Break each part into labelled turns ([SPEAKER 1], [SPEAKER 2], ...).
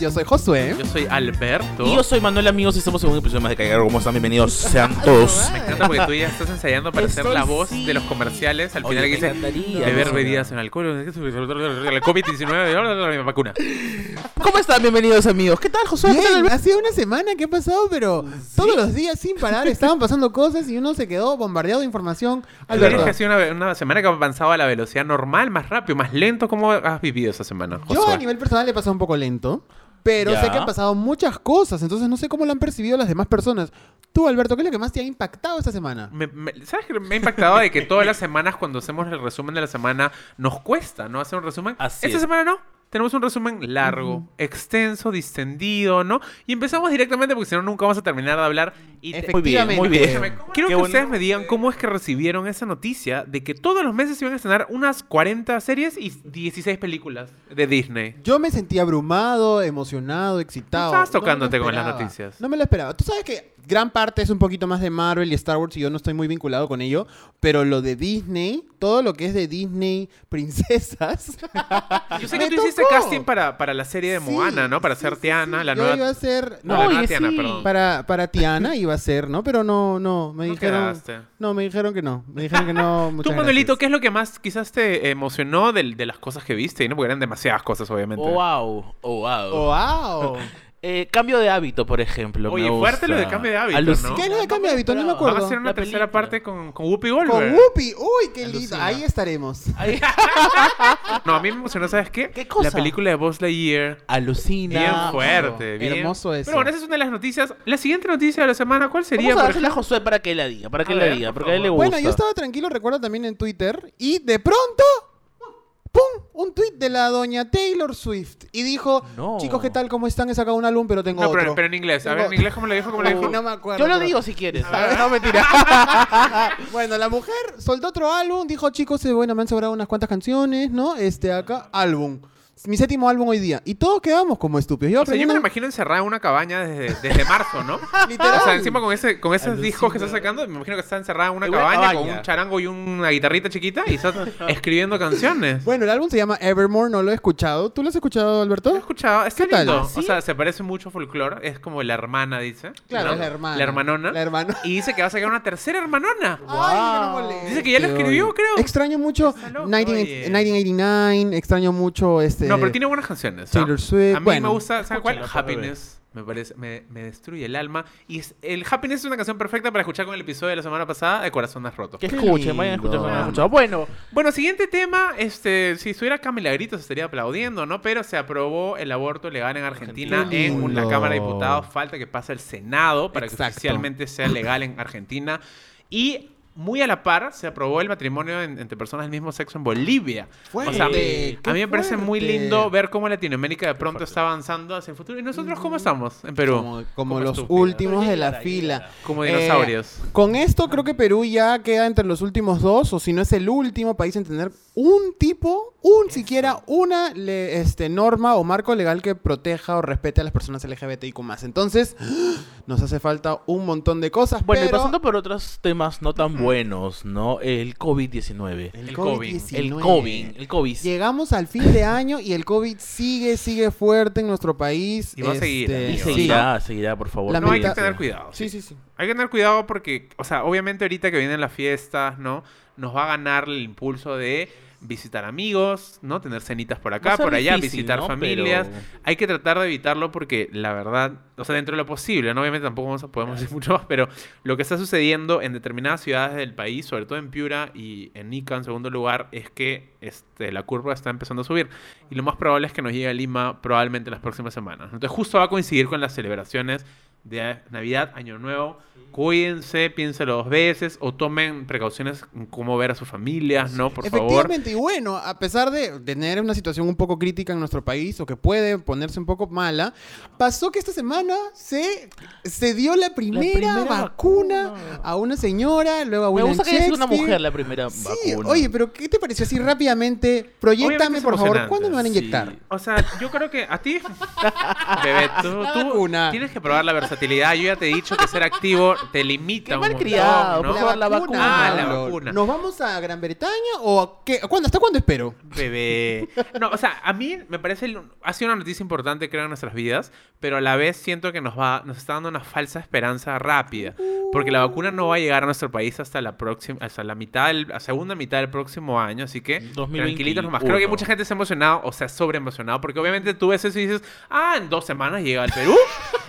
[SPEAKER 1] Yo soy Josué.
[SPEAKER 2] Yo soy Alberto.
[SPEAKER 3] Y yo soy Manuel, amigos, y estamos en un episodio más de Caigar. ¿Cómo están? Bienvenidos sean todos.
[SPEAKER 2] Me encanta porque tú ya estás ensayando para hacer
[SPEAKER 3] Estoy-
[SPEAKER 2] la voz
[SPEAKER 3] sí.
[SPEAKER 2] de los comerciales. Al final
[SPEAKER 3] Oye,
[SPEAKER 2] que
[SPEAKER 3] me
[SPEAKER 2] dice
[SPEAKER 3] encantaría.
[SPEAKER 2] beber bebidas en alcohol, el COVID-19, la vacuna.
[SPEAKER 3] ¿Cómo están? Bienvenidos, amigos. ¿Qué tal, Josué? ¿Qué tal,
[SPEAKER 1] Bien,
[SPEAKER 3] Alberto?
[SPEAKER 1] ha sido una semana que ha pasado, pero todos los días sin parar estaban pasando cosas y uno se quedó bombardeado de información.
[SPEAKER 2] Tienes que
[SPEAKER 1] Alberto,
[SPEAKER 2] ha sido una, una semana que ha avanzado a la velocidad normal, más rápido, más lento. ¿Cómo has vivido esa semana,
[SPEAKER 1] yo a
[SPEAKER 2] Josué?
[SPEAKER 1] nivel personal le he pasado un poco lento, pero
[SPEAKER 3] Ya.
[SPEAKER 1] sé que han pasado muchas cosas, entonces no sé cómo lo han percibido las demás personas. Tú, Alberto, ¿qué es lo que más te ha impactado esta semana?
[SPEAKER 2] Me- me- ¿Sabes que me ha impactado de que todas las semanas cuando hacemos el resumen de la semana nos cuesta, ¿no? Hacer un resumen.
[SPEAKER 3] Así
[SPEAKER 2] Esta
[SPEAKER 3] es.
[SPEAKER 2] semana no. Tenemos un resumen largo, extenso, distendido, ¿no? Y empezamos directamente porque si no nunca vamos a terminar de hablar. Y te-
[SPEAKER 3] Muy bien, muy bien.
[SPEAKER 1] Efectivamente.
[SPEAKER 2] Quiero
[SPEAKER 3] Qué
[SPEAKER 2] que
[SPEAKER 3] bueno.
[SPEAKER 2] ustedes me digan cómo es que recibieron esa noticia de que todos los meses se iban a estrenar unas 40 series y 16 películas de Disney.
[SPEAKER 1] Yo me sentí abrumado, emocionado, excitado.
[SPEAKER 2] Estabas
[SPEAKER 1] No me lo
[SPEAKER 2] tocándote con las
[SPEAKER 1] esperaba.
[SPEAKER 2] noticias.
[SPEAKER 1] No me lo esperaba. Tú sabes que gran parte es un poquito más de Marvel y Star Wars y yo no estoy muy vinculado con ello, pero lo de Disney, todo lo que es de Disney,
[SPEAKER 2] Yo
[SPEAKER 1] princesas.
[SPEAKER 2] sé
[SPEAKER 1] Ah, Me
[SPEAKER 2] que tú hiciste
[SPEAKER 1] tocó.
[SPEAKER 2] casting para, para la serie de
[SPEAKER 1] Sí,
[SPEAKER 2] Moana, ¿no? Para
[SPEAKER 1] sí,
[SPEAKER 2] ser
[SPEAKER 1] sí,
[SPEAKER 2] Tiana,
[SPEAKER 1] sí.
[SPEAKER 2] la
[SPEAKER 1] Yo
[SPEAKER 2] nueva...
[SPEAKER 1] iba a ser
[SPEAKER 2] No, la nueva
[SPEAKER 3] Oye,
[SPEAKER 2] Tiana,
[SPEAKER 3] sí.
[SPEAKER 2] perdón.
[SPEAKER 1] para para Tiana iba a ser, ¿no? Pero no, no, me
[SPEAKER 2] No
[SPEAKER 1] dijeron
[SPEAKER 2] quedaste.
[SPEAKER 1] No, me dijeron que no. Me dijeron que no. muchas
[SPEAKER 2] Tú, Manuelito,
[SPEAKER 1] gracias.
[SPEAKER 2] ¿qué es lo que más quizás te emocionó del- de, las cosas que viste? ¿no? Porque eran demasiadas cosas, obviamente.
[SPEAKER 3] Oh, wow. Oh, wow.
[SPEAKER 1] Wow.
[SPEAKER 3] Eh, cambio de hábito, por ejemplo.
[SPEAKER 2] Oye,
[SPEAKER 3] me gusta.
[SPEAKER 2] fuerte lo de cambio de hábito,
[SPEAKER 3] Alucin-
[SPEAKER 2] ¿no?
[SPEAKER 1] ¿Qué es lo de cambio de hábito? No me
[SPEAKER 2] Van
[SPEAKER 3] esperaba.
[SPEAKER 2] a
[SPEAKER 1] acuerdo.
[SPEAKER 2] hacer una
[SPEAKER 3] La
[SPEAKER 2] tercera
[SPEAKER 3] película.
[SPEAKER 2] parte con, con Whoopi Goldberg.
[SPEAKER 1] Con Whoopi. Uy, qué lindo.
[SPEAKER 2] Alucina.
[SPEAKER 1] Ahí estaremos.
[SPEAKER 3] Ay, Ah.
[SPEAKER 2] No, a mí me emocionó, ¿sabes qué?
[SPEAKER 3] ¿Qué cosa?
[SPEAKER 2] La película de Buzz Lightyear.
[SPEAKER 3] Alucina.
[SPEAKER 2] Bien fuerte, bien.
[SPEAKER 1] Hermoso eso.
[SPEAKER 2] Pero bueno, esa es una de las noticias. La siguiente noticia de la semana, ¿cuál sería?
[SPEAKER 3] Vamos a
[SPEAKER 2] por
[SPEAKER 3] dársela a
[SPEAKER 2] ejemplo?
[SPEAKER 3] Josué para que él la diga, para
[SPEAKER 2] A
[SPEAKER 3] que él la
[SPEAKER 2] ver,
[SPEAKER 3] diga,
[SPEAKER 2] por
[SPEAKER 3] porque a él le gusta.
[SPEAKER 2] favor.
[SPEAKER 1] Bueno, yo estaba tranquilo, recuerdo también en Twitter, y de pronto, ¡pum! Un tweet de la doña Taylor Swift. Y dijo,
[SPEAKER 3] No.
[SPEAKER 1] chicos, ¿qué tal? ¿Cómo están? He sacado un álbum, pero tengo
[SPEAKER 2] No,
[SPEAKER 1] otro.
[SPEAKER 2] pero, pero en inglés. A
[SPEAKER 1] Tengo-
[SPEAKER 2] ver, en inglés, ¿cómo le dijo? ¿Cómo le dijo?
[SPEAKER 1] Uy, no me acuerdo.
[SPEAKER 3] Yo lo
[SPEAKER 1] pero-
[SPEAKER 3] digo si quieres.
[SPEAKER 1] A ver, no, mentira. bueno, la mujer soltó otro álbum, dijo, chicos, eh, bueno, me han sobrado unas cuantas canciones, ¿no? Este, acá, álbum. Mi séptimo álbum hoy día. Y todos quedamos como estúpidos. Yo
[SPEAKER 2] O sea, yo me la
[SPEAKER 1] aprendí-
[SPEAKER 2] imagino encerrada en una cabaña desde, desde marzo, ¿no?
[SPEAKER 1] Literal.
[SPEAKER 2] O sea, encima con, ese, con esos
[SPEAKER 3] Alucina.
[SPEAKER 2] discos que está sacando, me imagino que está encerrada en una
[SPEAKER 3] En una
[SPEAKER 2] cabaña, con
[SPEAKER 3] cabaña.
[SPEAKER 2] un charango y una guitarrita chiquita y está escribiendo canciones.
[SPEAKER 1] Bueno, el álbum se llama Evermore, no lo he escuchado. ¿Tú lo has escuchado, Alberto?
[SPEAKER 2] Lo he escuchado, está
[SPEAKER 1] ¿Qué tal? Ah,
[SPEAKER 2] lindo.
[SPEAKER 1] ¿Sí?
[SPEAKER 2] O sea, se parece mucho a folclore. Es como la hermana, dice.
[SPEAKER 1] Claro,
[SPEAKER 2] ¿no?
[SPEAKER 1] es la hermana.
[SPEAKER 2] La hermanona.
[SPEAKER 1] La hermana.
[SPEAKER 2] Y dice que va a sacar una tercera hermanona.
[SPEAKER 1] Ay,
[SPEAKER 3] Wow.
[SPEAKER 1] no me
[SPEAKER 2] Dice que ya lo
[SPEAKER 1] moleste,
[SPEAKER 2] escribió,
[SPEAKER 1] oye.
[SPEAKER 2] creo.
[SPEAKER 1] Extraño mucho
[SPEAKER 2] Está loco,
[SPEAKER 1] 19
[SPEAKER 2] oye.
[SPEAKER 1] 1989, extraño mucho este...
[SPEAKER 2] No, pero tiene buenas canciones. ¿ah?
[SPEAKER 1] Taylor Swift,
[SPEAKER 2] A mí
[SPEAKER 1] bueno.
[SPEAKER 2] me gusta, ¿sabes cuál?
[SPEAKER 3] Escúchala, para
[SPEAKER 2] Happiness. Me parece, me, me destruye el alma. Y es- el Happiness es una canción perfecta para escuchar con el episodio de la semana pasada de Corazones Rotos.
[SPEAKER 3] Que
[SPEAKER 1] Qué
[SPEAKER 3] escuchen, vayan a
[SPEAKER 1] lindo.
[SPEAKER 3] escuchar, vayan a escuchar. Bueno,
[SPEAKER 2] Bueno, siguiente tema, este, si estuviera acá Milagritos estaría aplaudiendo, ¿no? Pero se aprobó el aborto legal en Argentina
[SPEAKER 1] Argentina.
[SPEAKER 2] en la
[SPEAKER 1] Lindo.
[SPEAKER 2] Cámara de Diputados, falta que pase el Senado para que
[SPEAKER 1] Exacto.
[SPEAKER 2] oficialmente sea legal en Argentina y muy a la par se aprobó el matrimonio en- entre personas del mismo sexo en Bolivia.
[SPEAKER 1] Fuerte,
[SPEAKER 2] o sea, a
[SPEAKER 1] qué
[SPEAKER 2] mí me parece muy
[SPEAKER 1] fuerte.
[SPEAKER 2] lindo ver cómo Latinoamérica de pronto está avanzando hacia el futuro. ¿Y
[SPEAKER 1] Mm.
[SPEAKER 2] nosotros cómo estamos en Perú?
[SPEAKER 1] Como, como
[SPEAKER 2] Como
[SPEAKER 1] los
[SPEAKER 2] estúpidos.
[SPEAKER 1] últimos de la
[SPEAKER 3] Ayúdala,
[SPEAKER 1] fila.
[SPEAKER 3] ayúdala.
[SPEAKER 2] Como
[SPEAKER 1] Eh,
[SPEAKER 2] dinosaurios.
[SPEAKER 1] Con esto creo que Perú ya queda entre los últimos dos, o si no es el último país en tener un tipo, un siquiera una le- este, norma o marco legal que proteja o respete a las personas LGBTIQ+. Entonces, nos hace falta un montón de cosas,
[SPEAKER 3] bueno, y
[SPEAKER 1] pero- Mm.
[SPEAKER 3] pasando por otros temas no tan buenos, ¿no? El COVID-19.
[SPEAKER 2] El
[SPEAKER 3] El
[SPEAKER 1] COVID-19.
[SPEAKER 3] COVID, el COVID.
[SPEAKER 1] Llegamos al fin de año y el COVID sigue, sigue fuerte en nuestro país. Este,
[SPEAKER 2] Y va a seguir,
[SPEAKER 3] Y
[SPEAKER 2] amigo.
[SPEAKER 1] sí.
[SPEAKER 3] seguirá, seguirá, por favor.
[SPEAKER 1] La
[SPEAKER 3] este
[SPEAKER 2] No, hay que
[SPEAKER 1] meditación.
[SPEAKER 2] tener cuidado.
[SPEAKER 1] Sí, sí, sí.
[SPEAKER 2] Hay que tener cuidado porque, o sea, obviamente ahorita que vienen las fiestas, ¿no? Nos va a ganar el impulso de visitar amigos, ¿no? Tener cenitas por
[SPEAKER 3] Va
[SPEAKER 2] acá,
[SPEAKER 3] a ser
[SPEAKER 2] por allá,
[SPEAKER 3] difícil,
[SPEAKER 2] visitar
[SPEAKER 3] ¿no?
[SPEAKER 2] familias.
[SPEAKER 3] Pero-
[SPEAKER 2] Hay que tratar de evitarlo porque la verdad, o sea, dentro de lo posible, ¿no? Obviamente tampoco vamos a, podemos decir mucho más, pero lo que está sucediendo en determinadas ciudades del país, sobre todo en Piura y en Ica en segundo lugar, es que este, la curva está empezando a subir. Y lo más probable es que nos llegue a Lima probablemente las próximas semanas. Entonces justo va a coincidir con las celebraciones de Navidad, Año Nuevo. Cuídense, piénselo dos veces o tomen precauciones en cómo ver a sus familias, ¿no? Por favor.
[SPEAKER 1] Efectivamente, y bueno, a pesar de tener una situación un poco crítica en nuestro país o que puede ponerse un poco mala, pasó que esta semana se, se dio la primera,
[SPEAKER 3] primera
[SPEAKER 1] vacuna,
[SPEAKER 3] vacuna.
[SPEAKER 1] a una señora, luego a
[SPEAKER 3] Me
[SPEAKER 1] William
[SPEAKER 3] gusta que haya sido una
[SPEAKER 1] Shakespeare.
[SPEAKER 3] mujer la primera
[SPEAKER 1] Sí,
[SPEAKER 3] vacuna.
[SPEAKER 1] oye, pero ¿qué te pareció así rápidamente? Proyectame,
[SPEAKER 2] es
[SPEAKER 1] por favor,
[SPEAKER 2] emocionante,
[SPEAKER 1] ¿cuándo me van a
[SPEAKER 3] sí.
[SPEAKER 1] inyectar?
[SPEAKER 2] O sea, yo creo que a ti, bebé, tú,
[SPEAKER 1] La
[SPEAKER 2] tú
[SPEAKER 1] vacuna.
[SPEAKER 2] tienes que probar la versatilidad. Yo ya te he dicho que ser activo te limita
[SPEAKER 3] Qué
[SPEAKER 2] un montón,
[SPEAKER 3] malcriado,
[SPEAKER 2] ¿no?
[SPEAKER 3] por favor, la vacuna.
[SPEAKER 2] Ah, la
[SPEAKER 1] Lolo.
[SPEAKER 2] vacuna.
[SPEAKER 1] ¿Nos vamos a Gran Bretaña o a qué? ¿A ¿Cuándo? ¿Hasta cuándo espero?
[SPEAKER 2] Bebé. No, o sea, a mí me parece. el- Ha sido una noticia importante, creo, en nuestras vidas. Pero a la vez siento que nos va nos está dando una falsa esperanza rápida. Porque la vacuna no va a llegar a nuestro país hasta la próxima. Hasta la mitad. Del, la segunda mitad del próximo año. Así que.
[SPEAKER 3] 2021.
[SPEAKER 2] Tranquilitos nomás. Creo que mucha gente se ha emocionado. O sea, sobreemocionado. Porque obviamente tú ves eso y dices. Ah, en dos semanas llega al Perú.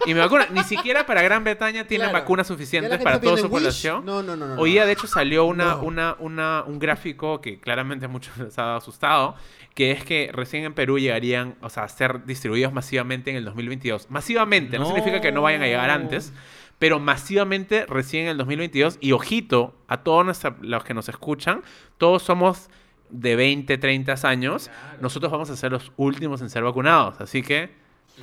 [SPEAKER 2] y me vacuna. Ni siquiera para Gran Bretaña tienen
[SPEAKER 1] Claro.
[SPEAKER 2] vacunas
[SPEAKER 1] Ya la
[SPEAKER 2] suficientes
[SPEAKER 1] gente
[SPEAKER 2] para
[SPEAKER 1] está
[SPEAKER 2] toda su
[SPEAKER 1] pidiendo Wish.
[SPEAKER 2] población.
[SPEAKER 1] No, no, no. no, no.
[SPEAKER 2] Hoy día, de hecho, salió una,
[SPEAKER 1] No.
[SPEAKER 2] una, una, un gráfico que claramente a muchos les ha asustado, que es que recién en Perú llegarían, o sea, a ser distribuidos masivamente en el 2022. Masivamente, no,
[SPEAKER 3] No.
[SPEAKER 2] significa que no vayan a llegar antes, pero masivamente recién en el 2022. Y ojito, a todos nuestra- los que nos escuchan, todos somos de 20, 30 años, nosotros vamos a ser los últimos en ser vacunados. Así que,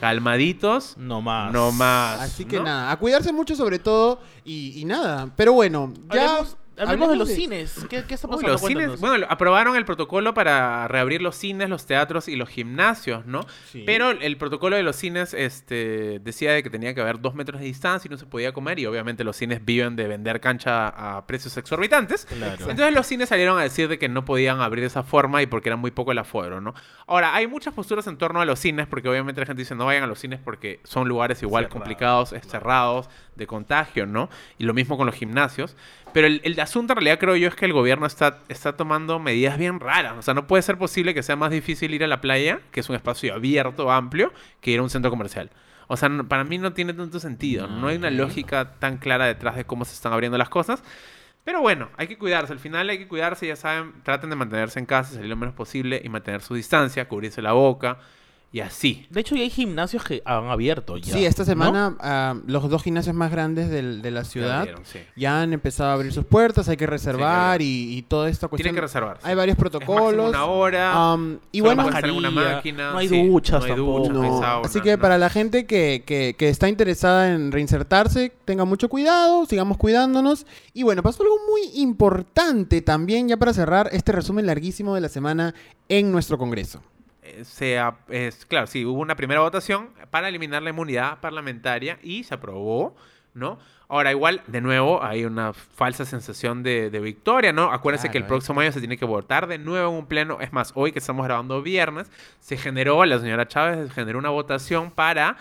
[SPEAKER 2] calmaditos,
[SPEAKER 3] No más.
[SPEAKER 2] no más.
[SPEAKER 1] Así que
[SPEAKER 2] ¿no?
[SPEAKER 1] nada, a cuidarse mucho sobre todo y, y nada. Pero bueno, ya...
[SPEAKER 3] Hablemos, hablemos de los cines. ¿Qué, qué está
[SPEAKER 2] Uy,
[SPEAKER 3] pasando?
[SPEAKER 2] los cines-
[SPEAKER 3] Cuéntanos.
[SPEAKER 2] bueno, lo- aprobaron el protocolo para reabrir los cines, los teatros y los gimnasios, ¿no?
[SPEAKER 1] Sí.
[SPEAKER 2] Pero el protocolo de los cines este, decía de que tenía que haber dos metros de distancia y no se podía comer y obviamente los cines viven de vender cancha a precios exorbitantes.
[SPEAKER 3] Claro.
[SPEAKER 2] Entonces los cines salieron a decir de que no podían abrir de esa forma y porque era muy poco el aforo, ¿no? Ahora, hay muchas posturas en torno a los cines porque obviamente la gente dice no vayan a los cines porque son lugares igual
[SPEAKER 3] Cerrados,
[SPEAKER 2] complicados, es- cerrados, de contagio, ¿no? Y lo mismo con los gimnasios. Pero el, el asunto en realidad creo yo es que el gobierno está, está tomando medidas bien raras. O sea, no puede ser posible que sea más difícil ir a la playa, que es un espacio abierto, amplio, que ir a un centro comercial. O sea, no- para mí no tiene tanto sentido. No hay una lógica tan clara detrás de cómo se están abriendo las cosas. Pero bueno, hay que cuidarse. Al final hay que cuidarse, ya saben, traten de mantenerse en casa, salir lo menos posible y mantener su distancia, cubrirse la boca y así.
[SPEAKER 3] De hecho, ya hay gimnasios que han abierto ya.
[SPEAKER 1] Sí, esta
[SPEAKER 3] ¿no?
[SPEAKER 1] semana ah, los dos gimnasios más grandes del- de la
[SPEAKER 2] Ya
[SPEAKER 1] ciudad
[SPEAKER 2] vieron, sí.
[SPEAKER 1] ya han empezado a abrir sus puertas, hay que reservar y, y toda esta cuestión.
[SPEAKER 2] Tienen que reservar. sí.
[SPEAKER 1] Hay varios
[SPEAKER 2] Es máximo
[SPEAKER 1] protocolos.
[SPEAKER 2] una
[SPEAKER 1] Ah,
[SPEAKER 2] hora.
[SPEAKER 1] am, y
[SPEAKER 2] Solo
[SPEAKER 1] bueno,
[SPEAKER 2] puedes estar en una
[SPEAKER 3] mascarilla,
[SPEAKER 2] máquina,
[SPEAKER 3] no hay
[SPEAKER 2] sí,
[SPEAKER 3] duchas
[SPEAKER 2] no hay
[SPEAKER 3] tampoco.
[SPEAKER 2] duchas, no hay
[SPEAKER 1] no.
[SPEAKER 2] sauna,
[SPEAKER 1] Así que
[SPEAKER 2] no.
[SPEAKER 1] para la gente que, que- que está interesada en reinsertarse, tenga mucho cuidado, sigamos cuidándonos. Y bueno, pasó algo muy importante también, ya para cerrar este resumen larguísimo de la semana en nuestro Congreso.
[SPEAKER 2] Eh, se ap- es, claro, sí, hubo una primera votación para eliminar la inmunidad parlamentaria y se aprobó, ¿no? Ahora, igual, de nuevo, hay una falsa sensación de, de victoria, ¿no? Acuérdense que el
[SPEAKER 1] Claro,
[SPEAKER 2] próximo año se tiene que votar de nuevo en un pleno. Es más, hoy que estamos grabando viernes, se generó, la señora Chávez generó una votación para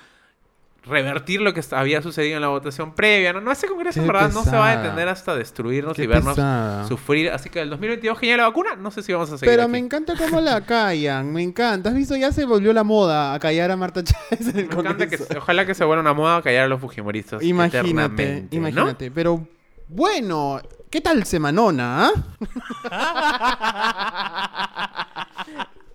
[SPEAKER 2] revertir lo que est- había sucedido en la votación previa, ¿no? No, ese congreso, en
[SPEAKER 1] Qué
[SPEAKER 2] verdad, no se va a
[SPEAKER 1] pesada.
[SPEAKER 2] detener hasta destruirnos
[SPEAKER 1] Qué
[SPEAKER 2] y vernos
[SPEAKER 1] pesada.
[SPEAKER 2] sufrir. Así que el 2022 que llegue la vacuna, no sé si vamos a seguir
[SPEAKER 1] Pero
[SPEAKER 2] aquí.
[SPEAKER 1] me encanta cómo la callan, me encanta. ¿Has visto? Ya se volvió la moda a callar a Marta Chávez en el
[SPEAKER 2] Me encanta que,
[SPEAKER 1] Congreso.
[SPEAKER 2] ojalá que se vuelva una moda callar a los fujimoristas
[SPEAKER 1] Imagínate,
[SPEAKER 2] eternamente, ¿no?
[SPEAKER 1] imagínate. Pero bueno, ¿qué tal semanona? ah?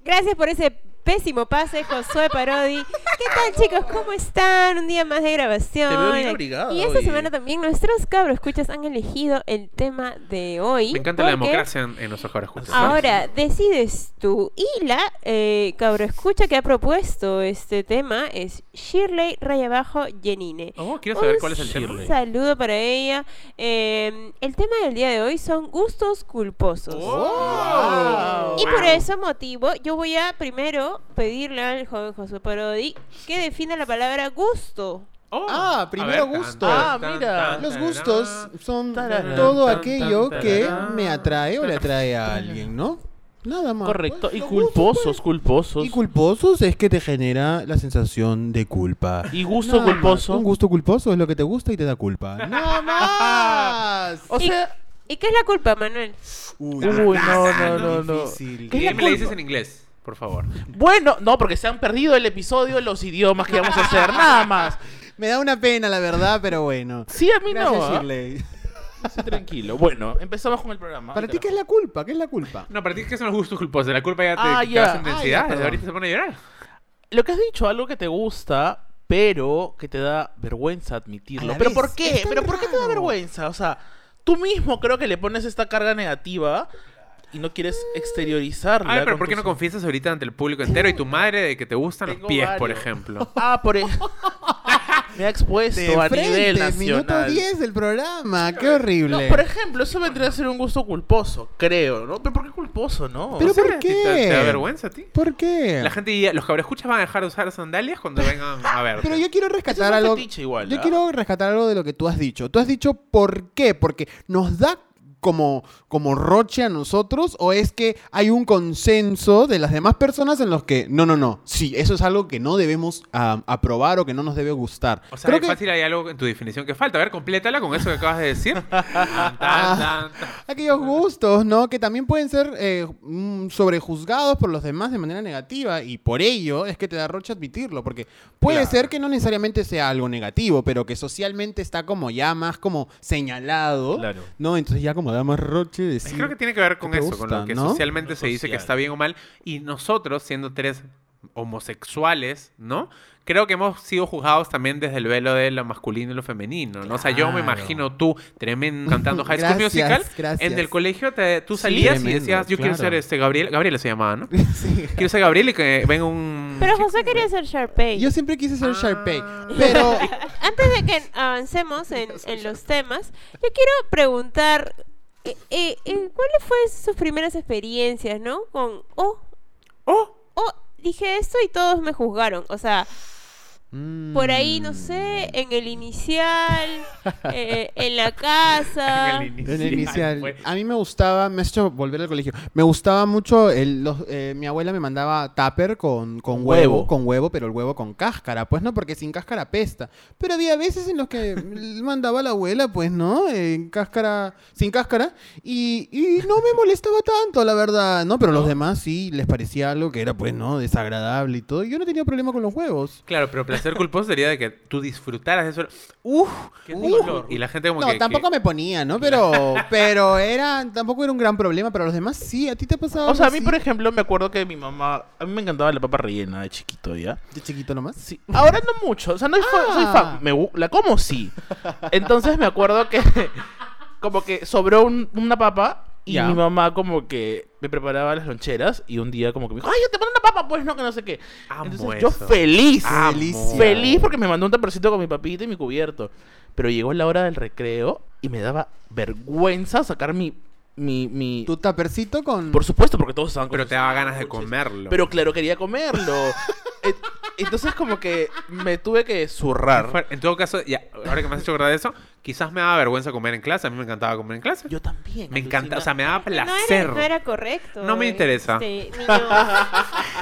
[SPEAKER 4] Gracias por ese pésimo pase, Josué Parodi. ¿Qué tal, chicos? ¿Cómo están? Un día más de grabación.
[SPEAKER 3] Te veo bien abrigado
[SPEAKER 4] y esta
[SPEAKER 3] hoy.
[SPEAKER 4] semana también nuestros cabros escuchas han elegido el tema de hoy.
[SPEAKER 2] Me encanta la
[SPEAKER 4] porque
[SPEAKER 2] democracia en, en nuestros cabros juntos.
[SPEAKER 4] Ahora decides tú. Y la eh, cabro escucha que ha propuesto este tema es Shirley Rayabajo Yenine.
[SPEAKER 2] Oh, quiero saber
[SPEAKER 4] Un
[SPEAKER 2] cuál es el tema.
[SPEAKER 3] Shirley.
[SPEAKER 4] saludo para ella. Eh, el tema del día de hoy son gustos culposos.
[SPEAKER 2] Oh.
[SPEAKER 4] Y por ese motivo, yo voy a primero pedirle al joven José Parodi que defina la palabra gusto.
[SPEAKER 2] Oh.
[SPEAKER 1] Ah,
[SPEAKER 2] A
[SPEAKER 1] primero
[SPEAKER 2] ver, tan,
[SPEAKER 1] gusto.
[SPEAKER 2] tan,
[SPEAKER 3] Ah,
[SPEAKER 2] tan,
[SPEAKER 3] mira.
[SPEAKER 2] tan,
[SPEAKER 1] Los
[SPEAKER 2] tan,
[SPEAKER 1] gustos
[SPEAKER 2] tan.
[SPEAKER 1] son
[SPEAKER 3] Tararán,
[SPEAKER 1] todo
[SPEAKER 2] tan,
[SPEAKER 1] aquello
[SPEAKER 2] tan,
[SPEAKER 1] que
[SPEAKER 2] tararán.
[SPEAKER 1] me atrae o le atrae a alguien, ¿no? Nada más.
[SPEAKER 3] Correcto.
[SPEAKER 1] Pues,
[SPEAKER 3] Y
[SPEAKER 1] los gustos,
[SPEAKER 3] culposos,
[SPEAKER 1] pues.
[SPEAKER 3] culposos.
[SPEAKER 1] Y culposos es que te genera la sensación de culpa.
[SPEAKER 3] Y gusto
[SPEAKER 1] Nada más.
[SPEAKER 3] culposo.
[SPEAKER 1] Un gusto culposo es lo que te gusta y te da culpa. ¡Nada más!
[SPEAKER 3] O
[SPEAKER 4] Y-
[SPEAKER 3] sea,
[SPEAKER 4] ¿Y qué es la culpa, Manuel?
[SPEAKER 1] Uy,
[SPEAKER 3] Uy, no,
[SPEAKER 1] está
[SPEAKER 3] no, no, no.
[SPEAKER 1] difícil.
[SPEAKER 3] ¿Qué es la
[SPEAKER 2] Dime, le dices
[SPEAKER 3] culpa?
[SPEAKER 2] en inglés, por favor.
[SPEAKER 3] bueno, no, porque se han perdido el episodio, los idiomas que vamos a hacer, nada más.
[SPEAKER 1] Me da una pena, la verdad, pero bueno.
[SPEAKER 3] Sí, a mí no.
[SPEAKER 1] Gracias,
[SPEAKER 3] ¿ah?
[SPEAKER 1] Shirley.
[SPEAKER 3] Sí, tranquilo. Bueno, empezamos con el programa.
[SPEAKER 1] ¿Para ti qué es la culpa? ¿Qué es la culpa?
[SPEAKER 2] No, para ti, ¿qué son los gustos culposos? La culpa ya te,
[SPEAKER 3] Ah,
[SPEAKER 2] te
[SPEAKER 3] ya.
[SPEAKER 2] hace
[SPEAKER 3] Ah,
[SPEAKER 2] intensidad.
[SPEAKER 1] ya,
[SPEAKER 2] desde
[SPEAKER 1] perdón.
[SPEAKER 2] ahorita se pone a llorar.
[SPEAKER 3] Lo que has dicho, algo que te gusta, pero que te da vergüenza
[SPEAKER 1] A
[SPEAKER 3] admitirlo.
[SPEAKER 1] la
[SPEAKER 3] ¿Pero
[SPEAKER 1] vez,
[SPEAKER 3] por qué?
[SPEAKER 1] es tan
[SPEAKER 3] ¿Pero por qué te da
[SPEAKER 1] raro.
[SPEAKER 3] vergüenza? O sea, tú mismo creo que le pones esta carga negativa y no quieres
[SPEAKER 1] Mm.
[SPEAKER 3] exteriorizarla.
[SPEAKER 2] Ay, pero
[SPEAKER 3] con
[SPEAKER 2] ¿por qué no
[SPEAKER 3] tus-
[SPEAKER 2] confiesas ahorita ante el público entero y tu madre de que te gustan los
[SPEAKER 3] Tengo
[SPEAKER 2] pies, por
[SPEAKER 3] varios.
[SPEAKER 2] ejemplo?
[SPEAKER 3] Ah, por e- Ah, Me ha expuesto
[SPEAKER 1] De
[SPEAKER 3] a
[SPEAKER 1] frente,
[SPEAKER 3] nivel
[SPEAKER 1] minuto
[SPEAKER 3] nacional.
[SPEAKER 1] 10 del programa. Qué horrible.
[SPEAKER 3] No, por ejemplo, eso vendría a ser un gusto culposo, creo, ¿no? ¿Pero por qué culposo, no?
[SPEAKER 1] Pero
[SPEAKER 3] O sea,
[SPEAKER 1] ¿por
[SPEAKER 2] ¿Te- ¿Te,
[SPEAKER 1] qué?
[SPEAKER 2] te da vergüenza a ti?
[SPEAKER 1] ¿Por qué?
[SPEAKER 2] La gente diría, los cabrescuchas van a dejar de usar sandalias cuando vengan a ver.
[SPEAKER 1] Pero yo quiero
[SPEAKER 3] eso es
[SPEAKER 1] rescatar
[SPEAKER 3] un
[SPEAKER 1] algo.
[SPEAKER 3] fetiche igual,
[SPEAKER 1] Yo
[SPEAKER 3] ¿ah?
[SPEAKER 1] quiero rescatar algo de lo que tú has dicho. Tú has dicho por qué, porque nos da como, como roche a nosotros o es que hay un consenso de las demás personas en los que no, no, no, sí, eso es algo que no debemos ah, aprobar o que no nos debe gustar.
[SPEAKER 2] O sea,
[SPEAKER 1] Creo
[SPEAKER 2] hay-
[SPEAKER 1] que-
[SPEAKER 2] fácil hay algo en tu definición que falta. A ver, complétala con eso que acabas de decir. Tan,
[SPEAKER 1] Ah,
[SPEAKER 2] tan, tan.
[SPEAKER 1] aquellos gustos, ¿no? Que también pueden ser eh, mm, sobrejuzgados por los demás de manera negativa y por ello es que te da roche admitirlo, porque puede
[SPEAKER 2] Claro.
[SPEAKER 1] ser que no necesariamente sea algo negativo, pero que socialmente está como ya más como señalado,
[SPEAKER 3] Claro.
[SPEAKER 1] ¿no? Entonces ya como da más roche decir...
[SPEAKER 2] Creo que tiene que ver con
[SPEAKER 1] te
[SPEAKER 2] eso, con
[SPEAKER 1] gusta,
[SPEAKER 2] lo que
[SPEAKER 1] ¿no?
[SPEAKER 2] socialmente
[SPEAKER 3] Lo
[SPEAKER 2] se dice que
[SPEAKER 3] social.
[SPEAKER 2] está bien o mal. Y nosotros, siendo tres homosexuales, ¿no? Creo que hemos sido juzgados también desde el velo de lo masculino y lo femenino, ¿no? O sea, yo me
[SPEAKER 1] Claro.
[SPEAKER 2] imagino tú, tremendo, cantando High School
[SPEAKER 1] Gracias,
[SPEAKER 2] Musical,
[SPEAKER 1] gracias.
[SPEAKER 2] en del colegio te- tú
[SPEAKER 1] Sí.
[SPEAKER 2] salías y
[SPEAKER 1] Tremendo,
[SPEAKER 2] decías, yo quiero
[SPEAKER 1] claro.
[SPEAKER 2] ser este Gabriel, Gabriel se llamaba, ¿no?
[SPEAKER 1] Sí.
[SPEAKER 2] Quiero ser Gabriel y que venga un...
[SPEAKER 4] Pero
[SPEAKER 2] chico.
[SPEAKER 4] José quería ser Sharpay.
[SPEAKER 1] Yo siempre quise ser
[SPEAKER 2] Ah.
[SPEAKER 1] Sharpay, pero...
[SPEAKER 4] Antes de que avancemos en, en los temas, yo quiero preguntar, eh, eh, eh, ¿cuáles fueron sus primeras experiencias, no? Con, oh,
[SPEAKER 2] ¡Oh!
[SPEAKER 4] oh, dije esto y todos me juzgaron. O sea,
[SPEAKER 1] Mm.
[SPEAKER 4] por ahí, no sé, en el inicial, eh, en la
[SPEAKER 3] Ah.
[SPEAKER 4] casa.
[SPEAKER 2] En
[SPEAKER 1] En el inicial.
[SPEAKER 2] fue.
[SPEAKER 1] A mí me gustaba, me has hecho volver al colegio. Me gustaba mucho, el, los- eh, mi abuela me mandaba tupper con, con huevo,
[SPEAKER 3] Huevo.
[SPEAKER 1] con huevo, pero el huevo con cáscara, pues no, porque sin cáscara pesta. Pero había veces en los que le mandaba la abuela, pues no, en cáscara, sin cáscara, y, y no me molestaba tanto, la verdad, ¿no? Pero los demás sí les parecía algo que era, pues no, desagradable y todo. Yo no tenía problema con los huevos.
[SPEAKER 2] Claro, pero placer culposo sería de que tú disfrutaras de eso. ¡Uf! ¡Qué
[SPEAKER 1] uf.
[SPEAKER 2] dolor! Y la gente como
[SPEAKER 1] No,
[SPEAKER 2] que... que-
[SPEAKER 1] tampoco me ponía, ¿no? Pero, pero era, tampoco era un gran problema, pero los demás sí, a ti te ha pasado.
[SPEAKER 3] O sea, a
[SPEAKER 1] algo
[SPEAKER 3] mí,
[SPEAKER 1] así?
[SPEAKER 3] por ejemplo, me acuerdo que mi mamá... A mí me encantaba la papa rellena de chiquito, ¿ya?
[SPEAKER 1] De chiquito nomás.
[SPEAKER 3] Sí. Ahora no mucho. O sea, no soy fan- soy
[SPEAKER 1] Ah.
[SPEAKER 3] fan. Me gu- la como sí. Entonces me acuerdo que... Como que sobró un- una papa y
[SPEAKER 1] Ya.
[SPEAKER 3] mi mamá como que me preparaba las loncheras y un día como que me dijo, ay, yo te mando una papa, pues no, que no sé qué.
[SPEAKER 2] Amo
[SPEAKER 3] Entonces yo
[SPEAKER 2] eso.
[SPEAKER 3] feliz.
[SPEAKER 2] Amo.
[SPEAKER 1] Delicia.
[SPEAKER 3] Feliz porque me mandó un tapercito con mi papita y mi cubierto. Pero llegó la hora del recreo y me daba vergüenza sacar mi. mi, mi...
[SPEAKER 1] Tu tapercito con.
[SPEAKER 3] Por supuesto, porque todos estaban con
[SPEAKER 2] Pero
[SPEAKER 3] sus
[SPEAKER 2] te daba ganas de
[SPEAKER 3] sándwiches.
[SPEAKER 2] comerlo.
[SPEAKER 3] Pero claro, quería comerlo. Et- Entonces, como que me tuve que
[SPEAKER 2] Qué
[SPEAKER 3] zurrar.
[SPEAKER 2] fuerte. En todo caso, ya, ahora que me has hecho acordar de eso, quizás me daba vergüenza comer en clase. A mí me encantaba comer en clase.
[SPEAKER 3] Yo también.
[SPEAKER 2] me encanta, o sea,
[SPEAKER 3] alucina.
[SPEAKER 2] me daba
[SPEAKER 4] No era-
[SPEAKER 2] placer.
[SPEAKER 4] No era, correcto.
[SPEAKER 2] No me interesa.
[SPEAKER 4] Este, niño-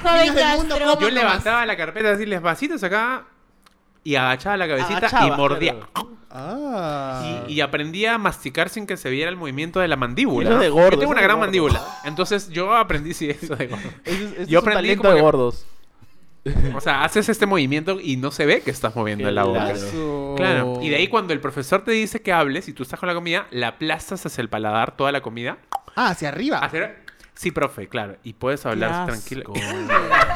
[SPEAKER 4] joven
[SPEAKER 1] Niños del mundo,
[SPEAKER 4] gastro.
[SPEAKER 2] Yo levantaba la carpeta así, les vasitos acá y agachaba la cabecita y
[SPEAKER 3] Agachaba,
[SPEAKER 2] mordía.
[SPEAKER 3] claro.
[SPEAKER 1] Ah.
[SPEAKER 2] Y, y aprendí a masticar sin que se viera el movimiento de la mandíbula.
[SPEAKER 3] Eso es de gordo,
[SPEAKER 2] Yo tengo
[SPEAKER 3] eso
[SPEAKER 2] una
[SPEAKER 3] es de
[SPEAKER 2] gran
[SPEAKER 3] gordo.
[SPEAKER 2] mandíbula. Entonces yo aprendí sí eso de gordo.
[SPEAKER 3] Ese es- ese
[SPEAKER 2] Yo
[SPEAKER 3] es un
[SPEAKER 2] aprendí
[SPEAKER 3] talento
[SPEAKER 2] como
[SPEAKER 3] de
[SPEAKER 2] que-
[SPEAKER 3] gordos.
[SPEAKER 2] O sea, haces este movimiento y no se ve que estás moviendo la boca.
[SPEAKER 3] Claro.
[SPEAKER 2] Claro. Y de ahí cuando el profesor te dice que hables y tú estás con la comida, la aplastas hacia el paladar toda la comida.
[SPEAKER 1] Ah, hacia arriba.
[SPEAKER 2] Hacer- Sí, profe, claro. Y puedes hablar tranquilo.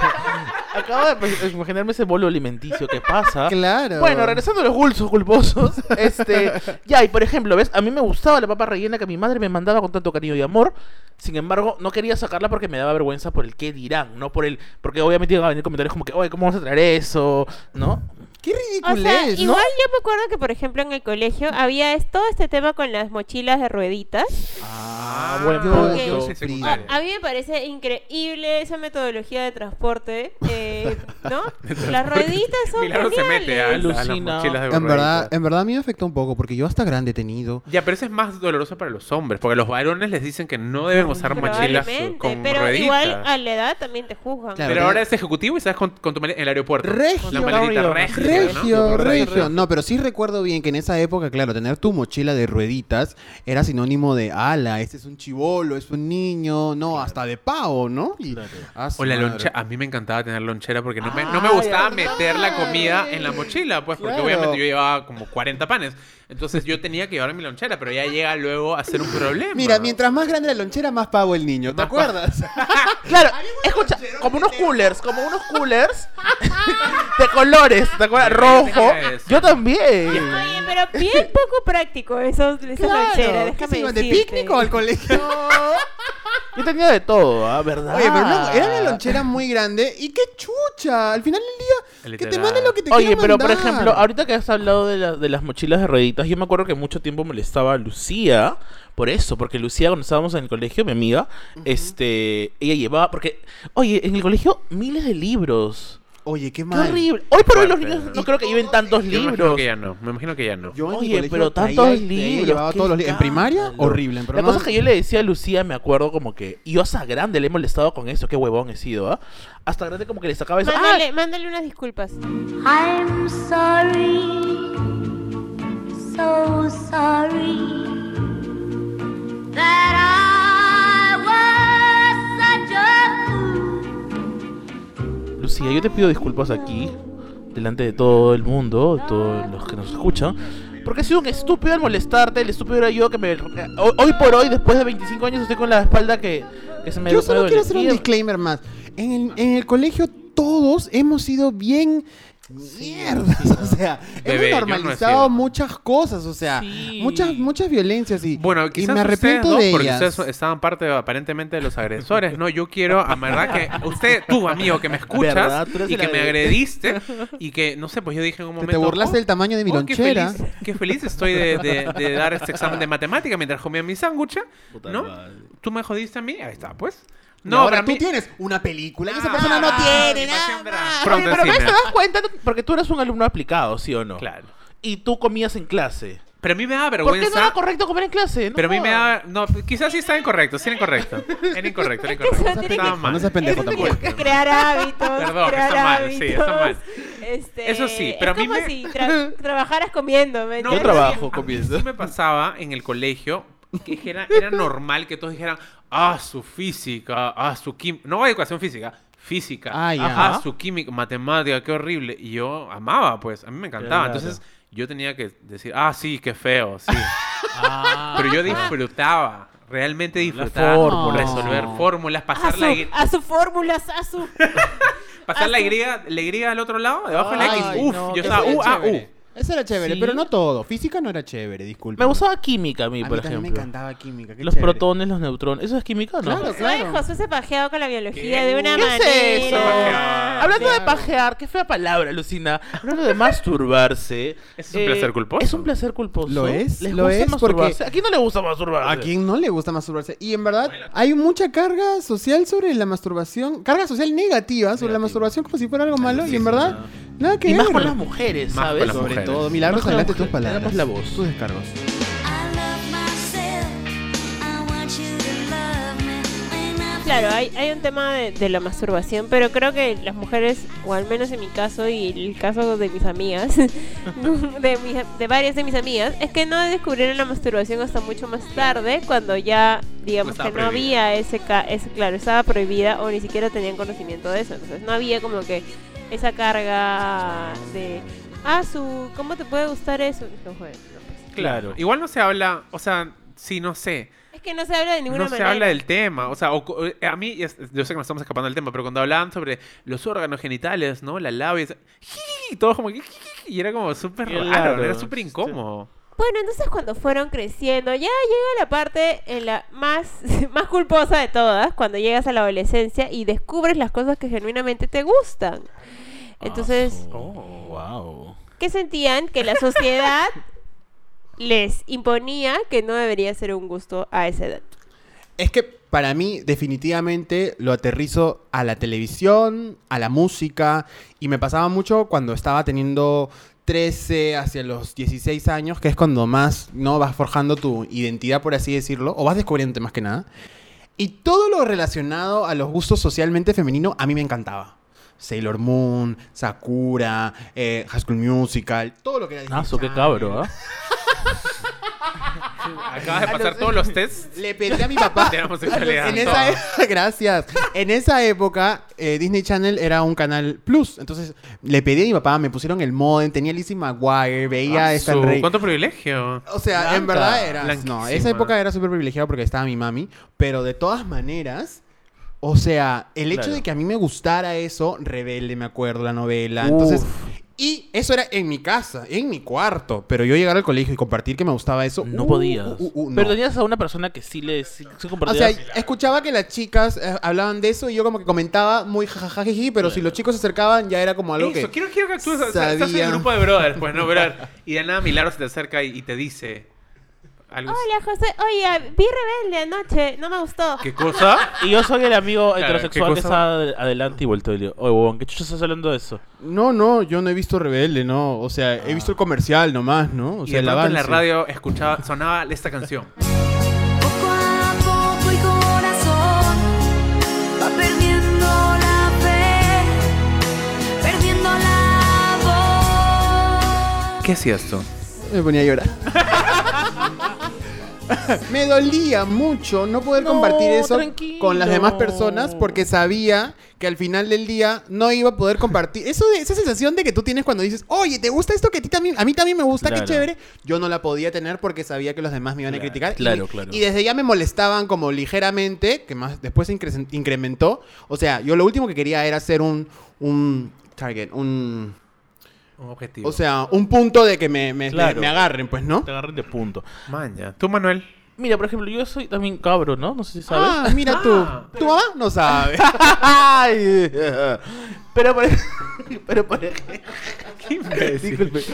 [SPEAKER 3] Acabo de pues, imaginarme ese bolo alimenticio que pasa.
[SPEAKER 1] Claro.
[SPEAKER 3] Bueno, regresando a los gulsos culposos, este, ya, y por ejemplo, ¿ves? A mí me gustaba la papa rellena que mi madre me mandaba con tanto cariño y amor. Sin embargo, no quería sacarla porque me daba vergüenza por el qué dirán, no por el. Porque obviamente iban a venir comentarios como que, oye, ¿cómo vas a traer eso? ¿No?
[SPEAKER 1] Qué
[SPEAKER 4] O
[SPEAKER 1] ridículo
[SPEAKER 4] sea,
[SPEAKER 1] es, ¿no?
[SPEAKER 4] igual yo me acuerdo que, por ejemplo, en el colegio había es- todo este tema con las mochilas de rueditas.
[SPEAKER 1] Ah,
[SPEAKER 3] buen
[SPEAKER 1] yo-
[SPEAKER 3] punto.
[SPEAKER 1] yo
[SPEAKER 2] Sí,
[SPEAKER 1] sufrí.
[SPEAKER 2] secundaria.
[SPEAKER 4] A mí me parece increíble esa metodología de transporte, eh, ¿no? Las rueditas son
[SPEAKER 2] Milagro se
[SPEAKER 4] geniales.
[SPEAKER 2] mete a, la- a las
[SPEAKER 3] Alucina.
[SPEAKER 2] mochilas de
[SPEAKER 1] En verdad,
[SPEAKER 2] gorraditas.
[SPEAKER 1] en verdad a mí me afectó un poco porque yo hasta grande he tenido.
[SPEAKER 2] Ya, pero eso es más doloroso para los hombres, porque a los varones les dicen que no deben usar mochilas
[SPEAKER 4] Probablemente,
[SPEAKER 2] con
[SPEAKER 4] pero
[SPEAKER 2] rueditas.
[SPEAKER 4] igual a la edad también te juzgan.
[SPEAKER 1] Claro.
[SPEAKER 2] Pero ahora es ejecutivo y estás con, con tu maleta en el aeropuerto.
[SPEAKER 1] Regio.
[SPEAKER 2] La maletita
[SPEAKER 3] Claro.
[SPEAKER 2] regio. ¿no?
[SPEAKER 1] Regio,
[SPEAKER 3] ¿no?
[SPEAKER 1] regio.
[SPEAKER 3] Regio.
[SPEAKER 1] No, pero sí recuerdo bien que en esa época, claro, tener tu mochila de rueditas era sinónimo de ala, este es un chivolo, es un niño, no, hasta de pavo, ¿no? Y- Ah, su
[SPEAKER 2] O la
[SPEAKER 1] madre.
[SPEAKER 2] lonchera. A mí me encantaba tener lonchera porque no me, no me
[SPEAKER 1] Ay,
[SPEAKER 2] gustaba
[SPEAKER 1] ay,
[SPEAKER 2] meter la comida
[SPEAKER 1] ay.
[SPEAKER 2] en la mochila, pues, porque
[SPEAKER 1] Claro.
[SPEAKER 2] obviamente yo llevaba como 40 panes. Entonces yo tenía que llevar mi lonchera, pero ya llega luego a ser un problema.
[SPEAKER 1] Mira, mientras más grande la lonchera, más pavo el niño, ¿te acuerdas?
[SPEAKER 3] Claro, escucha, como unos coolers, como unos coolers de colores, ¿te
[SPEAKER 2] Yo
[SPEAKER 3] acuerdas?
[SPEAKER 2] también
[SPEAKER 3] Rojo.
[SPEAKER 2] tenía eso.
[SPEAKER 3] Yo también.
[SPEAKER 4] Oye, pero bien poco práctico eso, esa lonchera,
[SPEAKER 1] ¿qué
[SPEAKER 4] déjame
[SPEAKER 1] se iban de
[SPEAKER 4] decirte.
[SPEAKER 1] picnic o al colegio?
[SPEAKER 3] Yo tenía de todo, ¿ah? ¿Verdad?
[SPEAKER 1] Oye, pero no, era una lonchera muy grande y qué chucha. Al final del día Que te manden lo que te
[SPEAKER 3] Oye,
[SPEAKER 1] quieran
[SPEAKER 3] pero por
[SPEAKER 1] mandar.
[SPEAKER 3] ejemplo, ahorita que has hablado de, la- de las mochilas de rueditas, yo me acuerdo que mucho tiempo molestaba a Lucía por eso, porque Lucía cuando estábamos en el colegio, mi amiga, este, ella llevaba, porque, oye, en el colegio miles de libros.
[SPEAKER 1] Oye, qué
[SPEAKER 3] Qué
[SPEAKER 1] mal.
[SPEAKER 3] horrible. Hoy por hoy los
[SPEAKER 2] Fuerte,
[SPEAKER 3] niños
[SPEAKER 2] ¿no?
[SPEAKER 3] no creo que lleven tantos
[SPEAKER 2] Me imagino
[SPEAKER 3] libros.
[SPEAKER 2] que ya no. Me imagino que ya no.
[SPEAKER 1] Yo en mi
[SPEAKER 3] Oye,
[SPEAKER 1] colegio
[SPEAKER 3] pero
[SPEAKER 1] traía
[SPEAKER 3] tantos
[SPEAKER 1] este,
[SPEAKER 3] libros,
[SPEAKER 1] llevaba
[SPEAKER 3] qué
[SPEAKER 1] todos los li- En primaria,
[SPEAKER 3] escándalo.
[SPEAKER 1] horrible. en
[SPEAKER 3] La cosa
[SPEAKER 1] primaria-
[SPEAKER 3] es que yo le decía a Lucía, me acuerdo como que, y yo hasta grande le he molestado con eso, qué huevón he sido, ¿ah? Hasta grande como que le sacaba eso. "Ah,
[SPEAKER 4] Mándale, mándale unas disculpas.
[SPEAKER 5] I'm sorry, so sorry that I was such a fool.
[SPEAKER 3] Lucía, yo te pido disculpas aquí, delante de todo el mundo, de todos los que nos escuchan, porque he sido un estúpido al molestarte, el estúpido era yo que me... eh, Hoy hoy por hoy, después de 25 años, estoy con la espalda que, que se me...
[SPEAKER 1] Yo
[SPEAKER 3] me
[SPEAKER 1] solo
[SPEAKER 3] duele.
[SPEAKER 1] quiero hacer un
[SPEAKER 3] Y-
[SPEAKER 1] disclaimer más. En el, en el colegio todos hemos sido bien mierdas, o sea,
[SPEAKER 2] Bebé, yo no
[SPEAKER 1] hemos
[SPEAKER 2] he
[SPEAKER 1] normalizado
[SPEAKER 2] sido.
[SPEAKER 1] muchas cosas, o sea,
[SPEAKER 3] Sí.
[SPEAKER 1] muchas muchas violencias y,
[SPEAKER 2] Bueno,
[SPEAKER 1] y
[SPEAKER 2] quizás
[SPEAKER 1] me arrepiento
[SPEAKER 2] ustedes, ¿no?
[SPEAKER 1] de
[SPEAKER 2] porque
[SPEAKER 1] ellas.
[SPEAKER 2] ustedes estaban parte de- aparentemente de los agresores, ¿no? Yo quiero, a verdad que usted, tú amigo que me
[SPEAKER 3] ¿Verdad?
[SPEAKER 2] escuchas
[SPEAKER 3] Tú eres
[SPEAKER 2] y
[SPEAKER 3] el
[SPEAKER 2] que me
[SPEAKER 3] agre-
[SPEAKER 2] agrediste y que no sé, pues yo dije en un
[SPEAKER 1] Que
[SPEAKER 2] momento,
[SPEAKER 1] te burlaste
[SPEAKER 2] "Oh,
[SPEAKER 1] del tamaño de mi
[SPEAKER 2] oh, qué
[SPEAKER 1] lonchera.
[SPEAKER 2] feliz, qué feliz estoy de, de- de dar este examen de matemática mientras comía mi sándwich, ¿no? Tú me jodiste a mí, ahí está, pues.
[SPEAKER 1] Y
[SPEAKER 2] No,
[SPEAKER 1] ahora
[SPEAKER 2] para
[SPEAKER 1] tú
[SPEAKER 2] mí
[SPEAKER 1] tienes una película y esa
[SPEAKER 2] Ah,
[SPEAKER 1] persona no
[SPEAKER 2] ah,
[SPEAKER 1] tiene
[SPEAKER 2] animación
[SPEAKER 1] nada.
[SPEAKER 2] drama.
[SPEAKER 1] más.
[SPEAKER 2] Pronto
[SPEAKER 3] Pero
[SPEAKER 2] en
[SPEAKER 3] ¿ves? ¿Te
[SPEAKER 2] cine.
[SPEAKER 3] das cuenta? Porque tú eres un alumno aplicado, ¿sí o no?
[SPEAKER 2] Claro.
[SPEAKER 3] Y tú comías en clase.
[SPEAKER 2] Pero a mí me da
[SPEAKER 3] ¿Por qué no
[SPEAKER 2] vergüenza.
[SPEAKER 3] era correcto comer en clase? No
[SPEAKER 2] pero a mí me
[SPEAKER 3] jodas.
[SPEAKER 2] da. No, quizás sí está incorrecto, sí era incorrecto. Era incorrecto, era
[SPEAKER 4] Es que eso
[SPEAKER 2] incorrecto.
[SPEAKER 4] tiene que-
[SPEAKER 2] Estaba mal.
[SPEAKER 1] No seas pendejo
[SPEAKER 2] Era
[SPEAKER 1] tampoco.
[SPEAKER 2] incorrecto.
[SPEAKER 4] Crear hábitos.
[SPEAKER 2] Perdón,
[SPEAKER 4] crear
[SPEAKER 2] está mal,
[SPEAKER 4] hábitos.
[SPEAKER 2] sí, está mal.
[SPEAKER 4] Este,
[SPEAKER 2] Eso sí, pero
[SPEAKER 4] es
[SPEAKER 2] a mí
[SPEAKER 4] como
[SPEAKER 2] me-
[SPEAKER 4] si tra- trabajaras comiendo. ¿me
[SPEAKER 2] No, pero
[SPEAKER 3] Yo
[SPEAKER 4] entiendes?
[SPEAKER 3] trabajo
[SPEAKER 2] sí, a mí
[SPEAKER 3] comiendo.
[SPEAKER 2] Sí me pasaba en el colegio que era, era normal que todos dijeran, ah, su física, ah, su química. No educación física, física.
[SPEAKER 1] Ah, ya.
[SPEAKER 2] "Ah,
[SPEAKER 3] Ajá.
[SPEAKER 2] su química, matemática, qué horrible. Y yo amaba, pues, a mí me encantaba.
[SPEAKER 3] Claro.
[SPEAKER 2] Entonces yo tenía que decir, ah, sí, qué feo, sí.
[SPEAKER 3] Ah.
[SPEAKER 2] Pero yo disfrutaba. Realmente disfrutaba
[SPEAKER 1] fórmulas.
[SPEAKER 2] resolver fórmulas,
[SPEAKER 4] A
[SPEAKER 2] pasar la,
[SPEAKER 4] Ah, su,
[SPEAKER 2] Y-
[SPEAKER 4] a su fórmulas, a su.
[SPEAKER 2] pasar la
[SPEAKER 4] su-
[SPEAKER 2] y, la y al otro lado, debajo de la X.
[SPEAKER 1] Ay,
[SPEAKER 2] Uf,
[SPEAKER 1] no,
[SPEAKER 2] yo
[SPEAKER 1] eso
[SPEAKER 2] estaba "Uh, ah, U,
[SPEAKER 1] era
[SPEAKER 2] A, U.
[SPEAKER 1] chévere. Eso era chévere,
[SPEAKER 3] Sí.
[SPEAKER 1] pero no todo. Física no era chévere, disculpa.
[SPEAKER 3] Me gustaba química a mí,
[SPEAKER 1] A mí
[SPEAKER 3] por
[SPEAKER 1] también me
[SPEAKER 3] ejemplo.
[SPEAKER 1] encantaba química. qué
[SPEAKER 3] Los
[SPEAKER 1] chévere.
[SPEAKER 3] protones, los neutrones. ¿Eso es química o no?
[SPEAKER 1] Claro,
[SPEAKER 4] Ay,
[SPEAKER 1] claro.
[SPEAKER 4] José se pajeado con la biología
[SPEAKER 2] ¿Qué?
[SPEAKER 4] de una
[SPEAKER 3] ¿Qué
[SPEAKER 4] manera.
[SPEAKER 3] es eso?
[SPEAKER 2] Pajeado.
[SPEAKER 3] Hablando de pajear, qué fea palabra, Lucina. Hablando de masturbarse. eh,
[SPEAKER 2] ¿Es un placer culposo?
[SPEAKER 3] Es un placer culposo.
[SPEAKER 1] ¿Lo es?
[SPEAKER 3] ¿Les
[SPEAKER 1] ¿Lo
[SPEAKER 3] gusta
[SPEAKER 1] es?
[SPEAKER 3] masturbarse?
[SPEAKER 1] Porque-
[SPEAKER 3] ¿A quién no le gusta masturbarse?
[SPEAKER 1] ¿A quién no le gusta masturbarse? Y en verdad hay mucha carga social sobre la masturbación, carga social negativa sobre la masturbación como si fuera algo malo y en verdad nada que
[SPEAKER 3] Y más
[SPEAKER 1] ver.
[SPEAKER 3] con las mujeres,
[SPEAKER 2] Más con
[SPEAKER 3] ¿sabes?
[SPEAKER 2] las
[SPEAKER 1] Sobre
[SPEAKER 2] mujeres.
[SPEAKER 1] todo, Milagros,
[SPEAKER 3] Más con las
[SPEAKER 1] adelante tus
[SPEAKER 3] mujeres.
[SPEAKER 1] palabras.
[SPEAKER 3] Hagamos la voz.
[SPEAKER 1] Tus descargos.
[SPEAKER 5] I love myself. I want you to love me when I
[SPEAKER 4] Claro, hay, hay un tema de, de la masturbación, pero creo que las mujeres, o al menos en mi caso y el caso de mis amigas, de, mis- de varias de mis amigas, es que no descubrieron la masturbación hasta mucho más tarde, cuando ya, digamos
[SPEAKER 2] Estaba
[SPEAKER 4] que no
[SPEAKER 2] prohibida.
[SPEAKER 4] había ese, ca- ese, claro, estaba prohibida o ni siquiera tenían conocimiento de eso. Entonces no había como que esa carga de, ah, su, ¿cómo te puede gustar eso? No, joder, no, pues.
[SPEAKER 3] Claro.
[SPEAKER 2] Igual no se habla, o sea, sí, no sé.
[SPEAKER 4] Es que no se habla de ninguna
[SPEAKER 2] no se
[SPEAKER 4] manera.
[SPEAKER 2] habla del tema. O sea, o co- eh, a mí, es- yo sé que nos estamos escapando del tema, pero cuando hablaban sobre los órganos genitales, ¿no? La labia, y todos como que... "Jiji", Y era como súper
[SPEAKER 3] Qué
[SPEAKER 2] raro,
[SPEAKER 3] raro.
[SPEAKER 2] era súper incómodo.
[SPEAKER 4] Bueno, entonces cuando fueron creciendo, ya llega la parte en la más, más culposa de todas, cuando llegas a la adolescencia y descubres las cosas que genuinamente te gustan. Entonces,
[SPEAKER 2] Ah,
[SPEAKER 3] Oh, wow.
[SPEAKER 4] que sentían que la sociedad les imponía que no debería ser un gusto a esa edad.
[SPEAKER 1] Es que para mí definitivamente lo aterrizo a la televisión, a la música y me pasaba mucho cuando estaba teniendo 13 hacia los 16 años, que es cuando más no vas forjando tu identidad por así decirlo o vas descubriéndote más que nada. Y todo lo relacionado a los gustos socialmente femenino a mí me encantaba. Sailor Moon, Sakura, eh, High School Musical, todo lo que era Disney
[SPEAKER 3] Nazo, qué
[SPEAKER 1] Channel.
[SPEAKER 3] cabro, ¿ah?
[SPEAKER 2] Acabas de pasar todos los tests
[SPEAKER 1] Le pedí a mi papá
[SPEAKER 2] de homosexualidad.
[SPEAKER 1] Ah, En esa e- Gracias. En esa época, eh, Disney Channel era un canal plus. Entonces, le pedí a mi papá, me pusieron el modem, tenía Lizzie McGuire, veía a Stan Rey.
[SPEAKER 2] ¿Cuánto privilegio?
[SPEAKER 1] O sea, en
[SPEAKER 3] Ah, Blanca,
[SPEAKER 1] verdad era. No,
[SPEAKER 2] blanquísima.
[SPEAKER 1] esa época era súper privilegiado porque estaba mi mami. Pero de todas maneras. O sea, el hecho
[SPEAKER 3] Claro.
[SPEAKER 1] de que a mí me gustara eso, Rebelde, me acuerdo, la novela.
[SPEAKER 3] Uf.
[SPEAKER 1] Entonces, Y eso era en mi casa, en mi cuarto. Pero yo llegar al colegio y compartir que me gustaba eso.
[SPEAKER 3] No
[SPEAKER 1] uh,
[SPEAKER 3] podías.
[SPEAKER 1] uh, uh, uh, no.
[SPEAKER 3] Pero tenías a una persona que sí le sí, sí
[SPEAKER 1] O
[SPEAKER 3] compartías.
[SPEAKER 1] sea, escuchaba que las chicas eh, hablaban de eso y yo como que comentaba muy jajajajiji, pero si los chicos se acercaban ya era como algo
[SPEAKER 2] Eso,
[SPEAKER 1] que...
[SPEAKER 2] quiero, quiero que actúes. o sea, Estás en
[SPEAKER 1] sabía.
[SPEAKER 2] el grupo de brothers, pues, ¿no? Brother. Y de nada Milagro se te acerca y, y te dice algo.
[SPEAKER 4] Hola, José. Oye, vi Rebelde anoche. No me gustó.
[SPEAKER 2] ¿Qué cosa?
[SPEAKER 3] y yo soy el amigo
[SPEAKER 2] Claro,
[SPEAKER 3] heterosexual
[SPEAKER 2] ¿qué
[SPEAKER 3] que
[SPEAKER 2] cosa?
[SPEAKER 3] está adel- adelante y vuelto. Y le digo, oye, huevón, ¿qué chucho estás hablando de eso?
[SPEAKER 1] No, no, yo no he visto Rebelde, no. O sea, he visto el comercial nomás, ¿no? O
[SPEAKER 2] Ah. y
[SPEAKER 1] sea,
[SPEAKER 2] de
[SPEAKER 1] el
[SPEAKER 2] pronto en la
[SPEAKER 1] avance.
[SPEAKER 2] radio escuchaba, sonaba esta canción.
[SPEAKER 5] Poco a poco el corazón va perdiendo la fe, perdiendo la voz.
[SPEAKER 2] ¿Qué hacías tú?
[SPEAKER 1] Me ponía a llorar. Me dolía mucho no poder
[SPEAKER 3] No,
[SPEAKER 1] compartir eso
[SPEAKER 3] tranquilo.
[SPEAKER 1] con las demás personas porque sabía que al final del día no iba a poder compartir. Eso de, esa sensación de que tú tienes cuando dices, oye, ¿te gusta esto que a ti también, a mí también me gusta?
[SPEAKER 3] Claro.
[SPEAKER 1] ¡Qué chévere! Yo no la podía tener porque sabía que los demás me iban a
[SPEAKER 3] Claro,
[SPEAKER 1] criticar.
[SPEAKER 3] claro,
[SPEAKER 1] y,
[SPEAKER 3] claro.
[SPEAKER 1] Y desde ya me molestaban como ligeramente, que más después se incre- incrementó. O sea, yo lo último que quería era ser un, un target, un...
[SPEAKER 2] Un objetivo.
[SPEAKER 1] O sea, un punto de que me, me-
[SPEAKER 3] Claro.
[SPEAKER 1] me agarren, pues, ¿no?
[SPEAKER 3] Te agarren de punto.
[SPEAKER 2] Maña. Tú, Manuel.
[SPEAKER 3] Mira, por ejemplo, yo soy también cabro, ¿no? No sé si sabes.
[SPEAKER 1] Ah, mira tú.
[SPEAKER 2] Ah.
[SPEAKER 1] tu mamá no sabe.
[SPEAKER 3] Ay, pero por ej- pero por ej-
[SPEAKER 2] ¿Qué imbécil?
[SPEAKER 3] disculpe.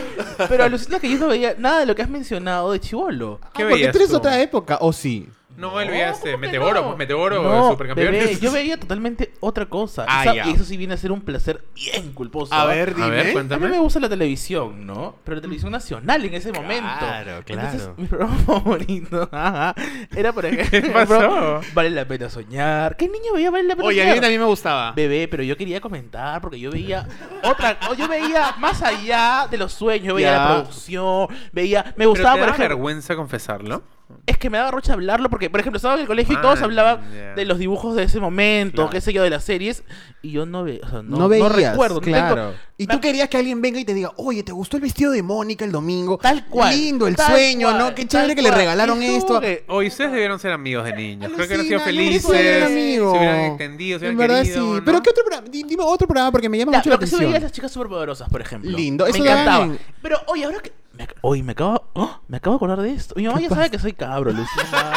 [SPEAKER 3] Pero alucina que yo no veía nada de lo que has mencionado de Chivolo.
[SPEAKER 1] Ah,
[SPEAKER 2] ¿Qué
[SPEAKER 1] porque
[SPEAKER 2] veías
[SPEAKER 1] tú eres
[SPEAKER 2] tú?
[SPEAKER 1] otra época, ¿o sí?
[SPEAKER 2] No, él veía este
[SPEAKER 3] ¿cómo que
[SPEAKER 2] Meteoro,
[SPEAKER 3] no?
[SPEAKER 2] pues Meteoro,
[SPEAKER 3] No,
[SPEAKER 2] Supercampeones.
[SPEAKER 3] bebé, yo veía totalmente otra cosa.
[SPEAKER 1] Ah,
[SPEAKER 3] Esa-
[SPEAKER 1] ya.
[SPEAKER 3] Y eso sí viene a ser un placer bien culposo. ¿ah?
[SPEAKER 2] A ver,
[SPEAKER 3] A mí
[SPEAKER 2] cuéntame. Mm.
[SPEAKER 3] me gusta la televisión, ¿no? Pero la televisión nacional en ese momento.
[SPEAKER 1] Claro, claro.
[SPEAKER 3] Entonces, mi programa favorito ajá, era por ejemplo.
[SPEAKER 2] ¿Qué pasó?
[SPEAKER 3] Vale la pena soñar. ¿Qué niño veía Vale la pena
[SPEAKER 1] Oye, a
[SPEAKER 3] soñar?
[SPEAKER 1] mí también me gustaba.
[SPEAKER 3] Bebé, pero yo quería comentar porque yo veía otra, o yo veía más allá de los sueños, yo veía
[SPEAKER 1] Ya.
[SPEAKER 3] la producción, veía, me
[SPEAKER 2] Pero te
[SPEAKER 3] gustaba
[SPEAKER 2] da
[SPEAKER 3] por ejemplo,
[SPEAKER 2] vergüenza confesarlo.
[SPEAKER 3] es que me daba rocha hablarlo porque por ejemplo estaba en el colegio y todos
[SPEAKER 2] Man,
[SPEAKER 3] hablaban
[SPEAKER 2] ya.
[SPEAKER 3] de los dibujos de ese momento,
[SPEAKER 2] Claro.
[SPEAKER 3] qué sé yo, de las series y yo no veía, o sea, no,
[SPEAKER 1] No, veías,
[SPEAKER 3] no recuerdo, no tengo-
[SPEAKER 1] claro. y
[SPEAKER 3] me
[SPEAKER 1] tú
[SPEAKER 3] ac-
[SPEAKER 1] querías que alguien venga y te diga, oye, ¿te gustó el vestido de Mónica el domingo?
[SPEAKER 3] Tal cual.
[SPEAKER 1] Lindo el
[SPEAKER 3] tal
[SPEAKER 1] sueño,
[SPEAKER 3] cual,
[SPEAKER 1] ¿no? Qué
[SPEAKER 3] tal
[SPEAKER 1] chévere que le
[SPEAKER 3] cual.
[SPEAKER 1] regalaron
[SPEAKER 3] Y es
[SPEAKER 1] esto.
[SPEAKER 3] como que-
[SPEAKER 2] Hoy ustedes debieron ser amigos de niños. Creo que hubieran sido
[SPEAKER 1] Alucina, yo
[SPEAKER 2] felices.
[SPEAKER 1] no soy el amigo.
[SPEAKER 2] Se hubieran entendido, se
[SPEAKER 1] En
[SPEAKER 2] hubieran
[SPEAKER 1] verdad
[SPEAKER 2] querido.
[SPEAKER 1] sí.
[SPEAKER 2] ¿no?
[SPEAKER 1] Pero ¿qué otro programa? Di- Dime otro programa porque me llama
[SPEAKER 3] La-
[SPEAKER 1] mucho la
[SPEAKER 3] lo que se
[SPEAKER 1] atención.
[SPEAKER 3] veía es las chicas superpoderosas, por ejemplo.
[SPEAKER 1] Lindo,
[SPEAKER 3] me
[SPEAKER 1] eso
[SPEAKER 3] encantaba.
[SPEAKER 1] daban en-
[SPEAKER 3] Pero hoy ahora que me ac- hoy me acabo, ¡Oh! me acabo de acordar de esto. Mi mamá ya sabe que soy cabro, Lucina.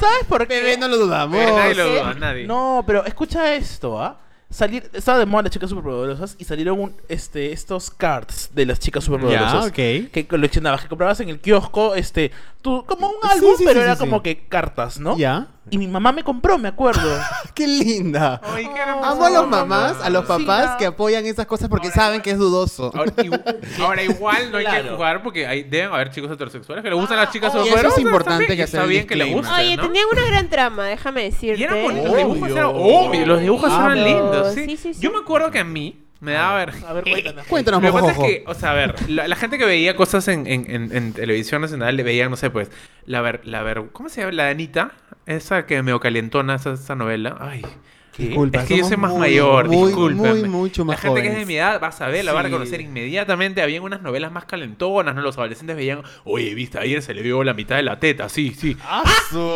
[SPEAKER 3] ¿Sabes por qué?
[SPEAKER 1] Bebé, no lo dudamos.
[SPEAKER 2] Bebé, nadie lo duda, nadie.
[SPEAKER 3] No, pero escucha esto, ¿ah? Salir, estaba de moda las chicas superpoderosas y salieron un, este, estos cards de las chicas superpoderosas.
[SPEAKER 1] Ya, ok.
[SPEAKER 3] Que coleccionabas, que comprabas en el kiosco, este, tú, como un
[SPEAKER 1] Sí,
[SPEAKER 3] álbum,
[SPEAKER 1] sí,
[SPEAKER 3] pero
[SPEAKER 1] sí,
[SPEAKER 3] era
[SPEAKER 1] sí,
[SPEAKER 3] como
[SPEAKER 1] sí.
[SPEAKER 3] que cartas, ¿no?
[SPEAKER 1] Ya.
[SPEAKER 3] Y mi mamá me compró, me acuerdo.
[SPEAKER 1] Qué linda.
[SPEAKER 2] Ay, qué
[SPEAKER 1] Amo a los mamás, a los
[SPEAKER 3] Sí,
[SPEAKER 1] papás
[SPEAKER 3] ya.
[SPEAKER 1] que apoyan esas cosas porque saben que es dudoso.
[SPEAKER 2] Ahora, igu- ahora igual no hay que
[SPEAKER 3] Claro.
[SPEAKER 2] jugar porque hay, deben haber chicos heterosexuales que le gustan las chicas
[SPEAKER 1] oh, y eso es
[SPEAKER 2] superpoderosas
[SPEAKER 1] importante
[SPEAKER 2] también,
[SPEAKER 1] que
[SPEAKER 2] y
[SPEAKER 1] hacer
[SPEAKER 2] Está
[SPEAKER 1] el
[SPEAKER 2] bien que le
[SPEAKER 1] disclaimer.
[SPEAKER 2] gusten.
[SPEAKER 4] Oye,
[SPEAKER 2] ¿no?
[SPEAKER 4] tenían una gran trama, déjame decirte.
[SPEAKER 2] Y eran bonitos,
[SPEAKER 1] Obvio.
[SPEAKER 2] los dibujos eran, obvio, los dibujos eran
[SPEAKER 4] Obvio.
[SPEAKER 2] lindos, sí.
[SPEAKER 4] Sí, sí, sí.
[SPEAKER 2] Yo me acuerdo que a mí me
[SPEAKER 1] Ah.
[SPEAKER 2] daba ver.
[SPEAKER 3] A ver, cuéntanos.
[SPEAKER 1] Cuéntanos,
[SPEAKER 2] Lo que pasa es
[SPEAKER 1] Mojojojo.
[SPEAKER 2] que, o sea, a ver, la, la gente que veía cosas en, en, en, en televisión nacional le veían, no sé, pues, la ver, la ver, ¿cómo se llama? La de Anita, esa que me calentona esa, esa novela. Ay.
[SPEAKER 1] Disculpa,
[SPEAKER 2] es que yo
[SPEAKER 1] somos
[SPEAKER 2] soy más
[SPEAKER 1] muy,
[SPEAKER 2] mayor,
[SPEAKER 1] muy,
[SPEAKER 2] discúlpenme.
[SPEAKER 1] muy, mucho más
[SPEAKER 2] La gente que es de
[SPEAKER 1] jóvenes.
[SPEAKER 2] mi edad va a saber, la va a
[SPEAKER 3] Sí.
[SPEAKER 2] reconocer inmediatamente. Habían unas novelas más calentonas, ¿no? Los adolescentes veían, oye, viste, ayer se le vio la mitad de la teta, sí, sí.
[SPEAKER 3] Ah,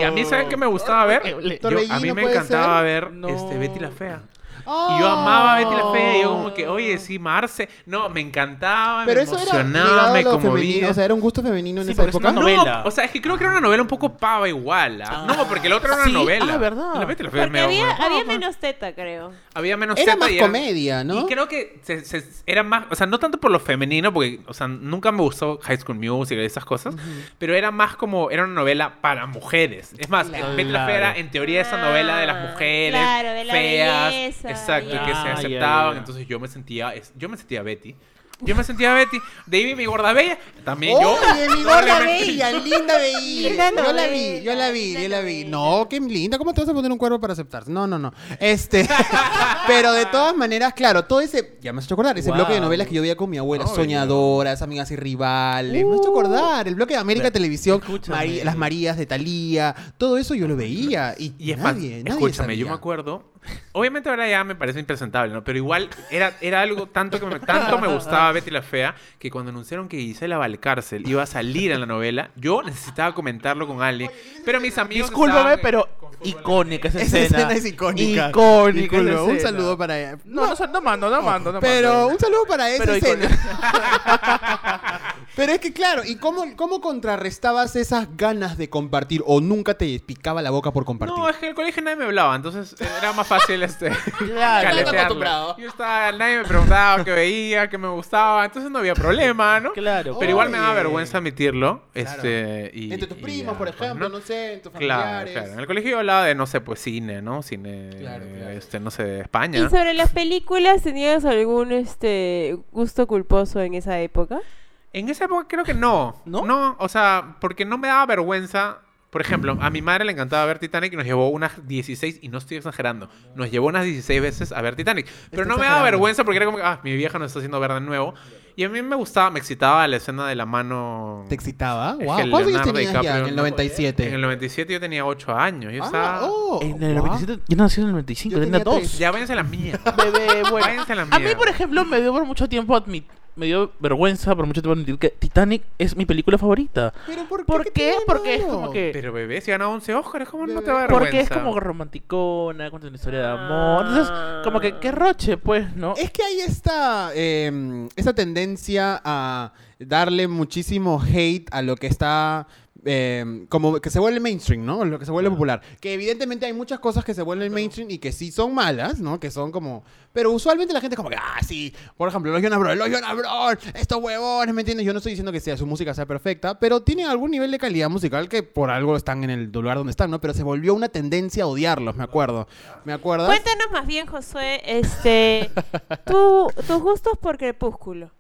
[SPEAKER 2] Y a mí, ¿sabes qué me gustaba ver? Yo- a mí
[SPEAKER 1] Torbellino
[SPEAKER 2] me
[SPEAKER 1] puede
[SPEAKER 2] encantaba
[SPEAKER 1] ser.
[SPEAKER 2] ver
[SPEAKER 3] No.
[SPEAKER 2] este, Betty la Fea. Y yo amaba a Betty la Fea. Y yo como que, oye, sí, Marce. No, me encantaba,
[SPEAKER 1] Pero
[SPEAKER 2] me
[SPEAKER 1] eso era ligado
[SPEAKER 2] emocionaba,
[SPEAKER 1] a
[SPEAKER 2] me
[SPEAKER 1] lo
[SPEAKER 2] conmovía.
[SPEAKER 1] femenino, o sea, era un gusto femenino en
[SPEAKER 3] Sí,
[SPEAKER 1] esa
[SPEAKER 3] porque es
[SPEAKER 1] época.
[SPEAKER 3] una
[SPEAKER 2] No,
[SPEAKER 3] novela.
[SPEAKER 2] o sea, es que creo que era una novela un poco pava igual. ¿ah? No, porque la otra era una
[SPEAKER 3] Sí,
[SPEAKER 2] novela.
[SPEAKER 3] ah, verdad.
[SPEAKER 2] La Betty la Fea es
[SPEAKER 4] Porque
[SPEAKER 2] medio-
[SPEAKER 4] había,
[SPEAKER 2] bueno,
[SPEAKER 4] había
[SPEAKER 2] no,
[SPEAKER 4] menos teta, creo.
[SPEAKER 2] había menos
[SPEAKER 1] Era
[SPEAKER 2] teta
[SPEAKER 1] más
[SPEAKER 2] y
[SPEAKER 1] comedia, ¿no?
[SPEAKER 2] Y creo que se- se- era más, o sea, no tanto por lo femenino, porque, o sea, nunca me gustó High School Music y esas cosas, pero era más como, era una novela para mujeres. Es más,
[SPEAKER 3] Claro.
[SPEAKER 2] Betty la Fea era, en teoría, esa novela de las mujeres
[SPEAKER 4] Claro, de la
[SPEAKER 2] feas,
[SPEAKER 4] belleza,
[SPEAKER 2] exacto,
[SPEAKER 4] ya.
[SPEAKER 2] que se
[SPEAKER 3] Ah, ya,
[SPEAKER 2] aceptaban.
[SPEAKER 3] ya.
[SPEAKER 2] Entonces yo me sentía, es- yo me sentía Betty. Yo me sentía Betty. David, mi gorda bella, también yo.
[SPEAKER 1] Oye, mi
[SPEAKER 2] No,
[SPEAKER 1] gorda
[SPEAKER 2] le-
[SPEAKER 1] bella, linda bella.
[SPEAKER 4] Linda
[SPEAKER 1] Yo la
[SPEAKER 4] novela,
[SPEAKER 1] vi, yo la vi, yo la vi.
[SPEAKER 4] linda
[SPEAKER 1] No, qué linda. ¿Cómo te vas a poner un cuervo para aceptarse? No, no, no. Este, pero de todas maneras, claro, todo ese, ya me has hecho acordar, ese
[SPEAKER 3] Wow.
[SPEAKER 1] bloque de novelas que yo veía con mi abuela,
[SPEAKER 2] Obvio.
[SPEAKER 1] soñadoras, amigas y rivales. me has
[SPEAKER 4] Uh.
[SPEAKER 1] hecho acordar, el bloque de América
[SPEAKER 3] Ve,
[SPEAKER 1] Televisión,
[SPEAKER 3] escúchame.
[SPEAKER 1] Mari- las Marías de Talía, todo eso yo lo veía y,
[SPEAKER 2] Y es más,
[SPEAKER 1] nadie, nadie
[SPEAKER 2] escúchame, yo me
[SPEAKER 1] sabía.
[SPEAKER 2] acuerdo. Obviamente ahora ya me parece impresentable, ¿no? Pero igual era, era algo tanto que me, tanto me gustaba Betty la Fea que cuando anunciaron que Gisela Valcárcel iba a salir en la novela, yo necesitaba comentarlo con alguien. Pero mis amigos.
[SPEAKER 3] Discúlpame,
[SPEAKER 2] estaban-
[SPEAKER 3] pero icónica esa
[SPEAKER 1] Esa
[SPEAKER 3] escena.
[SPEAKER 1] escena es icónica.
[SPEAKER 3] Icónica esa
[SPEAKER 1] Un
[SPEAKER 3] escena.
[SPEAKER 1] saludo para ella.
[SPEAKER 3] No, no, no mando, no mando, no
[SPEAKER 1] Pero
[SPEAKER 3] mando.
[SPEAKER 1] un saludo para esa
[SPEAKER 3] Pero
[SPEAKER 1] escena.
[SPEAKER 3] icónica.
[SPEAKER 1] Pero es que claro, ¿y cómo, cómo contrarrestabas esas ganas de compartir o nunca te picaba la boca por compartir?
[SPEAKER 2] No, es que en el colegio nadie me hablaba, entonces era más fácil este.
[SPEAKER 3] Claro,
[SPEAKER 2] caletearla.
[SPEAKER 3] Ah, acostumbrado.
[SPEAKER 2] Yo estaba, nadie me preguntaba qué veía, qué me gustaba, entonces no había problema, ¿no?
[SPEAKER 3] Claro,
[SPEAKER 2] Pero igual me daba
[SPEAKER 1] Oye.
[SPEAKER 2] vergüenza admitirlo.
[SPEAKER 1] Claro.
[SPEAKER 2] Este, y,
[SPEAKER 1] Entre tus
[SPEAKER 2] y
[SPEAKER 1] primos,
[SPEAKER 2] ya,
[SPEAKER 1] por
[SPEAKER 2] pues,
[SPEAKER 1] ejemplo,
[SPEAKER 2] ¿no?
[SPEAKER 1] no sé, en tus
[SPEAKER 2] Claro,
[SPEAKER 1] familiares.
[SPEAKER 2] claro. En el colegio yo hablaba de, no sé, pues cine, ¿no? Cine,
[SPEAKER 1] Claro, claro.
[SPEAKER 2] este, no sé, de España.
[SPEAKER 4] ¿Y sobre las películas tenías algún este gusto culposo en esa época?
[SPEAKER 2] En esa época creo que no.
[SPEAKER 3] ¿No?
[SPEAKER 2] No, o sea, porque no me daba vergüenza. Por ejemplo, a mi madre le encantaba ver Titanic y nos llevó unas 16, y no estoy exagerando, nos llevó unas 16 veces a ver Titanic. Pero
[SPEAKER 1] Está
[SPEAKER 2] no me daba
[SPEAKER 1] exagerando.
[SPEAKER 2] vergüenza porque era como que, ah, mi vieja nos está haciendo ver de nuevo. Y a mí me gustaba, me excitaba la escena de la mano.
[SPEAKER 1] ¿Te excitaba?
[SPEAKER 2] Es
[SPEAKER 1] Wow.
[SPEAKER 2] que
[SPEAKER 1] ¿Cuántos años
[SPEAKER 2] Leonardo
[SPEAKER 1] tenías ya?
[SPEAKER 2] DiCaprio,
[SPEAKER 1] En el
[SPEAKER 2] ¿no?
[SPEAKER 1] 97.
[SPEAKER 2] En el 97 yo tenía 8 años. Yo
[SPEAKER 1] Ah,
[SPEAKER 2] estaba.
[SPEAKER 1] oh,
[SPEAKER 3] En el
[SPEAKER 1] wow.
[SPEAKER 3] 97, yo nací en el 95,
[SPEAKER 1] Yo
[SPEAKER 3] tenía
[SPEAKER 1] tenía
[SPEAKER 3] dos.
[SPEAKER 1] tres.
[SPEAKER 2] Ya váyanse a la mía.
[SPEAKER 3] Bebé, bueno.
[SPEAKER 2] váyanse a la mía.
[SPEAKER 3] A mí, por ejemplo, me dio por mucho tiempo admit- me dio vergüenza por mucho tiempo admitir que Titanic es mi película favorita.
[SPEAKER 1] ¿Pero por qué?
[SPEAKER 3] ¿Por
[SPEAKER 1] ¿Qué
[SPEAKER 3] qué?
[SPEAKER 1] tiene
[SPEAKER 3] Porque es
[SPEAKER 1] malo?
[SPEAKER 3] como que
[SPEAKER 2] Pero bebé, si gana 11 Oscars, ¿cómo no
[SPEAKER 1] Bebé.
[SPEAKER 2] te va a dar
[SPEAKER 3] Eh, porque es
[SPEAKER 2] vergüenza?
[SPEAKER 3] como romanticona, cuenta una historia de amor. Entonces, como que qué roche, pues, ¿no?
[SPEAKER 1] Es que hay esta, eh, esta tendencia a darle muchísimo hate a lo que está... eh, como que se vuelve mainstream, ¿no? Lo que se vuelve popular. Que evidentemente hay muchas cosas que se vuelven mainstream y que sí son malas, ¿no? Que son como... Pero usualmente la gente es como que, ah, sí, por ejemplo, los Jonas Brothers, los Jonas Brothers, estos huevones, ¿me entiendes? Yo no estoy diciendo que sea, su música sea perfecta, pero tienen algún nivel de calidad musical que por algo están en el lugar donde están, ¿no? Pero se volvió una tendencia a odiarlos, me acuerdo. ¿Me acuerdas?
[SPEAKER 4] Cuéntanos más bien, Josué, este tu- tus gustos por Crepúsculo.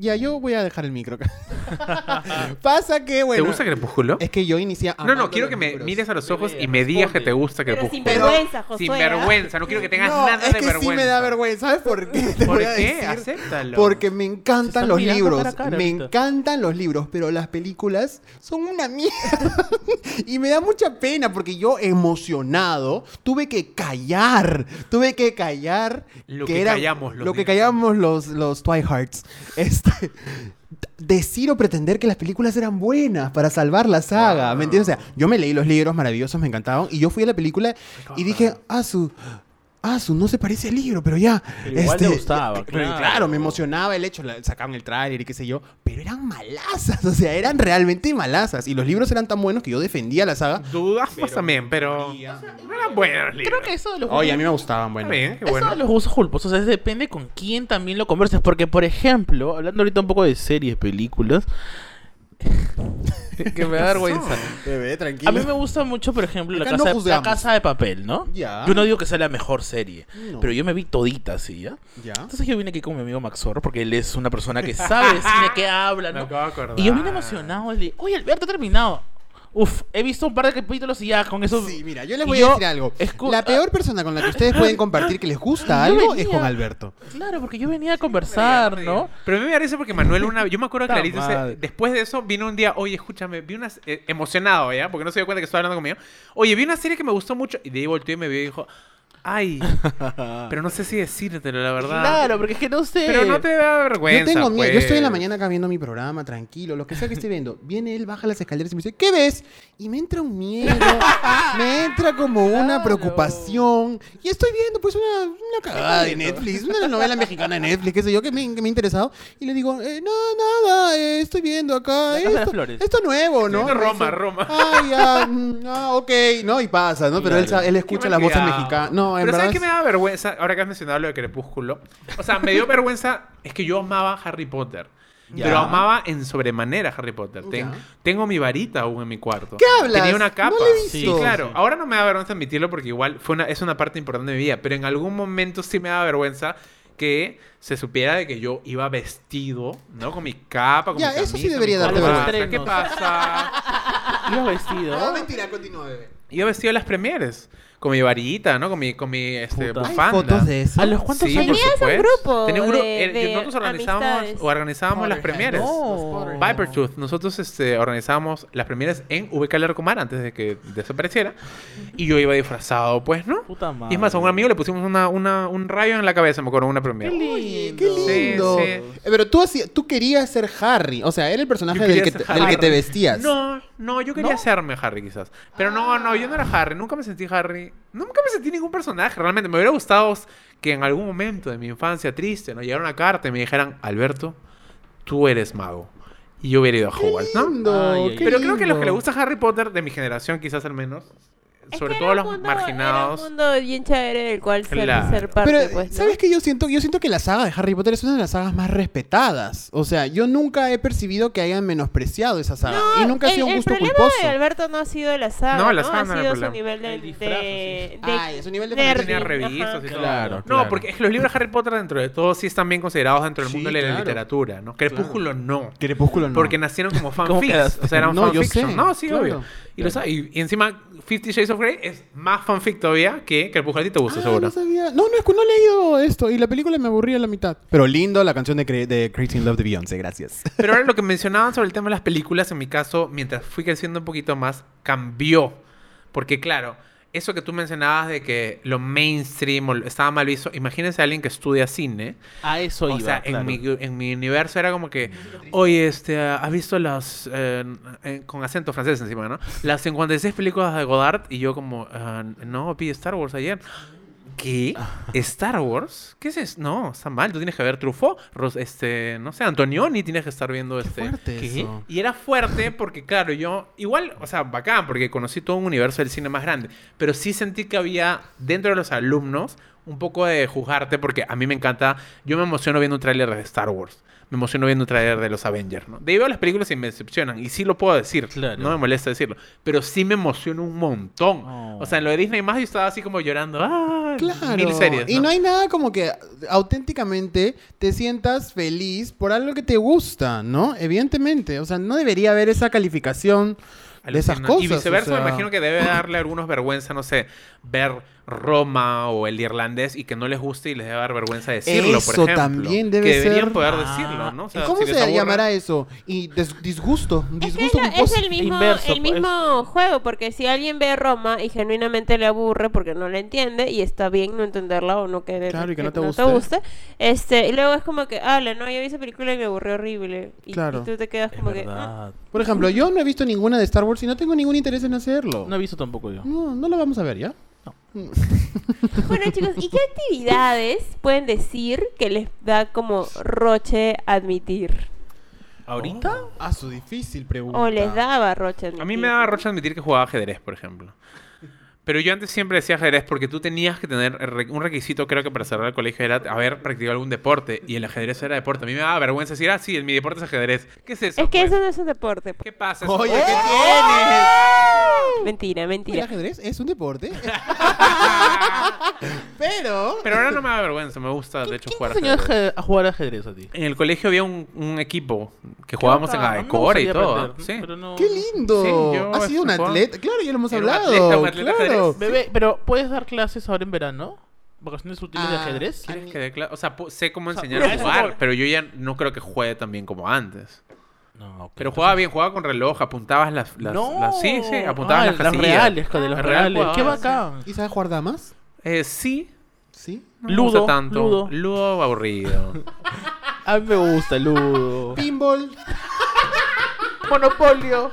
[SPEAKER 1] Ya, yo voy a dejar el micro acá. Pasa que,
[SPEAKER 2] ¿Te
[SPEAKER 1] bueno.
[SPEAKER 2] gusta Crepúsculo?
[SPEAKER 1] Es que yo inicié.
[SPEAKER 2] No, no,
[SPEAKER 1] amando
[SPEAKER 2] quiero
[SPEAKER 1] los
[SPEAKER 2] que me
[SPEAKER 1] libros.
[SPEAKER 2] mires a los ojos
[SPEAKER 3] Bebé,
[SPEAKER 2] y me digas que
[SPEAKER 3] responde.
[SPEAKER 2] te gusta
[SPEAKER 4] Pero
[SPEAKER 2] Crepúsculo.
[SPEAKER 4] sin vergüenza, Josué.
[SPEAKER 2] Sin
[SPEAKER 4] ¿ah?
[SPEAKER 3] ¿eh?
[SPEAKER 2] vergüenza, no quiero que tengas
[SPEAKER 1] No,
[SPEAKER 2] nada
[SPEAKER 1] es
[SPEAKER 2] de
[SPEAKER 1] que
[SPEAKER 2] vergüenza.
[SPEAKER 1] sí me da vergüenza. ¿Sabes por qué? Te
[SPEAKER 2] ¿Por
[SPEAKER 1] voy
[SPEAKER 2] qué?
[SPEAKER 1] a decir.
[SPEAKER 2] Acéptalo.
[SPEAKER 1] Porque me
[SPEAKER 3] Se
[SPEAKER 1] encantan
[SPEAKER 3] están
[SPEAKER 1] los
[SPEAKER 3] mirando
[SPEAKER 1] libros.
[SPEAKER 3] cara a cara
[SPEAKER 1] me
[SPEAKER 3] ahorita.
[SPEAKER 1] encantan los libros, pero las películas son una mierda. y me da mucha pena porque yo emocionado tuve que callar. Tuve que callar.
[SPEAKER 2] Lo que callamos los
[SPEAKER 1] Lo que
[SPEAKER 2] niños.
[SPEAKER 1] callamos los, los Twihearts. Este. Decir o pretender que las películas eran buenas para salvar la saga, ¿me entiendes? O sea, yo me leí los libros maravillosos, me encantaron, y yo fui a la película y dije, Asu, Asu, no se parece al libro, pero ya. este,
[SPEAKER 3] Pero igual te gustaba,
[SPEAKER 1] pero
[SPEAKER 3] claro.
[SPEAKER 1] me emocionaba el hecho, la- sacaban el tráiler y qué sé yo, pero eran malazas, o sea, eran realmente malazas, y los libros eran tan buenos que yo defendía la saga.
[SPEAKER 2] Dudas más también, pero. No eran buenos
[SPEAKER 3] Creo que eso de los
[SPEAKER 1] Oye, a mí me gustaban,
[SPEAKER 2] Está
[SPEAKER 1] bueno.
[SPEAKER 2] bien, qué
[SPEAKER 3] Eso
[SPEAKER 2] bueno.
[SPEAKER 3] de los gustos culposos es depende con quién también lo conversas. Porque, por ejemplo, hablando ahorita un poco de series, películas, que me da vergüenza.
[SPEAKER 1] Bebé, tranquilo.
[SPEAKER 3] A mí me gusta mucho, por ejemplo, la
[SPEAKER 1] Acá
[SPEAKER 3] casa,
[SPEAKER 1] no
[SPEAKER 3] de, La
[SPEAKER 1] juzgamos.
[SPEAKER 3] Casa de Papel, ¿no?
[SPEAKER 1] Ya.
[SPEAKER 3] Yo no digo que sea la mejor serie,
[SPEAKER 1] No.
[SPEAKER 3] pero yo me vi todita así, ¿ya?
[SPEAKER 1] Ya.
[SPEAKER 3] Entonces yo vine aquí con mi amigo Max Zorro, porque él es una persona que sabe de cine, que habla,
[SPEAKER 2] Me
[SPEAKER 3] ¿no?
[SPEAKER 2] acabo de acordar.
[SPEAKER 3] Y yo vine emocionado, le dije, oye, Alberto, he terminado. Uf, he visto un par de capítulos y ya con eso...
[SPEAKER 1] Sí, mira, yo les
[SPEAKER 3] Y
[SPEAKER 1] voy
[SPEAKER 3] yo-
[SPEAKER 1] a decir algo.
[SPEAKER 3] escu- ah,
[SPEAKER 1] La peor persona con la que ustedes pueden compartir que les gusta
[SPEAKER 3] Yo
[SPEAKER 1] algo es
[SPEAKER 3] venía-
[SPEAKER 1] con Alberto.
[SPEAKER 3] Claro, porque yo venía a conversar, ¿no?
[SPEAKER 2] Pero a mí me parece porque Manuel una yo me acuerdo
[SPEAKER 3] Puta
[SPEAKER 2] clarito, ese-
[SPEAKER 3] madre.
[SPEAKER 2] después de eso vino un día, oye, escúchame, vi unas eh, emocionado, ¿ya? Porque no se dio cuenta que estaba hablando conmigo. Oye, vi una serie que me gustó mucho y de ahí volteó y me vio y dijo, "Ay, pero no sé si decírtelo, la verdad."
[SPEAKER 3] Claro, porque es que no sé...
[SPEAKER 2] Pero no te da vergüenza.
[SPEAKER 1] Yo tengo miedo. Yo estoy en la
[SPEAKER 2] pues.
[SPEAKER 1] mañana acá viendo mi programa, tranquilo, lo que sea que esté viendo. Viene él, baja las escaleras y me dice, ¿qué ves? Y me entra un miedo, me entra como una
[SPEAKER 3] Claro.
[SPEAKER 1] preocupación. Y estoy viendo pues una, una cagada de Netflix, una novela mexicana de Netflix, qué sé yo, que me, que me ha interesado. Y le digo, eh, no, nada, eh, estoy viendo acá.
[SPEAKER 3] La Casa de las
[SPEAKER 1] esto,
[SPEAKER 3] Flores.
[SPEAKER 1] esto nuevo, ¿no?
[SPEAKER 2] viendo
[SPEAKER 1] Me
[SPEAKER 2] Roma,
[SPEAKER 1] dice,
[SPEAKER 2] Roma.
[SPEAKER 1] Ah, ya, mm, ah, ok, ¿no? Y pasa, ¿no? Pero él,
[SPEAKER 3] Claro.
[SPEAKER 1] sa- él
[SPEAKER 2] Qué
[SPEAKER 1] escucha
[SPEAKER 2] mal
[SPEAKER 1] las voces
[SPEAKER 2] criado.
[SPEAKER 1] mexicanas. No, en
[SPEAKER 2] Pero
[SPEAKER 1] verdad
[SPEAKER 2] ¿sabes qué
[SPEAKER 1] es-
[SPEAKER 2] me da vergüenza? Ahora que has mencionado lo de Crepúsculo. O sea, me dio vergüenza. Es que yo amaba Harry Potter.
[SPEAKER 3] Ya.
[SPEAKER 2] Pero amaba en sobremanera Harry Potter. Ten-
[SPEAKER 1] Ya.
[SPEAKER 2] tengo mi varita aún en mi cuarto.
[SPEAKER 1] ¿Qué hablas?
[SPEAKER 2] Tenía una capa.
[SPEAKER 1] No la he visto.
[SPEAKER 2] sí, claro. Ahora no me da vergüenza admitirlo porque igual fue una, es una parte importante de mi vida. Pero en algún momento sí me da vergüenza que se supiera de que yo iba vestido, ¿no? Con mi capa, con
[SPEAKER 1] Ya,
[SPEAKER 2] mi
[SPEAKER 1] eso sí
[SPEAKER 2] camisa,
[SPEAKER 1] debería
[SPEAKER 2] mi
[SPEAKER 1] darte
[SPEAKER 2] corbata.
[SPEAKER 3] vergüenza.
[SPEAKER 2] ¿Qué pasa?
[SPEAKER 3] Iba vestido.
[SPEAKER 2] Ah,
[SPEAKER 1] No, mentira, continúa, bebé.
[SPEAKER 2] Iba vestido a las premieres. con mi varillita, ¿no? Con mi, con mi este,
[SPEAKER 3] Puta. Hay
[SPEAKER 2] bufanda.
[SPEAKER 1] fotos de eso?
[SPEAKER 3] ¿A los cuántos
[SPEAKER 2] Sí, por
[SPEAKER 3] años?
[SPEAKER 4] Tenías un
[SPEAKER 2] supuesto.
[SPEAKER 4] grupo
[SPEAKER 2] Tenía un
[SPEAKER 4] de-
[SPEAKER 2] grupo. eh,
[SPEAKER 4] de
[SPEAKER 2] nosotros organizábamos,
[SPEAKER 4] amistades.
[SPEAKER 2] o organizábamos las
[SPEAKER 1] Potterhead.
[SPEAKER 2] premieres.
[SPEAKER 1] No.
[SPEAKER 2] Vipertooth, nosotros este, organizábamos las premieres en VK Larcomar antes de que desapareciera. Y yo iba disfrazado, pues, ¿no?
[SPEAKER 3] Puta
[SPEAKER 2] Y
[SPEAKER 3] madre.
[SPEAKER 2] es más, a un amigo le pusimos una, una- un rayo en la cabeza, me acuerdo, en una
[SPEAKER 3] Qué
[SPEAKER 2] premiere.
[SPEAKER 1] Oye,
[SPEAKER 3] lindo.
[SPEAKER 1] ¡Qué lindo!
[SPEAKER 2] Sí,
[SPEAKER 1] Eh,
[SPEAKER 2] sí.
[SPEAKER 1] Pero tú, hacías- tú querías ser Harry. O sea, era el personaje
[SPEAKER 2] Yo
[SPEAKER 1] del
[SPEAKER 2] quería
[SPEAKER 1] que,
[SPEAKER 2] ser
[SPEAKER 1] te- del que te
[SPEAKER 2] Harry.
[SPEAKER 1] vestías.
[SPEAKER 2] No, no, yo quería
[SPEAKER 1] ¿No?
[SPEAKER 2] hacerme Harry quizás. Pero no, no, yo no era Harry, nunca me sentí Harry. Nunca me sentí ningún personaje, realmente. Me hubiera gustado que en algún momento de mi infancia triste nos llegara una carta y me dijeran, Alberto, tú eres mago. Y yo hubiera ido a Hogwarts,
[SPEAKER 1] ¡Qué
[SPEAKER 2] ¿no?
[SPEAKER 1] lindo!
[SPEAKER 3] Ay, ay,
[SPEAKER 1] ¡Qué
[SPEAKER 2] Pero creo que los
[SPEAKER 1] lindo!
[SPEAKER 2] que le gusta Harry Potter, de mi generación quizás al menos,
[SPEAKER 4] Es
[SPEAKER 2] sobre
[SPEAKER 4] que
[SPEAKER 2] todo
[SPEAKER 4] era
[SPEAKER 2] los
[SPEAKER 4] un mundo-
[SPEAKER 2] marginados.
[SPEAKER 4] Era un mundo bien chévere del cual ser,
[SPEAKER 2] Claro.
[SPEAKER 4] ser parte,
[SPEAKER 1] Pero,
[SPEAKER 4] pues, ¿no?
[SPEAKER 1] ¿sabes qué? Yo siento, yo siento que la saga de Harry Potter es una de las sagas más respetadas. O sea, yo nunca he percibido que hayan menospreciado esa saga.
[SPEAKER 4] No,
[SPEAKER 1] y nunca ha sido
[SPEAKER 4] el-
[SPEAKER 1] un gusto
[SPEAKER 4] El problema
[SPEAKER 1] culposo.
[SPEAKER 4] de Alberto no ha sido la saga,
[SPEAKER 2] No,
[SPEAKER 4] no,
[SPEAKER 2] la saga
[SPEAKER 4] ha
[SPEAKER 2] no era
[SPEAKER 4] sido
[SPEAKER 2] el
[SPEAKER 4] su
[SPEAKER 2] problema.
[SPEAKER 4] nivel de...
[SPEAKER 3] El disfraz,
[SPEAKER 4] de, de
[SPEAKER 1] Ah, es un nivel de
[SPEAKER 4] nerd.
[SPEAKER 2] Tenía
[SPEAKER 4] Ajá.
[SPEAKER 2] revistas y todo.
[SPEAKER 1] Claro,
[SPEAKER 2] No,
[SPEAKER 1] claro.
[SPEAKER 2] porque es que los libros de Harry Potter dentro de todo sí están bien considerados dentro del
[SPEAKER 1] Sí,
[SPEAKER 2] mundo de la
[SPEAKER 1] claro.
[SPEAKER 2] literatura, ¿no? Crepúsculo no.
[SPEAKER 1] Crepúsculo no.
[SPEAKER 2] Porque nacieron como
[SPEAKER 3] ¿Cómo
[SPEAKER 2] fanfics.
[SPEAKER 3] quedaste?
[SPEAKER 2] o sea, eran
[SPEAKER 1] No, yo
[SPEAKER 2] fanfiction.
[SPEAKER 1] sé,
[SPEAKER 2] No, sí,
[SPEAKER 1] claro.
[SPEAKER 2] obvio. Y, lo sabe- y- y encima, Fifty Shades of Grey es más fanfic todavía que Crepúsculo. A ti te gusta,
[SPEAKER 1] Ah,
[SPEAKER 2] seguro.
[SPEAKER 1] No, sabía. no, no, es que no he leído esto y la película me aburría a la mitad. Pero lindo la canción de, Cre- de Crazy in Love de Beyoncé, gracias.
[SPEAKER 2] Pero ahora lo que mencionaban sobre el tema de las películas, en mi caso, mientras fui creciendo un poquito más, cambió. Porque claro, eso que tú mencionabas de que lo mainstream o lo- estaba mal visto, imagínense a alguien que estudia cine.
[SPEAKER 3] A eso
[SPEAKER 2] O
[SPEAKER 3] iba.
[SPEAKER 2] sea,
[SPEAKER 3] claro.
[SPEAKER 2] en, mi, gru- en mi universo era como que, oye, este, ¿has visto las, eh, eh, con acento francés encima, ¿no? Las 56 películas de Godard y yo como, "Ah, no, vi Star Wars ayer. ¿Qué? ¿Star Wars? ¿Qué es eso? No, está mal. Tú tienes que ver Truffaut, Ros- este, no sé, Antonioni tienes que estar viendo este.
[SPEAKER 1] fuerte eso.
[SPEAKER 2] Y era fuerte porque, claro, yo, igual, o sea, bacán, porque conocí todo un universo del cine más grande. Pero sí sentí que había dentro de los alumnos un poco de juzgarte, porque a mí me encanta. Yo me emociono viendo un tráiler de Star Wars. Me emociono viendo un tráiler de los Avengers, ¿no? De ahí veo las películas y me decepcionan. Y sí lo puedo decir.
[SPEAKER 3] Claro.
[SPEAKER 2] No me molesta decirlo. Pero sí me emociono un montón.
[SPEAKER 3] Oh.
[SPEAKER 2] O sea, en lo de Disney más yo estaba así como llorando. ¡Ah!
[SPEAKER 1] Claro.
[SPEAKER 2] Mil series.
[SPEAKER 1] Y no hay nada como que auténticamente te sientas feliz por algo que te gusta, ¿no? Evidentemente. O sea, no debería haber esa calificación de esas
[SPEAKER 2] Alucina.
[SPEAKER 1] cosas.
[SPEAKER 2] Y viceversa,
[SPEAKER 1] o sea.
[SPEAKER 2] me imagino que debe darle a algunos vergüenza, no sé, ver Roma o el irlandés y que no les guste y les debe dar vergüenza decirlo, por
[SPEAKER 1] Eso
[SPEAKER 2] ejemplo.
[SPEAKER 1] también debe
[SPEAKER 2] que deberían
[SPEAKER 1] ser-
[SPEAKER 2] poder
[SPEAKER 3] Ah.
[SPEAKER 2] decirlo, ¿no? O sea,
[SPEAKER 1] ¿Y ¿Cómo
[SPEAKER 2] si les
[SPEAKER 1] se
[SPEAKER 2] aburre-
[SPEAKER 1] llamará eso? Y des- disgusto.
[SPEAKER 4] Es que es,
[SPEAKER 1] Disgusto
[SPEAKER 4] lo-
[SPEAKER 1] culposo.
[SPEAKER 4] es el mismo,
[SPEAKER 3] Inverso,
[SPEAKER 1] pues.
[SPEAKER 4] el mismo juego, porque si alguien ve Roma y genuinamente le aburre porque no la entiende, y está bien no entenderla o no querer
[SPEAKER 1] Claro, y que no te guste.
[SPEAKER 4] guste, este, y luego es como que, ah, no, yo vi esa película y me aburrió horrible. Y,
[SPEAKER 1] Claro.
[SPEAKER 4] y tú te quedas
[SPEAKER 3] Es
[SPEAKER 4] como que... "Ah".
[SPEAKER 3] verdad.
[SPEAKER 1] Por ejemplo, yo no he visto ninguna de Star Wars y no tengo ningún interés en hacerlo.
[SPEAKER 3] No he visto tampoco yo.
[SPEAKER 1] No, no lo vamos a ver, ¿ya?
[SPEAKER 4] Bueno, chicos, ¿y qué actividades pueden decir que les da como roche admitir?
[SPEAKER 3] ¿Ahorita?
[SPEAKER 1] Ah, su difícil pregunta.
[SPEAKER 4] O les daba roche admitir.
[SPEAKER 2] A mí me daba rocha admitir que jugaba ajedrez, por ejemplo. Pero yo antes siempre decía ajedrez porque tú tenías que tener el re- un requisito, creo que para cerrar el colegio era haber practicado algún deporte y el ajedrez era deporte. A mí me daba vergüenza decir, ah, sí, mi deporte es ajedrez. ¿Qué es eso?
[SPEAKER 4] Es que
[SPEAKER 2] pues?
[SPEAKER 4] eso no es un deporte.
[SPEAKER 2] ¿Qué pasa?
[SPEAKER 1] Oye,
[SPEAKER 2] Eso-
[SPEAKER 1] ¿qué
[SPEAKER 4] ¡Eh!
[SPEAKER 1] tienes?
[SPEAKER 4] Mentira,
[SPEAKER 1] El
[SPEAKER 4] mentira.
[SPEAKER 1] ajedrez es un deporte. Pero.
[SPEAKER 2] Pero ahora no me da vergüenza, me gusta de hecho jugar
[SPEAKER 3] ¿Quién te enseñó
[SPEAKER 2] ajedrez.
[SPEAKER 3] aje- a jugar ajedrez a ti?
[SPEAKER 2] En el colegio había un, un equipo que jugábamos en
[SPEAKER 3] Qué bacán, a mí Ah, me
[SPEAKER 2] Adecore y
[SPEAKER 3] gustaría
[SPEAKER 2] todo.
[SPEAKER 3] aprender,
[SPEAKER 2] sí.
[SPEAKER 3] pero no-
[SPEAKER 1] ¡Qué lindo!
[SPEAKER 2] Sí, yo
[SPEAKER 1] ha sido un
[SPEAKER 2] estuve-
[SPEAKER 1] atleta. Claro, ya lo hemos
[SPEAKER 2] Era un
[SPEAKER 1] hablado.
[SPEAKER 2] atleta, un atleta de
[SPEAKER 1] claro.
[SPEAKER 2] ajedrez.
[SPEAKER 3] Bebé, pero ¿puedes dar clases ahora en verano? ¿Vacaciones útiles de
[SPEAKER 1] Ah,
[SPEAKER 3] ajedrez?
[SPEAKER 1] ah,
[SPEAKER 2] ¿Quieres que dé cla- O sea, pu- sé cómo
[SPEAKER 3] sea,
[SPEAKER 2] enseñar
[SPEAKER 3] a
[SPEAKER 2] a
[SPEAKER 3] eso voy.
[SPEAKER 2] jugar, pero yo ya no creo que juegue tan bien como antes.
[SPEAKER 3] No,
[SPEAKER 2] Pero jugaba bien, jugaba con reloj, apuntabas las... las,
[SPEAKER 3] No.
[SPEAKER 2] las- sí, sí, apuntabas
[SPEAKER 3] Ah,
[SPEAKER 2] las casillas.
[SPEAKER 3] reales, con de los
[SPEAKER 2] Las reales
[SPEAKER 3] reales. Qué
[SPEAKER 2] jugabas,
[SPEAKER 3] bacán.
[SPEAKER 1] ¿Y sabe jugar damas?
[SPEAKER 2] Eh, sí,
[SPEAKER 1] Sí.
[SPEAKER 2] no me gusta
[SPEAKER 3] Ludo,
[SPEAKER 2] tanto.
[SPEAKER 3] ludo.
[SPEAKER 2] aburrido.
[SPEAKER 3] A mí me gusta, Ludo.
[SPEAKER 1] Pinball.
[SPEAKER 3] Monopolio.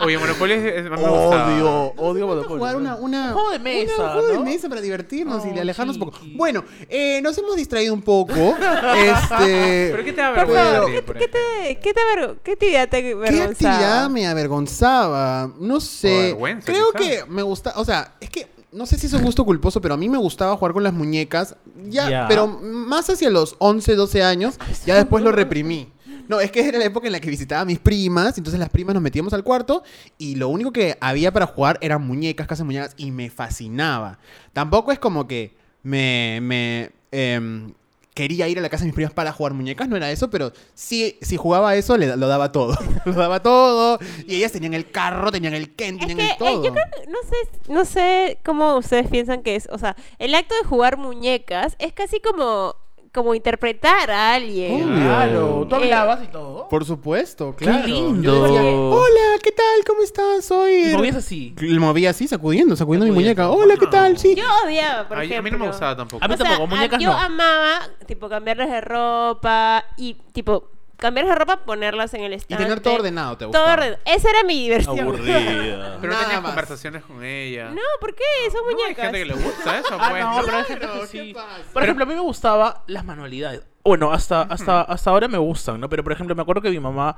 [SPEAKER 2] Oye, Monopoly es, es más me gustaba.
[SPEAKER 3] Odio, odio Monopolio.
[SPEAKER 1] Jugar una, una,
[SPEAKER 3] Un juego de mesa,
[SPEAKER 1] una- un juego de
[SPEAKER 3] ¿no?
[SPEAKER 1] mesa para divertirnos y
[SPEAKER 3] Oh,
[SPEAKER 1] alejarnos un poco.
[SPEAKER 3] chiqui.
[SPEAKER 1] Bueno, eh, nos hemos distraído un poco. este.
[SPEAKER 2] ¿Pero qué te da
[SPEAKER 4] Por
[SPEAKER 2] vergüenza?
[SPEAKER 4] favor,
[SPEAKER 2] Adri,
[SPEAKER 4] ¿qué,
[SPEAKER 2] por
[SPEAKER 4] qué
[SPEAKER 2] ejemplo?
[SPEAKER 4] te, qué, te avergo- qué actividad te
[SPEAKER 1] ¿Qué
[SPEAKER 4] avergonzaba?
[SPEAKER 1] actividad me avergonzaba? No
[SPEAKER 2] O
[SPEAKER 1] sé.
[SPEAKER 2] vergüenza,
[SPEAKER 1] Creo
[SPEAKER 2] quizás.
[SPEAKER 1] que me gusta, o sea, es que no sé si es un gusto culposo, pero a mí me gustaba jugar con las muñecas. Ya,
[SPEAKER 3] Ya.
[SPEAKER 1] pero más hacia los 11, 12 años, ya después lo reprimí. No, es que era la época en la que visitaba a mis primas, entonces las primas nos metíamos al cuarto y lo único que había para jugar eran muñecas, casas de muñecas y me fascinaba. Tampoco es como que me, me em, quería ir a la casa de mis primas para jugar muñecas, no era eso, pero sí, si jugaba eso, le, da- lo daba todo. lo daba todo. Y ellas tenían el carro, tenían el Ken,
[SPEAKER 4] Es
[SPEAKER 1] tenían
[SPEAKER 4] que eh,
[SPEAKER 1] el todo.
[SPEAKER 4] yo creo que- no sé, no sé cómo ustedes piensan que es. O sea, el acto de jugar muñecas es casi como, como interpretar a alguien.
[SPEAKER 1] Obvio.
[SPEAKER 3] Claro, tú
[SPEAKER 4] Eh,
[SPEAKER 3] hablabas y todo.
[SPEAKER 1] Por supuesto, claro. Yo
[SPEAKER 3] lindo.
[SPEAKER 1] decía, Hola, ¿qué tal? ¿Cómo estás? Soy.
[SPEAKER 3] Y
[SPEAKER 1] el-"
[SPEAKER 3] movías así.
[SPEAKER 1] Le movía así, sacudiendo, sacudiendo mi
[SPEAKER 3] Sacudiendo.
[SPEAKER 1] muñeca. Hola, ¿qué tal? Sí.
[SPEAKER 4] Yo odiaba, por
[SPEAKER 2] Ay,
[SPEAKER 4] ejemplo.
[SPEAKER 2] a mí no me gustaba tampoco.
[SPEAKER 3] A mí
[SPEAKER 4] O sea,
[SPEAKER 3] tampoco,
[SPEAKER 4] a-
[SPEAKER 3] muñecas
[SPEAKER 4] yo
[SPEAKER 3] no.
[SPEAKER 4] amaba, tipo, cambiarles de ropa y, tipo, cambiarles de ropa, ponerlas en el
[SPEAKER 1] Y
[SPEAKER 4] estante.
[SPEAKER 1] tener todo ordenado, te
[SPEAKER 4] Todo
[SPEAKER 1] gustaba.
[SPEAKER 4] ordenado. Esa era mi diversión.
[SPEAKER 3] Aburrida.
[SPEAKER 2] Pero
[SPEAKER 1] Nada
[SPEAKER 2] tenías
[SPEAKER 1] más.
[SPEAKER 2] conversaciones con ella.
[SPEAKER 4] No, ¿por qué? Son
[SPEAKER 2] No, hay
[SPEAKER 4] muñecas.
[SPEAKER 2] gente que le gusta eso,
[SPEAKER 3] Ah,
[SPEAKER 2] pues.
[SPEAKER 3] no, pero hay gente que sí. Por ejemplo, a mí me gustaba las manualidades. Bueno, hasta, hasta, hasta ahora me gustan, ¿no? Pero, por ejemplo, me acuerdo que mi mamá...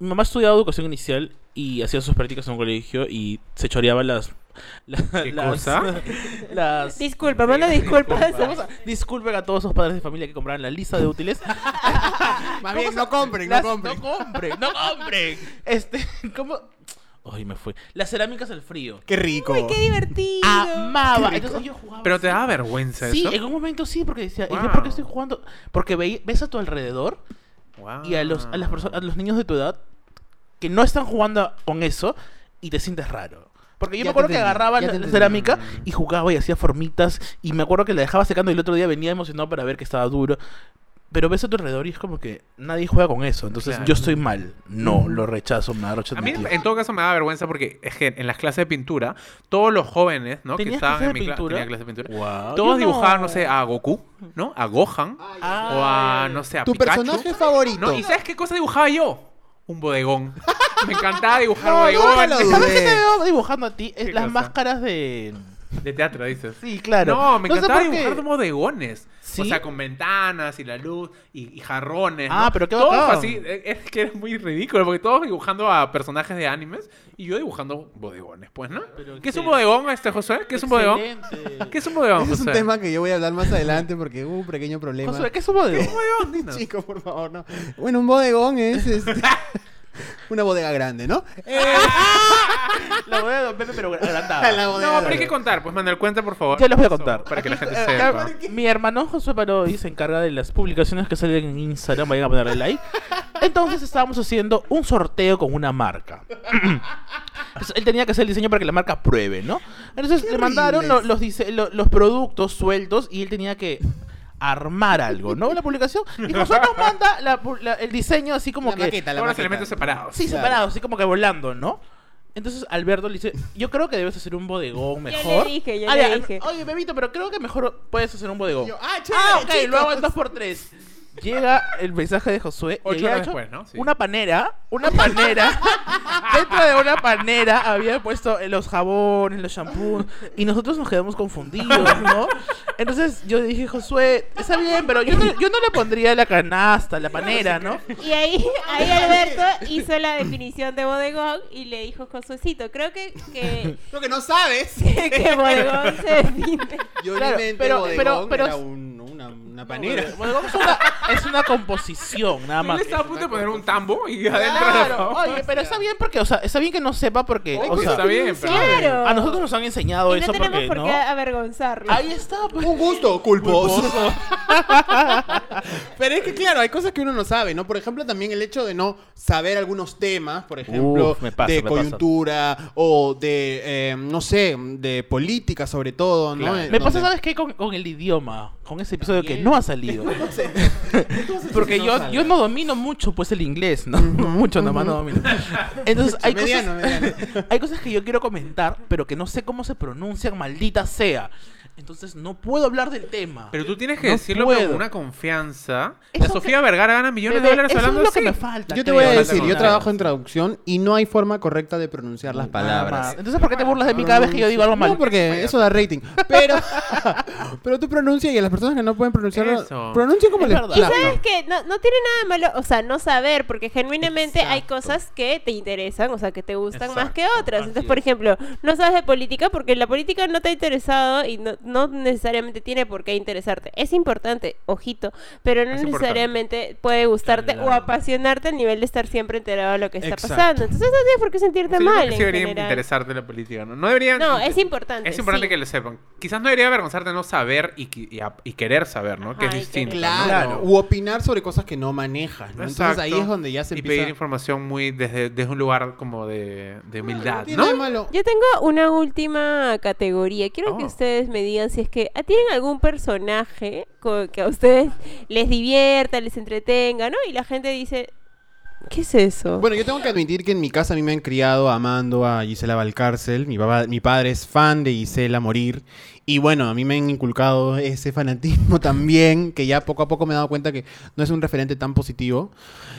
[SPEAKER 3] Mi mamá estudiaba educación inicial y hacía sus prácticas en un colegio y se choreaba las... la-
[SPEAKER 2] ¿Qué
[SPEAKER 3] las,
[SPEAKER 2] cosa?
[SPEAKER 3] Las...
[SPEAKER 4] Disculpa, manda disculpas.
[SPEAKER 3] Vamos a- disculpen a todos esos padres de familia que compraban la lista de útiles.
[SPEAKER 1] Más bien, no compren, no
[SPEAKER 3] Las-
[SPEAKER 1] compren.
[SPEAKER 3] No compren, no compren. Este, ¿cómo? Ay, me fue. Las cerámicas al frío.
[SPEAKER 1] Qué rico.
[SPEAKER 4] Uy, qué divertido. Ah,
[SPEAKER 3] Amaba. Entonces yo jugaba.
[SPEAKER 2] Pero
[SPEAKER 3] así.
[SPEAKER 2] te da vergüenza
[SPEAKER 3] Sí,
[SPEAKER 2] eso.
[SPEAKER 3] en un momento sí, porque decía, ¿y yo
[SPEAKER 2] Wow.
[SPEAKER 3] por qué estoy jugando? Porque ve- ves a tu alrededor
[SPEAKER 2] Wow.
[SPEAKER 3] y a los,
[SPEAKER 2] Ah.
[SPEAKER 3] a las personas, a los niños de tu edad que no están jugando con eso y te sientes raro. Porque
[SPEAKER 1] Ya
[SPEAKER 3] yo me
[SPEAKER 1] te
[SPEAKER 3] acuerdo que
[SPEAKER 1] entendí,
[SPEAKER 3] agarraba
[SPEAKER 1] ya
[SPEAKER 3] la,
[SPEAKER 1] te
[SPEAKER 3] la
[SPEAKER 1] entendí.
[SPEAKER 3] cerámica y jugaba y hacía formitas y me acuerdo que la dejaba secando y el otro día venía emocionado para ver que estaba duro. Pero ves a tu alrededor y es como que nadie juega con eso. Entonces
[SPEAKER 2] Claro.
[SPEAKER 3] yo estoy mal. No, lo rechazo, me da rocha
[SPEAKER 2] A mí,
[SPEAKER 3] admitir.
[SPEAKER 2] en todo caso, me da vergüenza porque es que en las clases de pintura, todos los jóvenes, ¿no? Que
[SPEAKER 3] ¿Tenías
[SPEAKER 2] estaban
[SPEAKER 3] clases
[SPEAKER 2] en
[SPEAKER 3] de
[SPEAKER 2] mi cla-
[SPEAKER 3] pintura?
[SPEAKER 2] tenía clase de pintura.
[SPEAKER 3] Guau.
[SPEAKER 2] Todos
[SPEAKER 3] Yo
[SPEAKER 2] dibujaban, no sé, a Goku, ¿no? A Gohan. O a, no sé, a
[SPEAKER 1] Tu
[SPEAKER 2] Pikachu.
[SPEAKER 1] personaje favorito.
[SPEAKER 2] No, ¿y sabes qué cosa dibujaba yo? Un bodegón. Me encantaba dibujar
[SPEAKER 1] No,
[SPEAKER 2] bodegón.
[SPEAKER 1] nunca lo
[SPEAKER 3] ¿Sabes qué
[SPEAKER 1] dudé.
[SPEAKER 3] te veo dibujando a ti? Es
[SPEAKER 2] ¿Qué
[SPEAKER 3] las
[SPEAKER 2] cosa?
[SPEAKER 3] máscaras de...
[SPEAKER 2] De teatro, dices.
[SPEAKER 3] Sí, claro.
[SPEAKER 2] No, me
[SPEAKER 3] sé
[SPEAKER 2] encantaba
[SPEAKER 3] por qué.
[SPEAKER 2] dibujar bodegones. O
[SPEAKER 3] ¿Sí?
[SPEAKER 2] sea, con ventanas y la luz y, y jarrones.
[SPEAKER 3] Ah,
[SPEAKER 2] ¿no?
[SPEAKER 3] pero qué
[SPEAKER 2] Todo
[SPEAKER 3] bacán.
[SPEAKER 2] fue así. eh, Es que era muy ridículo porque todos dibujando a personajes de animes y yo dibujando bodegones, pues, ¿no?
[SPEAKER 3] Pero
[SPEAKER 2] ¿Qué es un
[SPEAKER 3] qué-
[SPEAKER 2] bodegón, este José? ¿Qué es un bodegón?
[SPEAKER 3] Excelente.
[SPEAKER 2] ¿Qué es un bodegón,
[SPEAKER 1] Ese es un
[SPEAKER 2] José?
[SPEAKER 1] tema que yo voy a hablar más adelante porque hubo un pequeño problema.
[SPEAKER 3] Josué, ¿qué es un bodegón?
[SPEAKER 2] bodegón, dinos.
[SPEAKER 1] Chico, por favor, no. Bueno, un bodegón es este, una bodega grande, ¿no? Eh,
[SPEAKER 3] La voy a Don Pepe, pero agrandada.
[SPEAKER 1] la bodega
[SPEAKER 2] No, pero hay
[SPEAKER 1] grande.
[SPEAKER 2] que contar. Pues, Manuel, cuenta, por favor.
[SPEAKER 3] Ya les voy a
[SPEAKER 2] Eso,
[SPEAKER 3] contar.
[SPEAKER 2] Para que la gente
[SPEAKER 3] Eh,
[SPEAKER 2] sepa.
[SPEAKER 3] eh, Mi hermano José Parodi se encarga de las publicaciones que salen en Instagram. Vayan a ponerle like. Entonces estábamos haciendo un sorteo con una marca. Entonces, Él tenía que hacer el diseño para que la marca pruebe, ¿no? Entonces le mandaron lo-
[SPEAKER 1] horribles.
[SPEAKER 3] los, dise- lo- los productos sueltos y él tenía que armar algo, ¿no? La publicación. Y José nos manda la pu- la- el diseño así como
[SPEAKER 1] La
[SPEAKER 3] que...
[SPEAKER 1] maqueta,
[SPEAKER 2] Todos
[SPEAKER 1] la
[SPEAKER 2] los
[SPEAKER 1] maqueta.
[SPEAKER 2] elementos separados.
[SPEAKER 3] Sí,
[SPEAKER 1] Claro.
[SPEAKER 3] separados, así como que volando, ¿no? Entonces Alberto le dice, yo creo que debes hacer un bodegón
[SPEAKER 4] le
[SPEAKER 3] mejor.
[SPEAKER 4] dije, yo
[SPEAKER 3] Ah,
[SPEAKER 4] le
[SPEAKER 3] ya,
[SPEAKER 4] dije.
[SPEAKER 3] Oye, Bebito, pero creo que mejor puedes hacer un bodegón.
[SPEAKER 1] Yo, ah, chévere,
[SPEAKER 3] ah, ok,
[SPEAKER 1] chicos.
[SPEAKER 3] lo hago en 2x3. Llega el mensaje de Josué. y
[SPEAKER 2] Ocho
[SPEAKER 3] había
[SPEAKER 2] horas
[SPEAKER 3] hecho
[SPEAKER 2] después, ¿no? Sí.
[SPEAKER 3] Una panera, una panera. dentro de una panera había puesto eh, los jabones, los shampoos. Y nosotros nos quedamos confundidos, ¿no? Entonces yo dije, Josué, está bien, pero yo no, yo no le pondría la canasta, la panera, ¿no?
[SPEAKER 4] Y ahí, ahí Alberto hizo la definición de bodegón y le dijo Josuecito, creo que, que,
[SPEAKER 1] Lo que no sabes.
[SPEAKER 4] que bodegón se define.
[SPEAKER 1] Yo
[SPEAKER 3] Claro,
[SPEAKER 1] inventé
[SPEAKER 3] pero-
[SPEAKER 1] bodegón,
[SPEAKER 3] pero- pero-
[SPEAKER 1] era un- una, una panera.
[SPEAKER 3] Bodegón es una, es una composición, nada
[SPEAKER 2] Él
[SPEAKER 3] más.
[SPEAKER 2] estaba a punto de poner un tambo y adentro de la
[SPEAKER 3] Claro, oye, pero está bien porque, o sea, está bien que no sepa porque, o
[SPEAKER 2] Obvio,
[SPEAKER 3] sea,
[SPEAKER 2] está bien, pero.
[SPEAKER 4] Claro.
[SPEAKER 3] a nosotros nos han enseñado
[SPEAKER 4] y no
[SPEAKER 3] eso
[SPEAKER 4] tenemos
[SPEAKER 3] porque,
[SPEAKER 4] por
[SPEAKER 3] ¿no?
[SPEAKER 4] qué avergonzarlo.
[SPEAKER 3] Ahí está, pues.
[SPEAKER 1] Un gusto culposo. Pero es que claro, hay cosas que uno no sabe, ¿no? Por ejemplo, también el hecho de no saber algunos temas, por ejemplo,
[SPEAKER 3] Uf, me pasa,
[SPEAKER 1] de
[SPEAKER 3] me pasa.
[SPEAKER 1] coyuntura o de, eh, no sé, de política sobre todo, ¿no?
[SPEAKER 2] Claro.
[SPEAKER 1] Eh,
[SPEAKER 3] Me pasa,
[SPEAKER 1] donde-
[SPEAKER 3] ¿sabes qué? Con, con el idioma, con ese episodio que no ha salido. Porque
[SPEAKER 1] no
[SPEAKER 3] yo,
[SPEAKER 1] salga?
[SPEAKER 3] yo no domino mucho, pues, el inglés, ¿no? mucho nomás no domino. Entonces, hay
[SPEAKER 1] Mediano,
[SPEAKER 3] cosas,
[SPEAKER 1] mediano.
[SPEAKER 3] hay cosas que yo quiero comentar, pero que no sé cómo se pronuncian, maldita sea. Entonces, no puedo hablar del tema.
[SPEAKER 2] Pero tú tienes que
[SPEAKER 3] No
[SPEAKER 2] decirlo pero
[SPEAKER 3] puedo.
[SPEAKER 2] con una confianza.
[SPEAKER 3] Eso
[SPEAKER 2] La Sofía Vergara gana millones de
[SPEAKER 3] Bebé,
[SPEAKER 2] dólares
[SPEAKER 3] eso
[SPEAKER 2] hablando
[SPEAKER 3] es lo que
[SPEAKER 2] así.
[SPEAKER 3] me falta.
[SPEAKER 1] Yo te voy a
[SPEAKER 3] creo.
[SPEAKER 1] decir, yo
[SPEAKER 2] Claro.
[SPEAKER 1] trabajo en traducción y no hay forma correcta de pronunciar las
[SPEAKER 3] Nada más.
[SPEAKER 1] palabras.
[SPEAKER 3] Entonces, ¿por qué te burlas de Ah, mí cada vez que yo digo algo mal?
[SPEAKER 1] Ah, No, porque eso da rating. Pero, pero tú pronuncias y a las personas que no pueden pronunciarlo,
[SPEAKER 2] Eso.
[SPEAKER 1] pronuncia como
[SPEAKER 3] Es
[SPEAKER 1] les
[SPEAKER 3] verdad.
[SPEAKER 1] plazca.
[SPEAKER 4] ¿Sabes qué? No, no tiene nada de malo, o sea, no saber, porque genuinamente hay
[SPEAKER 1] Exacto.
[SPEAKER 4] cosas que te interesan, o sea, que te gustan más que
[SPEAKER 2] Exacto,
[SPEAKER 4] otras.
[SPEAKER 2] así
[SPEAKER 4] Entonces, por ejemplo, no sabes de política porque la política no te ha interesado y no, no necesariamente tiene por qué interesarte. Es importante, ojito, pero no
[SPEAKER 2] Es importante.
[SPEAKER 4] necesariamente puede gustarte o
[SPEAKER 2] Claro.
[SPEAKER 4] apasionarte al nivel de estar siempre enterado de lo que está
[SPEAKER 1] Exacto.
[SPEAKER 4] pasando. Entonces no tienes por qué sentirte
[SPEAKER 2] Sí, yo creo que
[SPEAKER 4] mal. en
[SPEAKER 2] sí debería
[SPEAKER 4] general.
[SPEAKER 2] interesarte la política, ¿no? No debería...
[SPEAKER 4] No, es importante.
[SPEAKER 2] Es importante
[SPEAKER 4] sí.
[SPEAKER 2] que lo sepan. Quizás no debería avergonzarte no saber y, qui- y a- y querer saber, ¿no? que es
[SPEAKER 4] Ajá, y
[SPEAKER 2] distinto.
[SPEAKER 4] querer.
[SPEAKER 2] ¿no?
[SPEAKER 1] Claro.
[SPEAKER 3] Claro.
[SPEAKER 1] U opinar sobre cosas que no manejas, ¿no? Entonces
[SPEAKER 2] Exacto.
[SPEAKER 1] ahí es donde ya se
[SPEAKER 2] Y
[SPEAKER 1] empieza...
[SPEAKER 2] pedir información muy desde, desde un lugar como de, de humildad,
[SPEAKER 1] tiene
[SPEAKER 2] ¿no?
[SPEAKER 1] de malo.
[SPEAKER 4] Yo tengo una última categoría. Quiero que
[SPEAKER 2] Oh.
[SPEAKER 4] ustedes me digan si es que ah, tienen algún personaje co- que a ustedes les divierta, les entretenga, ¿no? Y la gente dice, ¿qué es eso?
[SPEAKER 1] Bueno, yo tengo que admitir que en mi casa a mí me han criado amando a Gisela Valcárcel. Mi, papá- mi padre es fan de Gisela Morir. Y bueno, a mí me han inculcado ese fanatismo también, que ya poco a poco me he dado cuenta que no es un referente tan positivo.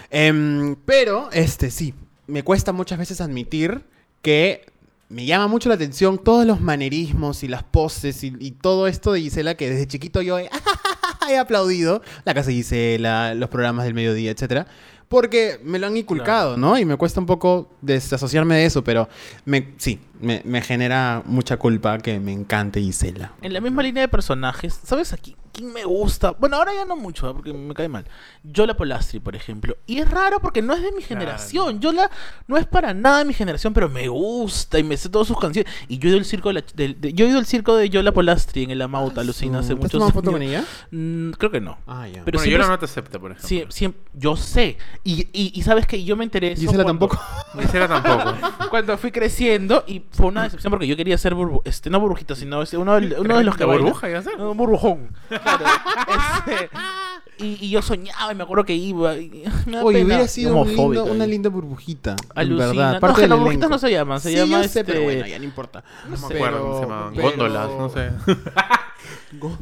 [SPEAKER 1] Em, pero, este sí, me cuesta muchas veces admitir que me llama mucho la atención todos los manerismos y las poses y, y todo esto de Gisela que desde chiquito yo he, he aplaudido. La casa de Gisela, los programas del mediodía, etcétera. Porque me lo han inculcado, ¿no? Y me cuesta un poco desasociarme de eso, pero me, sí, me, me genera mucha culpa que me encante Gisela.
[SPEAKER 3] En la misma línea de personajes, ¿sabes aquí? ¿Quién me gusta? Bueno, ahora ya no mucho, ¿eh? porque me cae mal. Yola Polastri, por ejemplo. Y es raro porque no es de mi generación. Yola no es para nada de mi generación, pero me gusta y me sé todas sus canciones. Y yo he ido al circo de, la ch- del- de- yo he ido al circo de Yola Polastri en el
[SPEAKER 1] Ah,
[SPEAKER 3] Amauta, alucina, hace
[SPEAKER 1] ¿Te has
[SPEAKER 3] muchos
[SPEAKER 1] tomado foto con
[SPEAKER 3] años.
[SPEAKER 1] ella?
[SPEAKER 3] Mm, creo que no.
[SPEAKER 1] Ah, ya.
[SPEAKER 3] Pero
[SPEAKER 2] bueno,
[SPEAKER 3] siempre
[SPEAKER 2] yo la
[SPEAKER 3] es-
[SPEAKER 2] nota acepta, por ejemplo.
[SPEAKER 3] Sí, siem- yo sé. Y, y, y sabes que yo me enteré. de eso
[SPEAKER 1] Gisela
[SPEAKER 3] cuando-
[SPEAKER 1] tampoco.
[SPEAKER 2] Gisela tampoco.
[SPEAKER 3] Cuando fui creciendo y fue una decepción porque yo quería ser burbu este no burbujita, sino este, uno, del- uno de los que
[SPEAKER 2] La
[SPEAKER 3] baila.
[SPEAKER 2] burbuja iba a ser.
[SPEAKER 3] Un burbujón. Claro, ese. y, y yo soñaba y me acuerdo que iba. y- me da
[SPEAKER 1] Oye,
[SPEAKER 3] pena.
[SPEAKER 1] hubiera sido un
[SPEAKER 3] Homofóbico
[SPEAKER 1] lindo- una
[SPEAKER 3] ahí.
[SPEAKER 1] linda burbujita. En
[SPEAKER 3] Alucina.
[SPEAKER 1] verdad,
[SPEAKER 3] No,
[SPEAKER 1] parte
[SPEAKER 3] que
[SPEAKER 1] del
[SPEAKER 3] las burbujitas
[SPEAKER 1] elenco.
[SPEAKER 3] no se llaman, se
[SPEAKER 1] sí,
[SPEAKER 3] llama,
[SPEAKER 1] yo sé, pero
[SPEAKER 3] este,
[SPEAKER 1] bueno, ya no importa.
[SPEAKER 2] No me acuerdo cómo se llamaban. Góndolas, no sé.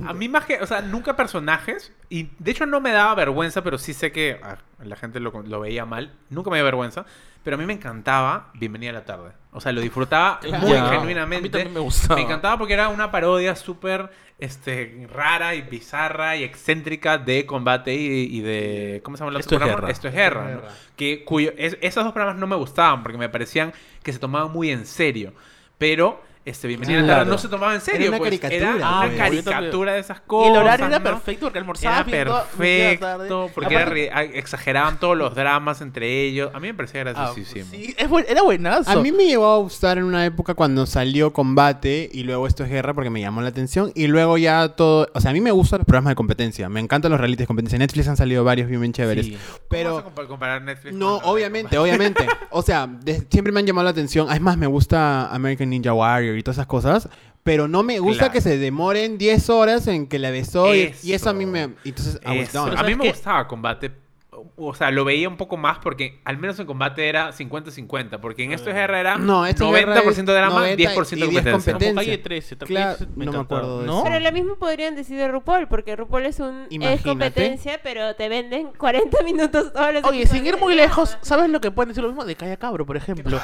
[SPEAKER 2] A mí más que, o sea, nunca personajes. Y de hecho no me daba vergüenza, pero sí sé que ah, la gente lo, lo veía mal. Nunca me dio vergüenza. Pero a mí me encantaba Bienvenida a la tarde. O sea, lo disfrutaba
[SPEAKER 3] Claro.
[SPEAKER 2] muy
[SPEAKER 3] Ya.
[SPEAKER 2] genuinamente.
[SPEAKER 3] A mí también me gustaba.
[SPEAKER 2] Me encantaba porque era una parodia súper este, rara y bizarra y excéntrica de combate y, y de... ¿Cómo se llama el otro
[SPEAKER 3] Esto es
[SPEAKER 2] programa?
[SPEAKER 3] guerra.
[SPEAKER 2] Esto es guerra. ¿no? Que, cuyo, es- esos dos programas no me gustaban porque me parecían que se tomaban muy en serio. Pero... Este, bienvenida a la tarde
[SPEAKER 3] Claro.
[SPEAKER 2] no se tomaba en serio.
[SPEAKER 1] Era una
[SPEAKER 2] pues, Era
[SPEAKER 1] caricatura,
[SPEAKER 2] una
[SPEAKER 1] pues.
[SPEAKER 2] caricatura de esas
[SPEAKER 3] Y
[SPEAKER 2] cosas.
[SPEAKER 3] el horario era
[SPEAKER 2] ¿no?
[SPEAKER 3] perfecto porque almorzaba
[SPEAKER 2] Era
[SPEAKER 3] viendo media
[SPEAKER 2] perfecto,
[SPEAKER 3] tarde.
[SPEAKER 2] porque era
[SPEAKER 3] Aparte-
[SPEAKER 2] re- ah, exageraban todos los dramas entre ellos. A mí me parecía
[SPEAKER 3] Ah,
[SPEAKER 2] graciosísimo.
[SPEAKER 3] sí, es buen- era buenazo.
[SPEAKER 1] A mí me llevó a gustar en una época cuando salió Combate y luego Esto es Guerra porque me llamó la atención y luego ya todo... O sea, a mí me gustan los programas de competencia, me encantan los realities de competencia. En Netflix han salido varios bien, bien chéveres.
[SPEAKER 3] Sí.
[SPEAKER 2] ¿Cómo
[SPEAKER 1] Pero...
[SPEAKER 2] vas a compa- comparar Netflix
[SPEAKER 1] No,
[SPEAKER 2] con-
[SPEAKER 1] obviamente, obviamente. O sea, de- siempre me han llamado la atención. Es más, me gusta American Ninja Warrior y todas esas cosas. Pero no me gusta
[SPEAKER 2] Claro.
[SPEAKER 1] que se demoren 10 horas en que la besó. Y, y eso a
[SPEAKER 2] Eso.
[SPEAKER 1] mí me... Entonces, I was
[SPEAKER 2] Eso. Este, A
[SPEAKER 1] done.
[SPEAKER 2] mí
[SPEAKER 3] ¿Sabes
[SPEAKER 2] me
[SPEAKER 3] qué?
[SPEAKER 2] gustaba combate. O sea, lo veía un poco más porque al menos en combate era 50-50. Porque en esto es guerra era
[SPEAKER 1] No, Esto es Guerra
[SPEAKER 2] 90%
[SPEAKER 1] es
[SPEAKER 2] drama,
[SPEAKER 1] 90
[SPEAKER 2] 10%
[SPEAKER 1] y 10
[SPEAKER 2] competencia.
[SPEAKER 1] competencia.
[SPEAKER 3] Como calle 13, tal
[SPEAKER 1] Claro,
[SPEAKER 3] vez,
[SPEAKER 1] no me
[SPEAKER 3] encantaba,
[SPEAKER 1] acuerdo de
[SPEAKER 3] ¿no?
[SPEAKER 1] eso.
[SPEAKER 4] Pero lo mismo podrían decir de RuPaul, porque RuPaul es un es
[SPEAKER 1] Imagínate.
[SPEAKER 4] competencia, pero te venden 40 minutos todos los
[SPEAKER 3] Oye, sin ir muy lejos, ¿sabes lo que pueden decir lo mismo de Calla Cabro, por ejemplo?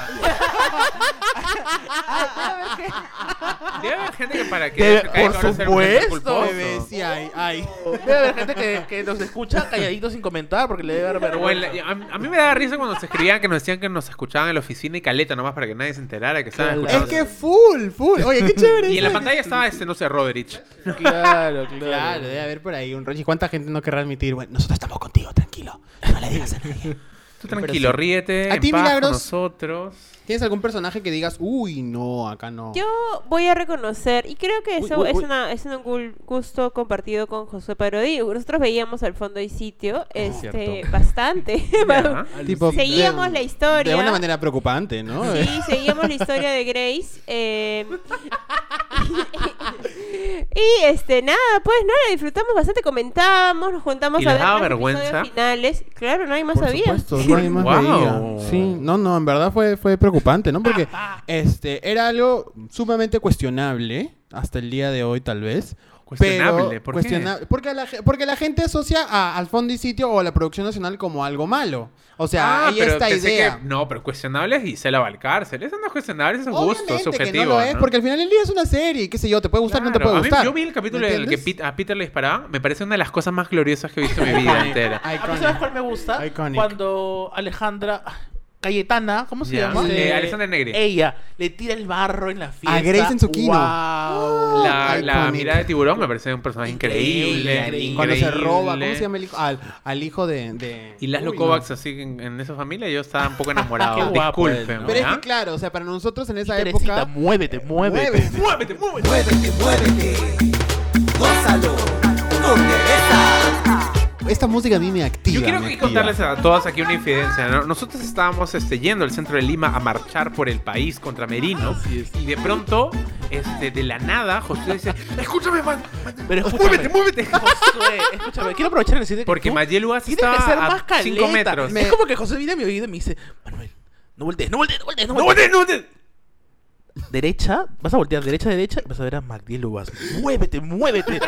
[SPEAKER 2] Debe haber gente que para que.
[SPEAKER 3] Debe-
[SPEAKER 2] se caiga
[SPEAKER 3] por
[SPEAKER 2] ahora sea el
[SPEAKER 3] supuesto,
[SPEAKER 2] culposo.
[SPEAKER 1] Bebé, sí, ay, ay.
[SPEAKER 3] Debe haber gente que, que nos escucha calladito sin comentar porque le debe dar
[SPEAKER 2] Pero bueno,
[SPEAKER 3] vergüenza.
[SPEAKER 2] a, a mí me daba risa cuando se escribían que nos decían que nos escuchaban en la oficina y caleta nomás para que nadie se enterara que estaban
[SPEAKER 3] Claro.
[SPEAKER 1] Es
[SPEAKER 2] escuchando.
[SPEAKER 1] que full, full. Oye, qué chévere.
[SPEAKER 2] Y en la
[SPEAKER 1] eso.
[SPEAKER 2] pantalla estaba este, no sé, Roderich.
[SPEAKER 3] Claro, claro.
[SPEAKER 1] Claro, debe haber por ahí un rollo. ¿Y cuánta gente no querrá admitir? Bueno, nosotros estamos contigo, tranquilo. No le digas a nadie.
[SPEAKER 2] Tú tranquilo, ríete.
[SPEAKER 1] ¿A
[SPEAKER 2] en
[SPEAKER 1] ti,
[SPEAKER 2] paz con
[SPEAKER 1] Milagros?
[SPEAKER 2] nosotros.
[SPEAKER 1] ¿Tienes algún personaje que digas, uy, no, acá no?
[SPEAKER 4] Yo voy a reconocer, y creo que
[SPEAKER 1] Uy,
[SPEAKER 4] eso
[SPEAKER 1] uy,
[SPEAKER 4] es,
[SPEAKER 1] uy.
[SPEAKER 4] Una, es un gu- gusto compartido con José Parodi. Nosotros veíamos al fondo y sitio este,
[SPEAKER 1] cierto.
[SPEAKER 4] bastante.
[SPEAKER 2] Ya.
[SPEAKER 1] Tipo,
[SPEAKER 4] Seguíamos
[SPEAKER 1] de-
[SPEAKER 4] la historia.
[SPEAKER 1] De una manera preocupante, ¿no? Eh,
[SPEAKER 4] Sí, seguíamos la historia de Grace. eh, y este, nada, pues no, la disfrutamos bastante, comentábamos, nos juntamos
[SPEAKER 2] ¿Y
[SPEAKER 4] a
[SPEAKER 2] les
[SPEAKER 4] ver
[SPEAKER 2] daba
[SPEAKER 4] los episodios
[SPEAKER 2] vergüenza?
[SPEAKER 4] finales. Claro, nadie más
[SPEAKER 1] Por
[SPEAKER 4] sabía.
[SPEAKER 1] supuesto, nadie más
[SPEAKER 2] Wow.
[SPEAKER 1] veía. Sí, no, no, en verdad fue, fue preocupante, ¿no? Porque este era algo sumamente cuestionable hasta el día de hoy, tal vez.
[SPEAKER 2] Cuestionable,
[SPEAKER 1] pero
[SPEAKER 2] ¿por qué?
[SPEAKER 1] cuestionable- Porque, a la, ge- porque la gente asocia a- al fondo y sitio o a la producción nacional como algo malo. O sea, hay esta
[SPEAKER 2] Ah, pensé
[SPEAKER 1] idea.
[SPEAKER 2] que- no, pero cuestionable es Gisela Valcárcel. Eso no es cuestionable, eso es un
[SPEAKER 1] Obviamente
[SPEAKER 2] gusto subjetivo.
[SPEAKER 1] que no lo es, porque al final del día es una serie, y qué sé yo, te puede gustar, no te
[SPEAKER 2] Claro,
[SPEAKER 1] puede
[SPEAKER 2] a mí-
[SPEAKER 1] gustar.
[SPEAKER 2] yo vi el capítulo
[SPEAKER 1] ¿Me
[SPEAKER 2] en el que
[SPEAKER 1] entiendes?
[SPEAKER 2] Pete- a Peter le disparaban. Me parece una de las cosas más gloriosas que he visto en mi vida entera.
[SPEAKER 3] A mí, ¿sabes cuál me gusta?
[SPEAKER 1] Iconic.
[SPEAKER 3] Cuando Alejandra. Cayetana, ¿cómo se
[SPEAKER 2] Ya.
[SPEAKER 3] llama?
[SPEAKER 1] Sí.
[SPEAKER 2] Eh, Alexander Negri.
[SPEAKER 3] Ella le tira el barro en la fiesta.
[SPEAKER 1] Grace en su quino.
[SPEAKER 3] Guau.
[SPEAKER 2] la,
[SPEAKER 1] Iconic.
[SPEAKER 2] la mirada de tiburón me parece un personaje increíble.
[SPEAKER 3] Increíble,
[SPEAKER 2] increíble.
[SPEAKER 1] Cuando se roba, ¿cómo se llama el hijo? Al, al hijo de, de-
[SPEAKER 2] Y Laszlo
[SPEAKER 1] Uy, no.
[SPEAKER 2] Kovacs, así que en, en esa familia, yo estaba un poco enamorado.
[SPEAKER 3] Qué guapo él,
[SPEAKER 2] Disculpen,
[SPEAKER 3] ¿no?
[SPEAKER 1] Pero es
[SPEAKER 2] ¿verdad?
[SPEAKER 1] que claro, o sea, para nosotros en esa
[SPEAKER 3] Teresita,
[SPEAKER 1] época...
[SPEAKER 3] muévete, muévete.
[SPEAKER 1] Muévete.
[SPEAKER 2] ¡Muévete, muévete!
[SPEAKER 6] Muévete, muévete, gózalo, con pereza.
[SPEAKER 1] Esta música a mí me activa.
[SPEAKER 2] Yo quiero
[SPEAKER 1] me
[SPEAKER 2] que
[SPEAKER 1] activa.
[SPEAKER 2] contarles a todas aquí una infidencia. ¿no? Nosotros estábamos este, yendo al centro de Lima a marchar por el país contra Merino. Y de pronto, este, de la nada, Josué dice: Escúchame, man. man,
[SPEAKER 3] Pero
[SPEAKER 2] muévete,
[SPEAKER 3] escúchame.
[SPEAKER 2] muévete.
[SPEAKER 3] Josué, escúchame, quiero aprovechar y decirte que
[SPEAKER 2] Porque
[SPEAKER 3] tú
[SPEAKER 2] Mayelu
[SPEAKER 3] tienes que ser
[SPEAKER 2] estaba
[SPEAKER 3] más
[SPEAKER 2] a 5
[SPEAKER 3] caleta.
[SPEAKER 2] metros.
[SPEAKER 1] Me-
[SPEAKER 3] Es como que José viene a mi oído y me dice, Manuel, no voltees, no voltees, no voltees, no
[SPEAKER 2] ¡No
[SPEAKER 3] voltees.
[SPEAKER 2] voltees, no voltees!
[SPEAKER 3] Derecha, vas a voltear derecha, derecha y vas a ver a Magdiel Uvas. Muévete, muévete. y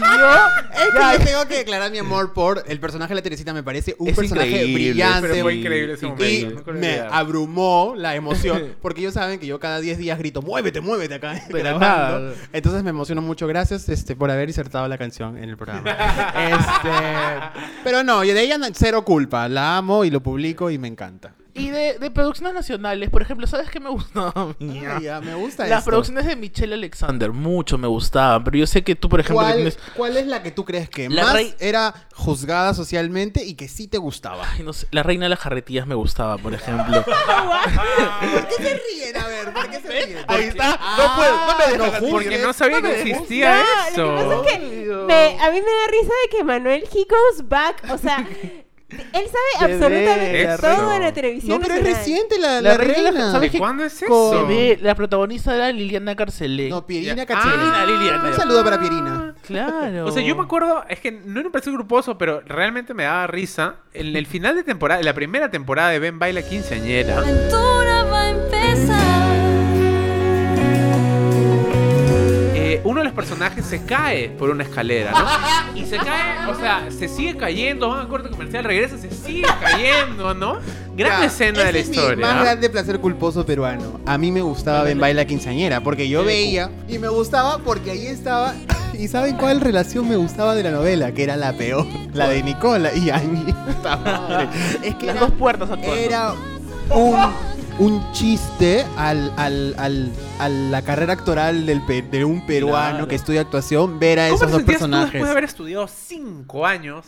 [SPEAKER 3] yo,
[SPEAKER 1] Es que
[SPEAKER 3] ya,
[SPEAKER 1] yo tengo que declarar mi amor por el personaje de la Teresita. Me parece un
[SPEAKER 3] Es
[SPEAKER 1] personaje
[SPEAKER 3] increíble,
[SPEAKER 1] brillante.
[SPEAKER 2] Pero fue increíble ese
[SPEAKER 1] Y
[SPEAKER 2] momento. no
[SPEAKER 1] me
[SPEAKER 2] olvidaba.
[SPEAKER 1] abrumó la emoción, porque ellos saben que yo cada 10 días grito, muévete, muévete acá.
[SPEAKER 3] Pero
[SPEAKER 1] grabando.
[SPEAKER 3] nada.
[SPEAKER 1] Entonces me emociono mucho. Gracias este, por haber insertado la canción en el programa. este, pero no, y de ella na- cero culpa. La amo y lo publico y me encanta.
[SPEAKER 3] y de, de producciones nacionales, por ejemplo, ¿sabes qué me gustó? a mí?
[SPEAKER 1] Ay, ya, me gusta
[SPEAKER 3] Las
[SPEAKER 1] esto.
[SPEAKER 3] producciones de Michelle Alexander, mucho me gustaban, pero yo sé que tú, por ejemplo, que
[SPEAKER 1] ¿Cuál,
[SPEAKER 3] tienes...
[SPEAKER 1] cuál es la que tú crees que
[SPEAKER 3] La
[SPEAKER 1] más
[SPEAKER 3] rey-
[SPEAKER 1] era juzgada socialmente y que sí te gustaba?
[SPEAKER 3] Ay, no sé, la reina de las jarretillas me gustaba, por ejemplo.
[SPEAKER 1] Ah, ¿Por qué se ríen? A ver, ¿por qué se ríen?
[SPEAKER 3] ¿Eh? Ahí está,
[SPEAKER 1] Ah,
[SPEAKER 3] no puedo, no me dejas.
[SPEAKER 1] no
[SPEAKER 2] Porque no sabía que existía
[SPEAKER 4] No,
[SPEAKER 2] eso.
[SPEAKER 4] Lo que pasa es que me- a mí me da risa de que Manuel he goes back, o sea, él sabe
[SPEAKER 3] De
[SPEAKER 4] absolutamente
[SPEAKER 2] veras.
[SPEAKER 4] todo
[SPEAKER 2] No,
[SPEAKER 4] de la
[SPEAKER 1] No,
[SPEAKER 4] televisión.
[SPEAKER 1] pero es
[SPEAKER 4] nacional.
[SPEAKER 1] reciente la,
[SPEAKER 3] La
[SPEAKER 1] la
[SPEAKER 3] reina de la-
[SPEAKER 1] reina.
[SPEAKER 3] ¿sabes
[SPEAKER 2] ¿De
[SPEAKER 3] qué?
[SPEAKER 2] cuándo es
[SPEAKER 3] Se
[SPEAKER 2] eso?
[SPEAKER 3] ve, la protagonista era Liliana Carcelé.
[SPEAKER 1] No, Pierina
[SPEAKER 2] Ya.
[SPEAKER 1] Cachera.
[SPEAKER 3] Ah, Liliana.
[SPEAKER 1] Un saludo para Pierina.
[SPEAKER 3] Claro.
[SPEAKER 2] O sea, yo me acuerdo, es que no me pareció gruposo, pero realmente me daba risa. En el final de temporada, en la primera temporada de Ben Baila Quinceañera,
[SPEAKER 5] aventura va a empezar.
[SPEAKER 2] eh, uno de los personajes se cae por una escalera, ¿no? Y se cae, o sea, se sigue cayendo, van a corte comercial, regresa, se sigue cayendo, ¿no? Gran
[SPEAKER 1] Ya,
[SPEAKER 2] escena de
[SPEAKER 1] ese
[SPEAKER 2] la
[SPEAKER 1] es mi
[SPEAKER 2] historia.
[SPEAKER 1] más grande placer culposo peruano. A mí me gustaba Ben Baila Quinceañera porque yo veía y me gustaba porque ahí estaba. ¿Y saben cuál relación me gustaba de la novela? Que era la peor, la de Nicola. Y a mí, puta madre. Es que
[SPEAKER 3] Las
[SPEAKER 1] era-
[SPEAKER 3] dos puertas actuando.
[SPEAKER 1] era un, un chiste al, al- al- a la carrera actoral del pe- de un peruano
[SPEAKER 3] Claro.
[SPEAKER 1] que estudia actuación ver a
[SPEAKER 2] ¿Cómo te
[SPEAKER 1] esos dos
[SPEAKER 2] sentías tú después
[SPEAKER 1] personajes.
[SPEAKER 2] de haber estudiado cinco años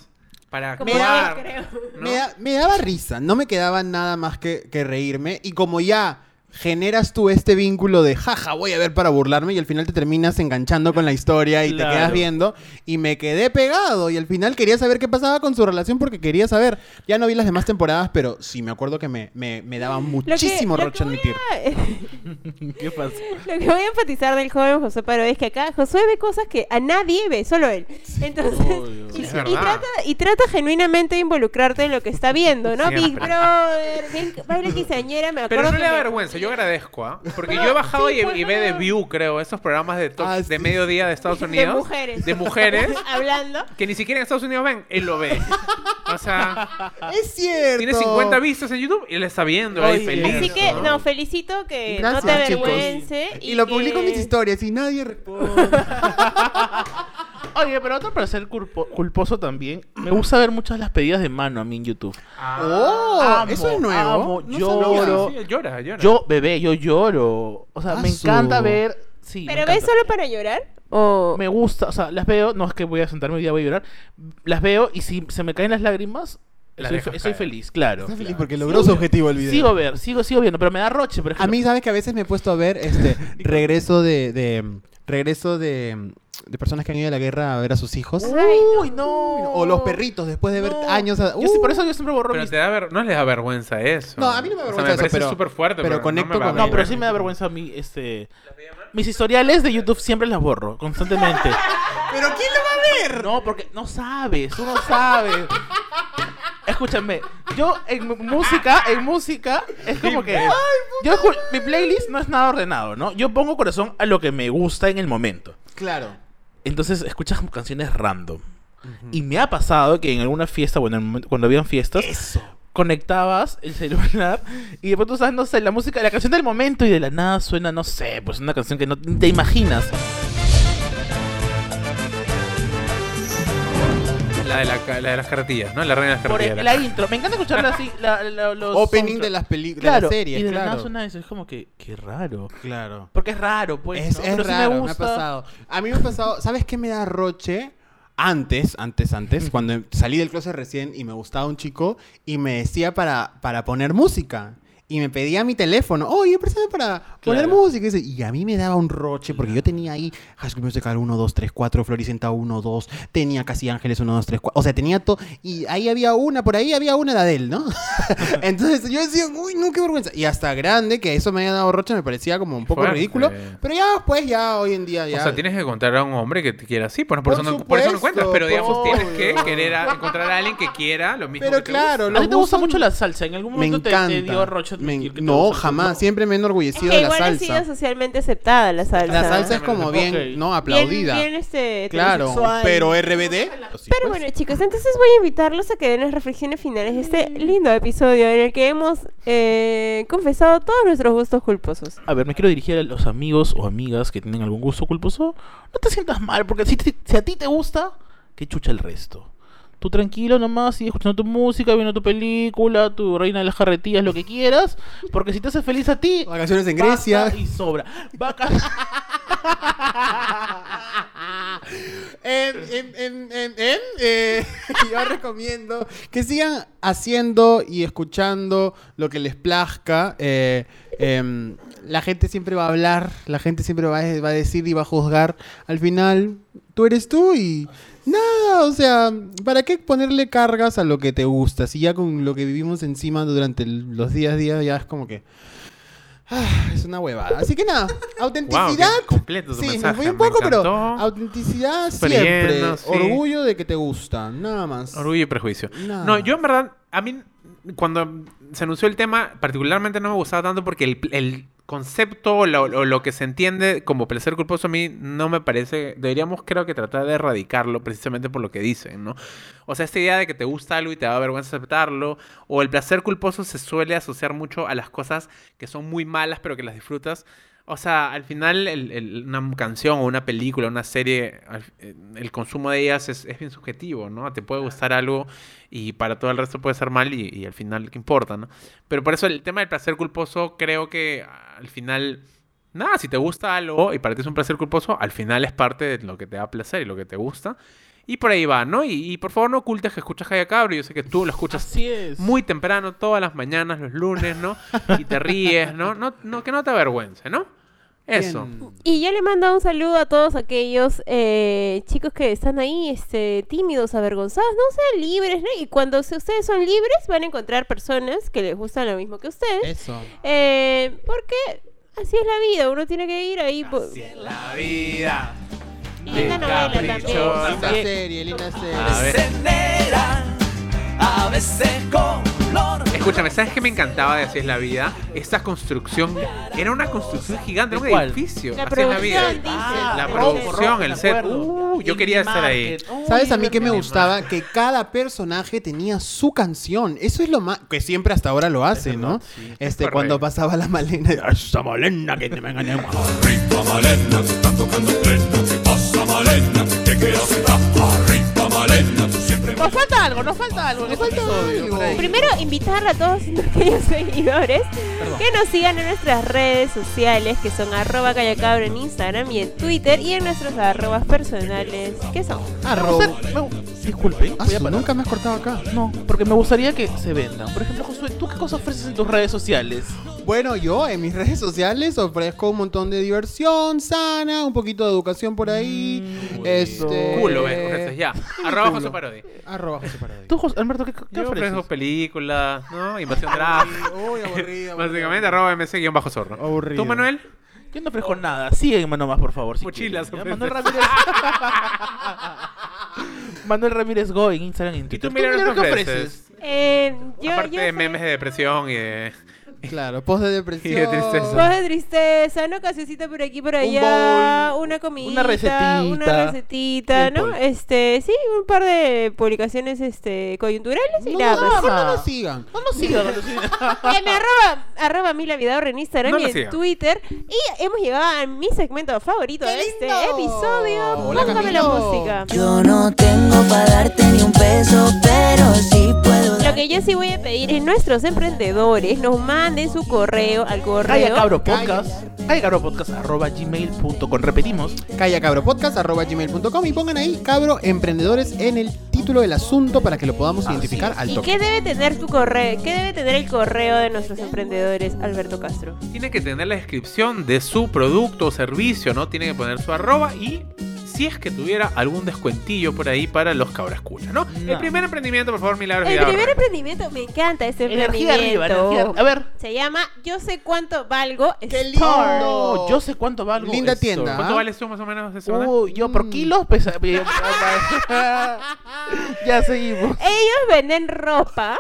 [SPEAKER 2] para
[SPEAKER 4] Como
[SPEAKER 1] Me da-
[SPEAKER 2] actuar,
[SPEAKER 4] él, creo.
[SPEAKER 2] ¿no?
[SPEAKER 1] Me, da- me daba risa, no me quedaba nada más que, que reírme. Y como ya generas tú este vínculo de jaja, voy a ver para burlarme, y al final te terminas enganchando con la historia y
[SPEAKER 3] Claro.
[SPEAKER 1] te quedas viendo. Y me quedé pegado, y al final quería saber qué pasaba con su relación porque quería saber. Ya no vi las demás temporadas, pero sí me acuerdo que me, me- me daba
[SPEAKER 4] Lo que-
[SPEAKER 1] muchísimo
[SPEAKER 4] lo que
[SPEAKER 1] roche
[SPEAKER 4] voy
[SPEAKER 1] admitir.
[SPEAKER 4] a-
[SPEAKER 3] ¿Qué pasó?
[SPEAKER 4] Lo que voy a enfatizar del joven José Paro es que acá José ve cosas que a nadie ve, solo él. Entonces,
[SPEAKER 3] obvio.
[SPEAKER 4] y,
[SPEAKER 2] Es
[SPEAKER 4] y
[SPEAKER 2] verdad.
[SPEAKER 4] trata, y trata genuinamente de involucrarte en lo que está viendo, ¿no?
[SPEAKER 2] Siempre.
[SPEAKER 4] Big Brother, Big- baile quinceañera, me acuerdo.
[SPEAKER 2] Pero no
[SPEAKER 4] que
[SPEAKER 2] le da
[SPEAKER 4] me-
[SPEAKER 2] vergüenza, yo agradezco, ¿ah? Porque yo he bajado
[SPEAKER 4] sí,
[SPEAKER 2] y,
[SPEAKER 4] pues,
[SPEAKER 2] y ve de
[SPEAKER 4] no.
[SPEAKER 2] View, creo, esos programas de, talk-
[SPEAKER 1] Ah,
[SPEAKER 2] de
[SPEAKER 1] sí.
[SPEAKER 2] mediodía de Estados
[SPEAKER 4] de
[SPEAKER 2] Unidos.
[SPEAKER 4] mujeres.
[SPEAKER 2] De mujeres.
[SPEAKER 4] Hablando.
[SPEAKER 2] Que ni siquiera en Estados Unidos ven, él lo ve. O sea,
[SPEAKER 1] Es cierto.
[SPEAKER 2] tiene 50 vistas en YouTube y él está viendo ahí
[SPEAKER 3] Oye.
[SPEAKER 2] feliz.
[SPEAKER 4] Así que,
[SPEAKER 2] ¿no?
[SPEAKER 4] no, felicito que no te
[SPEAKER 1] Gracias, chicos.
[SPEAKER 4] avergüence.
[SPEAKER 1] Y lo
[SPEAKER 4] que-
[SPEAKER 1] publico en mis historias y nadie responde.
[SPEAKER 3] Oye, pero otro para ser culpo- culposo también. Me gusta ver muchas las pedidas de mano a mí en YouTube.
[SPEAKER 1] ¡Oh!
[SPEAKER 3] Amo,
[SPEAKER 1] eso es nuevo.
[SPEAKER 3] amo,
[SPEAKER 1] No Oh.
[SPEAKER 3] lloro.
[SPEAKER 2] Ah, Sí, él llora, llora.
[SPEAKER 3] Yo, bebé, yo lloro. O sea, me
[SPEAKER 1] Asu.
[SPEAKER 3] encanta ver. Sí, me
[SPEAKER 4] ¿Pero ves
[SPEAKER 3] encanta.
[SPEAKER 4] solo para llorar? ¿O
[SPEAKER 3] Me gusta, o sea, las veo. No es que voy a sentarme y ya voy a llorar. Las veo y si se me caen las lágrimas,
[SPEAKER 2] Las
[SPEAKER 3] soy,
[SPEAKER 2] dejas
[SPEAKER 3] fe- soy
[SPEAKER 2] caer.
[SPEAKER 3] feliz, claro.
[SPEAKER 1] sabía.
[SPEAKER 3] claro.
[SPEAKER 1] Porque logró su objetivo el video.
[SPEAKER 3] Sigo ver, sigo, sigo viendo, pero me da roche, por ejemplo.
[SPEAKER 1] A mí, ¿sabes que a veces me he puesto a ver este regreso de, de- regreso de, de personas que han ido a la guerra a ver a sus hijos?
[SPEAKER 3] Uy, no.
[SPEAKER 1] O los perritos después de ver
[SPEAKER 3] No.
[SPEAKER 1] años. a-
[SPEAKER 3] Yo sí, por
[SPEAKER 1] ¡Uh!
[SPEAKER 3] eso yo siempre borro
[SPEAKER 2] Pero
[SPEAKER 3] mis
[SPEAKER 2] te da ver- no le da vergüenza eso.
[SPEAKER 1] No, a mí no me da vergüenza
[SPEAKER 2] o sea, me
[SPEAKER 1] eso,
[SPEAKER 2] parece
[SPEAKER 1] pero-
[SPEAKER 2] súper fuerte.
[SPEAKER 1] pero
[SPEAKER 2] no
[SPEAKER 1] conecto
[SPEAKER 2] me va
[SPEAKER 1] con-
[SPEAKER 2] a
[SPEAKER 3] No, pero
[SPEAKER 2] ver.
[SPEAKER 3] sí me da vergüenza a mí, este... Mis historiales de YouTube siempre las borro, constantemente.
[SPEAKER 1] Pero ¿quién lo va a ver?
[SPEAKER 3] No, porque no sabes, tú no sabes. Escúchame, yo en mu- música, en música, es como que... Yo, escu- mi playlist no es nada ordenado, ¿no? Yo pongo corazón a lo que me gusta en el momento.
[SPEAKER 1] Claro.
[SPEAKER 3] Entonces escuchas canciones random. Y me ha pasado que en alguna fiesta, bueno, en el momento- cuando habían fiestas, conectabas el celular y después tú sabes, no sé, la música, la canción del momento y de la nada suena, no sé, pues una canción que no ni te imaginas.
[SPEAKER 2] La de, la ca- la de las carretillas, ¿no? La reina de las
[SPEAKER 3] Por
[SPEAKER 2] carretillas.
[SPEAKER 3] el- la intro. Me encanta escucharla así. La, la- los
[SPEAKER 1] Opening de
[SPEAKER 3] soundtracks.
[SPEAKER 1] las películas,
[SPEAKER 3] claro,
[SPEAKER 1] de las series,
[SPEAKER 3] y de la nada
[SPEAKER 1] claro.
[SPEAKER 3] suena eso. Es como que, qué raro.
[SPEAKER 1] Claro.
[SPEAKER 3] Porque es raro, pues.
[SPEAKER 1] es
[SPEAKER 3] ¿no?
[SPEAKER 1] es
[SPEAKER 3] Pero sí
[SPEAKER 1] raro, me,
[SPEAKER 3] me gusta.
[SPEAKER 1] ha pasado. A mí me ha pasado, ¿sabes qué me da roche? Antes, antes, antes, cuando salí del closet recién y me gustaba un chico y me decía para, para poner música. Y me pedía mi teléfono. Oye, préstame para poner
[SPEAKER 3] Claro.
[SPEAKER 1] música. Y dice- Y a mí me daba un roche porque yo tenía ahí High School Musical 1, 2, 3, 4, Floricenta 1, 2, tenía Casi Ángeles 1, 2, 3, 4. O sea, tenía todo. Y ahí había una, por ahí había una de Adele, ¿no? Entonces yo decía, uy, no, qué vergüenza. Y hasta grande, que eso me haya dado roche, me parecía como un poco
[SPEAKER 2] Fuerte.
[SPEAKER 1] ridículo. Pero ya después, ya hoy en día,
[SPEAKER 2] O
[SPEAKER 1] ya.
[SPEAKER 2] sea, tienes que encontrar a un hombre que te quiera así. pues, Por, por
[SPEAKER 1] Por
[SPEAKER 2] eso, no, por eso no
[SPEAKER 1] supuesto,
[SPEAKER 2] encuentras. Pero digamos,
[SPEAKER 1] obvio.
[SPEAKER 2] tienes que querer a- encontrar a alguien que quiera lo mismo.
[SPEAKER 1] Pero
[SPEAKER 2] que te
[SPEAKER 1] claro,
[SPEAKER 2] gusta.
[SPEAKER 3] A ti te gusta
[SPEAKER 1] gustan-
[SPEAKER 3] mucho la salsa. En algún
[SPEAKER 1] me
[SPEAKER 3] momento te,
[SPEAKER 1] encanta.
[SPEAKER 3] te dio roche.
[SPEAKER 1] Me-
[SPEAKER 3] admitir que te
[SPEAKER 1] no,
[SPEAKER 3] gusta el
[SPEAKER 1] jamás.
[SPEAKER 3] salsa?
[SPEAKER 1] Siempre me he enorgullecido
[SPEAKER 4] que
[SPEAKER 1] de la
[SPEAKER 4] igual ha sido
[SPEAKER 1] salsa.
[SPEAKER 4] socialmente aceptada la salsa.
[SPEAKER 1] La salsa es como
[SPEAKER 3] Ok.
[SPEAKER 1] bien, ¿no? Aplaudida.
[SPEAKER 4] Bien, bien, este,
[SPEAKER 1] claro,
[SPEAKER 4] heterosexual.
[SPEAKER 1] pero RBD.
[SPEAKER 4] Pero
[SPEAKER 2] pues.
[SPEAKER 4] bueno, chicos, entonces voy a invitarlos a que den las reflexiones finales de este lindo episodio en el que hemos eh, confesado todos nuestros gustos culposos.
[SPEAKER 3] A ver, me quiero dirigir a los amigos o amigas que tienen algún gusto culposo. No te sientas mal, porque si, te- si a ti te gusta, que chucha el resto. Tú tranquilo nomás, sigue escuchando tu música, viendo tu película, tu reina de las jarretillas, lo que quieras. Porque si te hace feliz a ti,
[SPEAKER 1] Vacaciones en
[SPEAKER 3] basta
[SPEAKER 1] Grecia.
[SPEAKER 3] y sobra. Vaca-
[SPEAKER 1] En, en, en, en, en, eh, yo recomiendo que sigan haciendo y escuchando lo que les plazca. eh, em, la gente siempre va a hablar, la gente siempre va a, va a decir y va a juzgar. Al final, tú eres tú y nada, o sea, ¿para qué ponerle cargas a lo que te gusta? Si ya con lo que vivimos encima durante el- los días a día ya es como que... ah, es una huevada. Así que nada, autenticidad.
[SPEAKER 2] Guau, qué completo tu
[SPEAKER 1] sí, me
[SPEAKER 2] mensaje,
[SPEAKER 1] fui un
[SPEAKER 2] me
[SPEAKER 1] poco, pero
[SPEAKER 2] encantó.
[SPEAKER 1] autenticidad
[SPEAKER 2] Súper
[SPEAKER 1] siempre.
[SPEAKER 2] lleno, sí.
[SPEAKER 1] Orgullo de que te gusta, nada más.
[SPEAKER 2] Orgullo y prejuicio.
[SPEAKER 1] Nada
[SPEAKER 2] No,
[SPEAKER 1] más.
[SPEAKER 2] yo en verdad, a mí, cuando se anunció el tema, particularmente no me gustaba tanto porque el, el concepto o lo, o lo que se entiende como placer culposo a mí no me parece. Deberíamos, creo que, tratar de erradicarlo precisamente por lo que dicen, ¿no? O sea, esta idea de que te gusta algo y te da vergüenza aceptarlo, o el placer culposo se suele asociar mucho a las cosas que son muy malas pero que las disfrutas. O sea, al final el- el- una canción o una película, una serie, al- eh, el consumo de ellas es, es bien subjetivo, ¿no? Te puede gustar algo y para todo el resto puede ser mal y, y al final, ¿qué importa, no? Pero por eso el tema del placer culposo creo que ah, al final... Nada, si te gusta algo y para ti es un placer culposo, al final es parte de lo que te da placer y lo que te gusta. Y por ahí va, ¿no? Y, y por favor no ocultes que escuchas Jaya Cabro. Yo sé que tú lo escuchas
[SPEAKER 3] Así es.
[SPEAKER 2] Pues, muy temprano, todas las mañanas, los lunes, ¿no? Y te ríes, ¿no? no, no que no te avergüence, ¿no? Eso.
[SPEAKER 1] Bien.
[SPEAKER 4] Y yo le mando un saludo a todos aquellos eh, chicos que están ahí este, tímidos, avergonzados. No sean libres, ¿no? Y cuando se- ustedes son libres, van a encontrar personas que les gustan lo mismo que ustedes.
[SPEAKER 1] Eso.
[SPEAKER 4] Eh, porque así es la vida, uno tiene que ir ahí. po-
[SPEAKER 2] La vida.
[SPEAKER 4] Y linda novela también.
[SPEAKER 2] caprichosa.
[SPEAKER 1] Linda serie, linda
[SPEAKER 2] A
[SPEAKER 1] serie.
[SPEAKER 2] ver.
[SPEAKER 6] veces negra, a veces color.
[SPEAKER 2] Escúchame, ¿sabes qué me encantaba de Así es la vida? Esta construcción. Era una construcción gigante, era un
[SPEAKER 3] ¿Cuál?
[SPEAKER 2] edificio.
[SPEAKER 4] La
[SPEAKER 2] Así es la vida.
[SPEAKER 4] producción, dice.
[SPEAKER 2] la
[SPEAKER 3] Ah, el
[SPEAKER 2] producción,
[SPEAKER 3] rojo,
[SPEAKER 2] el
[SPEAKER 3] me
[SPEAKER 2] set.
[SPEAKER 3] acuerdo.
[SPEAKER 2] Uh, yo
[SPEAKER 3] El
[SPEAKER 2] quería estar ahí.
[SPEAKER 3] market. Uy,
[SPEAKER 1] ¿Sabes a mí que me
[SPEAKER 3] Bernie
[SPEAKER 1] gustaba? Que cada personaje tenía su canción. Eso es lo más... Que siempre hasta ahora lo hace, ¿no? Este,
[SPEAKER 2] Correcto.
[SPEAKER 1] cuando pasaba la malena... ¡Esa malena que te me gané!
[SPEAKER 7] Arriba Malena, que está tocando plena, que pasa Malena, que queda ciudad. Arriba Malena, tú siempre
[SPEAKER 3] Nos falta algo, nos falta algo. este Nos
[SPEAKER 1] falta algo.
[SPEAKER 4] Primero, invitar a todos aquellos seguidores que nos sigan en nuestras redes sociales, que son arroba callacabro en Instagram y en Twitter, y en nuestros arrobas personales, que son.
[SPEAKER 1] Arroba.
[SPEAKER 2] Ah,
[SPEAKER 3] Disculpen, voy a
[SPEAKER 1] Asu,
[SPEAKER 3] parar.
[SPEAKER 1] nunca me has cortado acá.
[SPEAKER 3] No, porque me gustaría que se vendan. Por ejemplo, Josué, ¿tú qué cosas ofreces en tus redes sociales?
[SPEAKER 1] Bueno, yo en mis redes sociales ofrezco un montón de diversión sana, un poquito de educación por ahí. este...
[SPEAKER 2] Mm, Culo, eh, ¿ves? Ofreces ya. Arroba José
[SPEAKER 1] culo.
[SPEAKER 2] Parodi.
[SPEAKER 1] Arroba José Parodi.
[SPEAKER 3] Tú, Jos- Alberto, ¿qué, qué
[SPEAKER 2] Yo
[SPEAKER 3] ofreces?
[SPEAKER 2] ofrezco películas, ¿no? Invasión Draft.
[SPEAKER 1] Uy, aburrido.
[SPEAKER 2] Básicamente, arroba mc-zorro.
[SPEAKER 1] Aburrido.
[SPEAKER 2] ¿Tú, Manuel?
[SPEAKER 3] Yo no ofrezco nada. Sígueme nomás, por favor. Si
[SPEAKER 2] Mochilas,
[SPEAKER 3] quieren, ¿ya?
[SPEAKER 2] ofreces.
[SPEAKER 3] Manuel Ramírez. Manuel Ramírez Go en Instagram y en
[SPEAKER 2] ¿Y
[SPEAKER 3] Twitter.
[SPEAKER 2] tú, Milagros,
[SPEAKER 3] Milagros,
[SPEAKER 2] qué ofreces?
[SPEAKER 4] Eh, yo,
[SPEAKER 2] Aparte
[SPEAKER 4] yo
[SPEAKER 2] de
[SPEAKER 4] soy-
[SPEAKER 2] memes de depresión y de,
[SPEAKER 1] Claro, post de depresión.
[SPEAKER 2] Y de tristeza.
[SPEAKER 4] Voz de tristeza, una casecita por aquí por allá,
[SPEAKER 3] bowl,
[SPEAKER 4] una comida,
[SPEAKER 3] una recetita.
[SPEAKER 4] una recetita,
[SPEAKER 3] Bien,
[SPEAKER 4] ¿no?
[SPEAKER 3] Paul.
[SPEAKER 4] Este, sí, un par de publicaciones este coyunturales y
[SPEAKER 1] No,
[SPEAKER 4] nada
[SPEAKER 1] no,
[SPEAKER 4] más.
[SPEAKER 1] mejor no nos sigan.
[SPEAKER 3] No nos sigan, alucina.
[SPEAKER 4] Que me Em, arroba, arroba a mí la vida ahora en Instagram
[SPEAKER 2] No
[SPEAKER 4] y
[SPEAKER 2] lo
[SPEAKER 4] en
[SPEAKER 2] sigan.
[SPEAKER 4] Twitter. Y hemos llegado a mi segmento favorito
[SPEAKER 1] ¡Qué
[SPEAKER 4] de este
[SPEAKER 1] lindo!
[SPEAKER 4] episodio.
[SPEAKER 1] Hola,
[SPEAKER 4] Póngame la
[SPEAKER 1] Camilo.
[SPEAKER 4] música.
[SPEAKER 5] Yo no tengo para darte ni un peso, pero sí puedo
[SPEAKER 4] Lo que yo sí voy a pedir es nuestros emprendedores nos manden su correo al
[SPEAKER 3] Calla
[SPEAKER 4] correo.
[SPEAKER 3] Cabro Podcast. Calla Cabro Podcast arroba gmail.com. Repetimos.
[SPEAKER 1] Callacabropodcast.com y pongan ahí cabro emprendedores en el título del asunto para que lo podamos
[SPEAKER 3] Así
[SPEAKER 1] identificar
[SPEAKER 3] es.
[SPEAKER 1] al
[SPEAKER 4] ¿Y
[SPEAKER 1] toque.
[SPEAKER 4] qué debe tener tu correo? ¿Qué debe tener el correo de nuestros emprendedores, Alberto Castro?
[SPEAKER 2] Tiene que tener la descripción de su producto o servicio, ¿no? Tiene que poner su arroba y si es que tuviera algún descuentillo por ahí para los cabrascuchas, ¿no?
[SPEAKER 3] No.
[SPEAKER 2] El primer emprendimiento, por favor, Milagros
[SPEAKER 4] El
[SPEAKER 2] Vidal.
[SPEAKER 4] primer em- emprendimiento, me encanta este
[SPEAKER 3] Energía arriba,
[SPEAKER 4] emprendimiento.
[SPEAKER 3] energía arriba. A ver.
[SPEAKER 4] Se llama Yo sé cuánto valgo.
[SPEAKER 1] ¡Qué
[SPEAKER 4] Store.
[SPEAKER 1] lindo!
[SPEAKER 3] No, yo sé cuánto valgo.
[SPEAKER 1] Linda
[SPEAKER 3] esto.
[SPEAKER 1] tienda.
[SPEAKER 3] Ah.
[SPEAKER 2] ¿Cuánto vale tú más o menos de semana?
[SPEAKER 3] Uy, yo por
[SPEAKER 1] Mm.
[SPEAKER 3] kilos pesa. ya seguimos.
[SPEAKER 4] Ellos venden ropa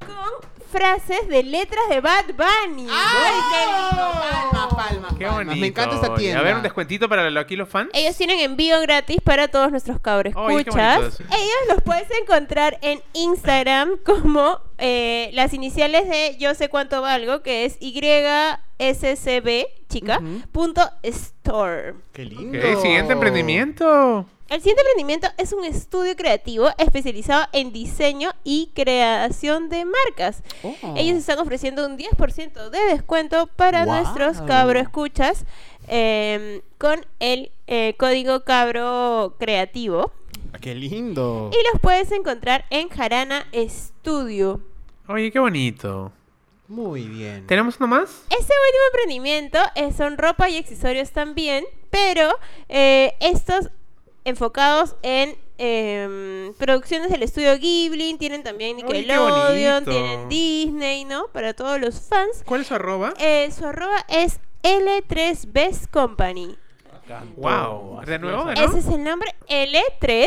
[SPEAKER 4] con frases de letras de Bad Bunny.
[SPEAKER 1] ¡Ay, qué lindo! Palmas, palmas,
[SPEAKER 2] Qué
[SPEAKER 1] palmas.
[SPEAKER 2] bonito.
[SPEAKER 1] Me encanta esta
[SPEAKER 2] Oye,
[SPEAKER 1] tienda.
[SPEAKER 2] A ver, un descuentito para lo- aquí los fans.
[SPEAKER 4] Ellos tienen envío gratis para todos nuestros cabros
[SPEAKER 2] Oye, qué bonito
[SPEAKER 4] escuchas.
[SPEAKER 2] eso.
[SPEAKER 4] Ellos los puedes encontrar en Instagram como eh, las iniciales de yo sé cuánto valgo, que es YSCB, chica,
[SPEAKER 1] Ujú.
[SPEAKER 4] punto store.
[SPEAKER 1] ¡Qué lindo!
[SPEAKER 2] Ok, siguiente emprendimiento.
[SPEAKER 4] El siguiente emprendimiento es un estudio creativo especializado en diseño y creación de marcas.
[SPEAKER 1] Oh.
[SPEAKER 4] Ellos están ofreciendo un 10% de descuento para
[SPEAKER 1] Guau.
[SPEAKER 4] nuestros cabro escuchas eh, con el eh, código cabro creativo.
[SPEAKER 1] Oh. ¡Qué lindo!
[SPEAKER 4] Y los puedes encontrar en Jarana Studio.
[SPEAKER 2] Oye, qué bonito.
[SPEAKER 1] Muy bien.
[SPEAKER 2] ¿Tenemos uno más?
[SPEAKER 4] Este último emprendimiento eh, son ropa y accesorios también, pero eh, estos enfocados en em, producciones del estudio Ghibli, tienen también
[SPEAKER 2] Ay, qué
[SPEAKER 4] Nickelodeon,
[SPEAKER 2] bonito.
[SPEAKER 4] tienen Disney, ¿no? Para todos los fans.
[SPEAKER 2] ¿Cuál es su arroba?
[SPEAKER 4] Eh, su arroba es L3Best Company.
[SPEAKER 2] wow. De nuevo, ¿no?
[SPEAKER 4] Ese es el nombre,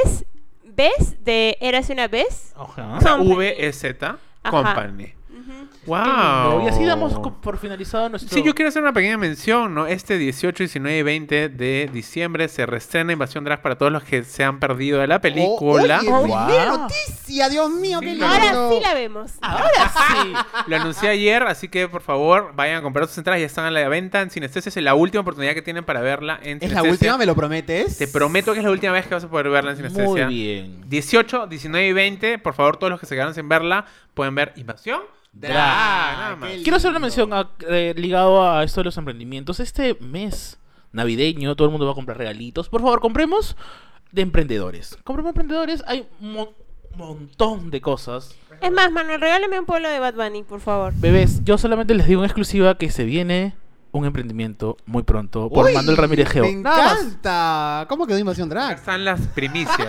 [SPEAKER 4] L3Best de Érase una vez.
[SPEAKER 2] O sea,
[SPEAKER 4] Company.
[SPEAKER 2] VEZ
[SPEAKER 4] Ajá.
[SPEAKER 2] E Company.
[SPEAKER 4] Ujú.
[SPEAKER 2] Wow.
[SPEAKER 3] Y así damos co- por finalizado nuestro.
[SPEAKER 2] Sí, yo quiero hacer una pequeña mención, ¿no? Este 18, 19 y 20 de diciembre se reestrena Invasión Drag para todos los que se han perdido de la película.
[SPEAKER 1] Oh, oye,
[SPEAKER 3] Wow.
[SPEAKER 1] primera noticia, Dios mío,
[SPEAKER 2] Sí.
[SPEAKER 1] qué lindo.
[SPEAKER 4] Ahora sí la vemos.
[SPEAKER 2] Ah.
[SPEAKER 3] Ahora sí.
[SPEAKER 2] Lo anuncié ayer, así que por favor vayan a comprar sus entradas, ya están a la venta en Sinestesia. Es la última oportunidad que tienen para verla en
[SPEAKER 1] ¿Es la
[SPEAKER 2] Sinestesia.
[SPEAKER 1] última? ¿Me lo prometes?
[SPEAKER 2] Te prometo que es la última vez que vas a poder verla en Sinestesia.
[SPEAKER 3] Muy bien.
[SPEAKER 2] 18, 19 y 20, por favor, todos los que se quedaron sin verla pueden ver Invasión.
[SPEAKER 1] Drag,
[SPEAKER 2] Ah, nada más.
[SPEAKER 1] qué
[SPEAKER 3] Quiero hacer una
[SPEAKER 1] lindo.
[SPEAKER 3] mención a- eh, ligado a esto de los emprendimientos. Este mes navideño, todo el mundo va a comprar regalitos. Por favor, compremos de emprendedores. Compremos emprendedores. Hay un mon- montón de cosas.
[SPEAKER 4] Es más, Manuel, regálame un polo de Bad Bunny, por favor.
[SPEAKER 3] Bebés, yo solamente les digo en exclusiva que se viene un emprendimiento muy pronto por
[SPEAKER 1] Uy,
[SPEAKER 3] Manuel Ramírez Geo.
[SPEAKER 1] Me
[SPEAKER 3] Nada más.
[SPEAKER 1] encanta. ¿Cómo quedó Invasión
[SPEAKER 2] Acá
[SPEAKER 1] Drag?
[SPEAKER 2] están las primicias.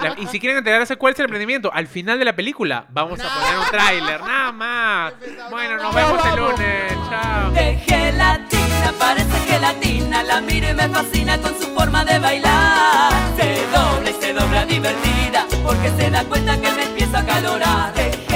[SPEAKER 2] La- y si quieren enterarse cuál es el emprendimiento, al final de la película vamos a poner un tráiler. Nada más. Bueno, nos vemos el lunes. Chao.
[SPEAKER 8] De gelatina, parece gelatina, la miro y me fascina con su forma de bailar. Se dobla y se dobla divertida, porque se da cuenta que me empiezo a calorar. De gelatina,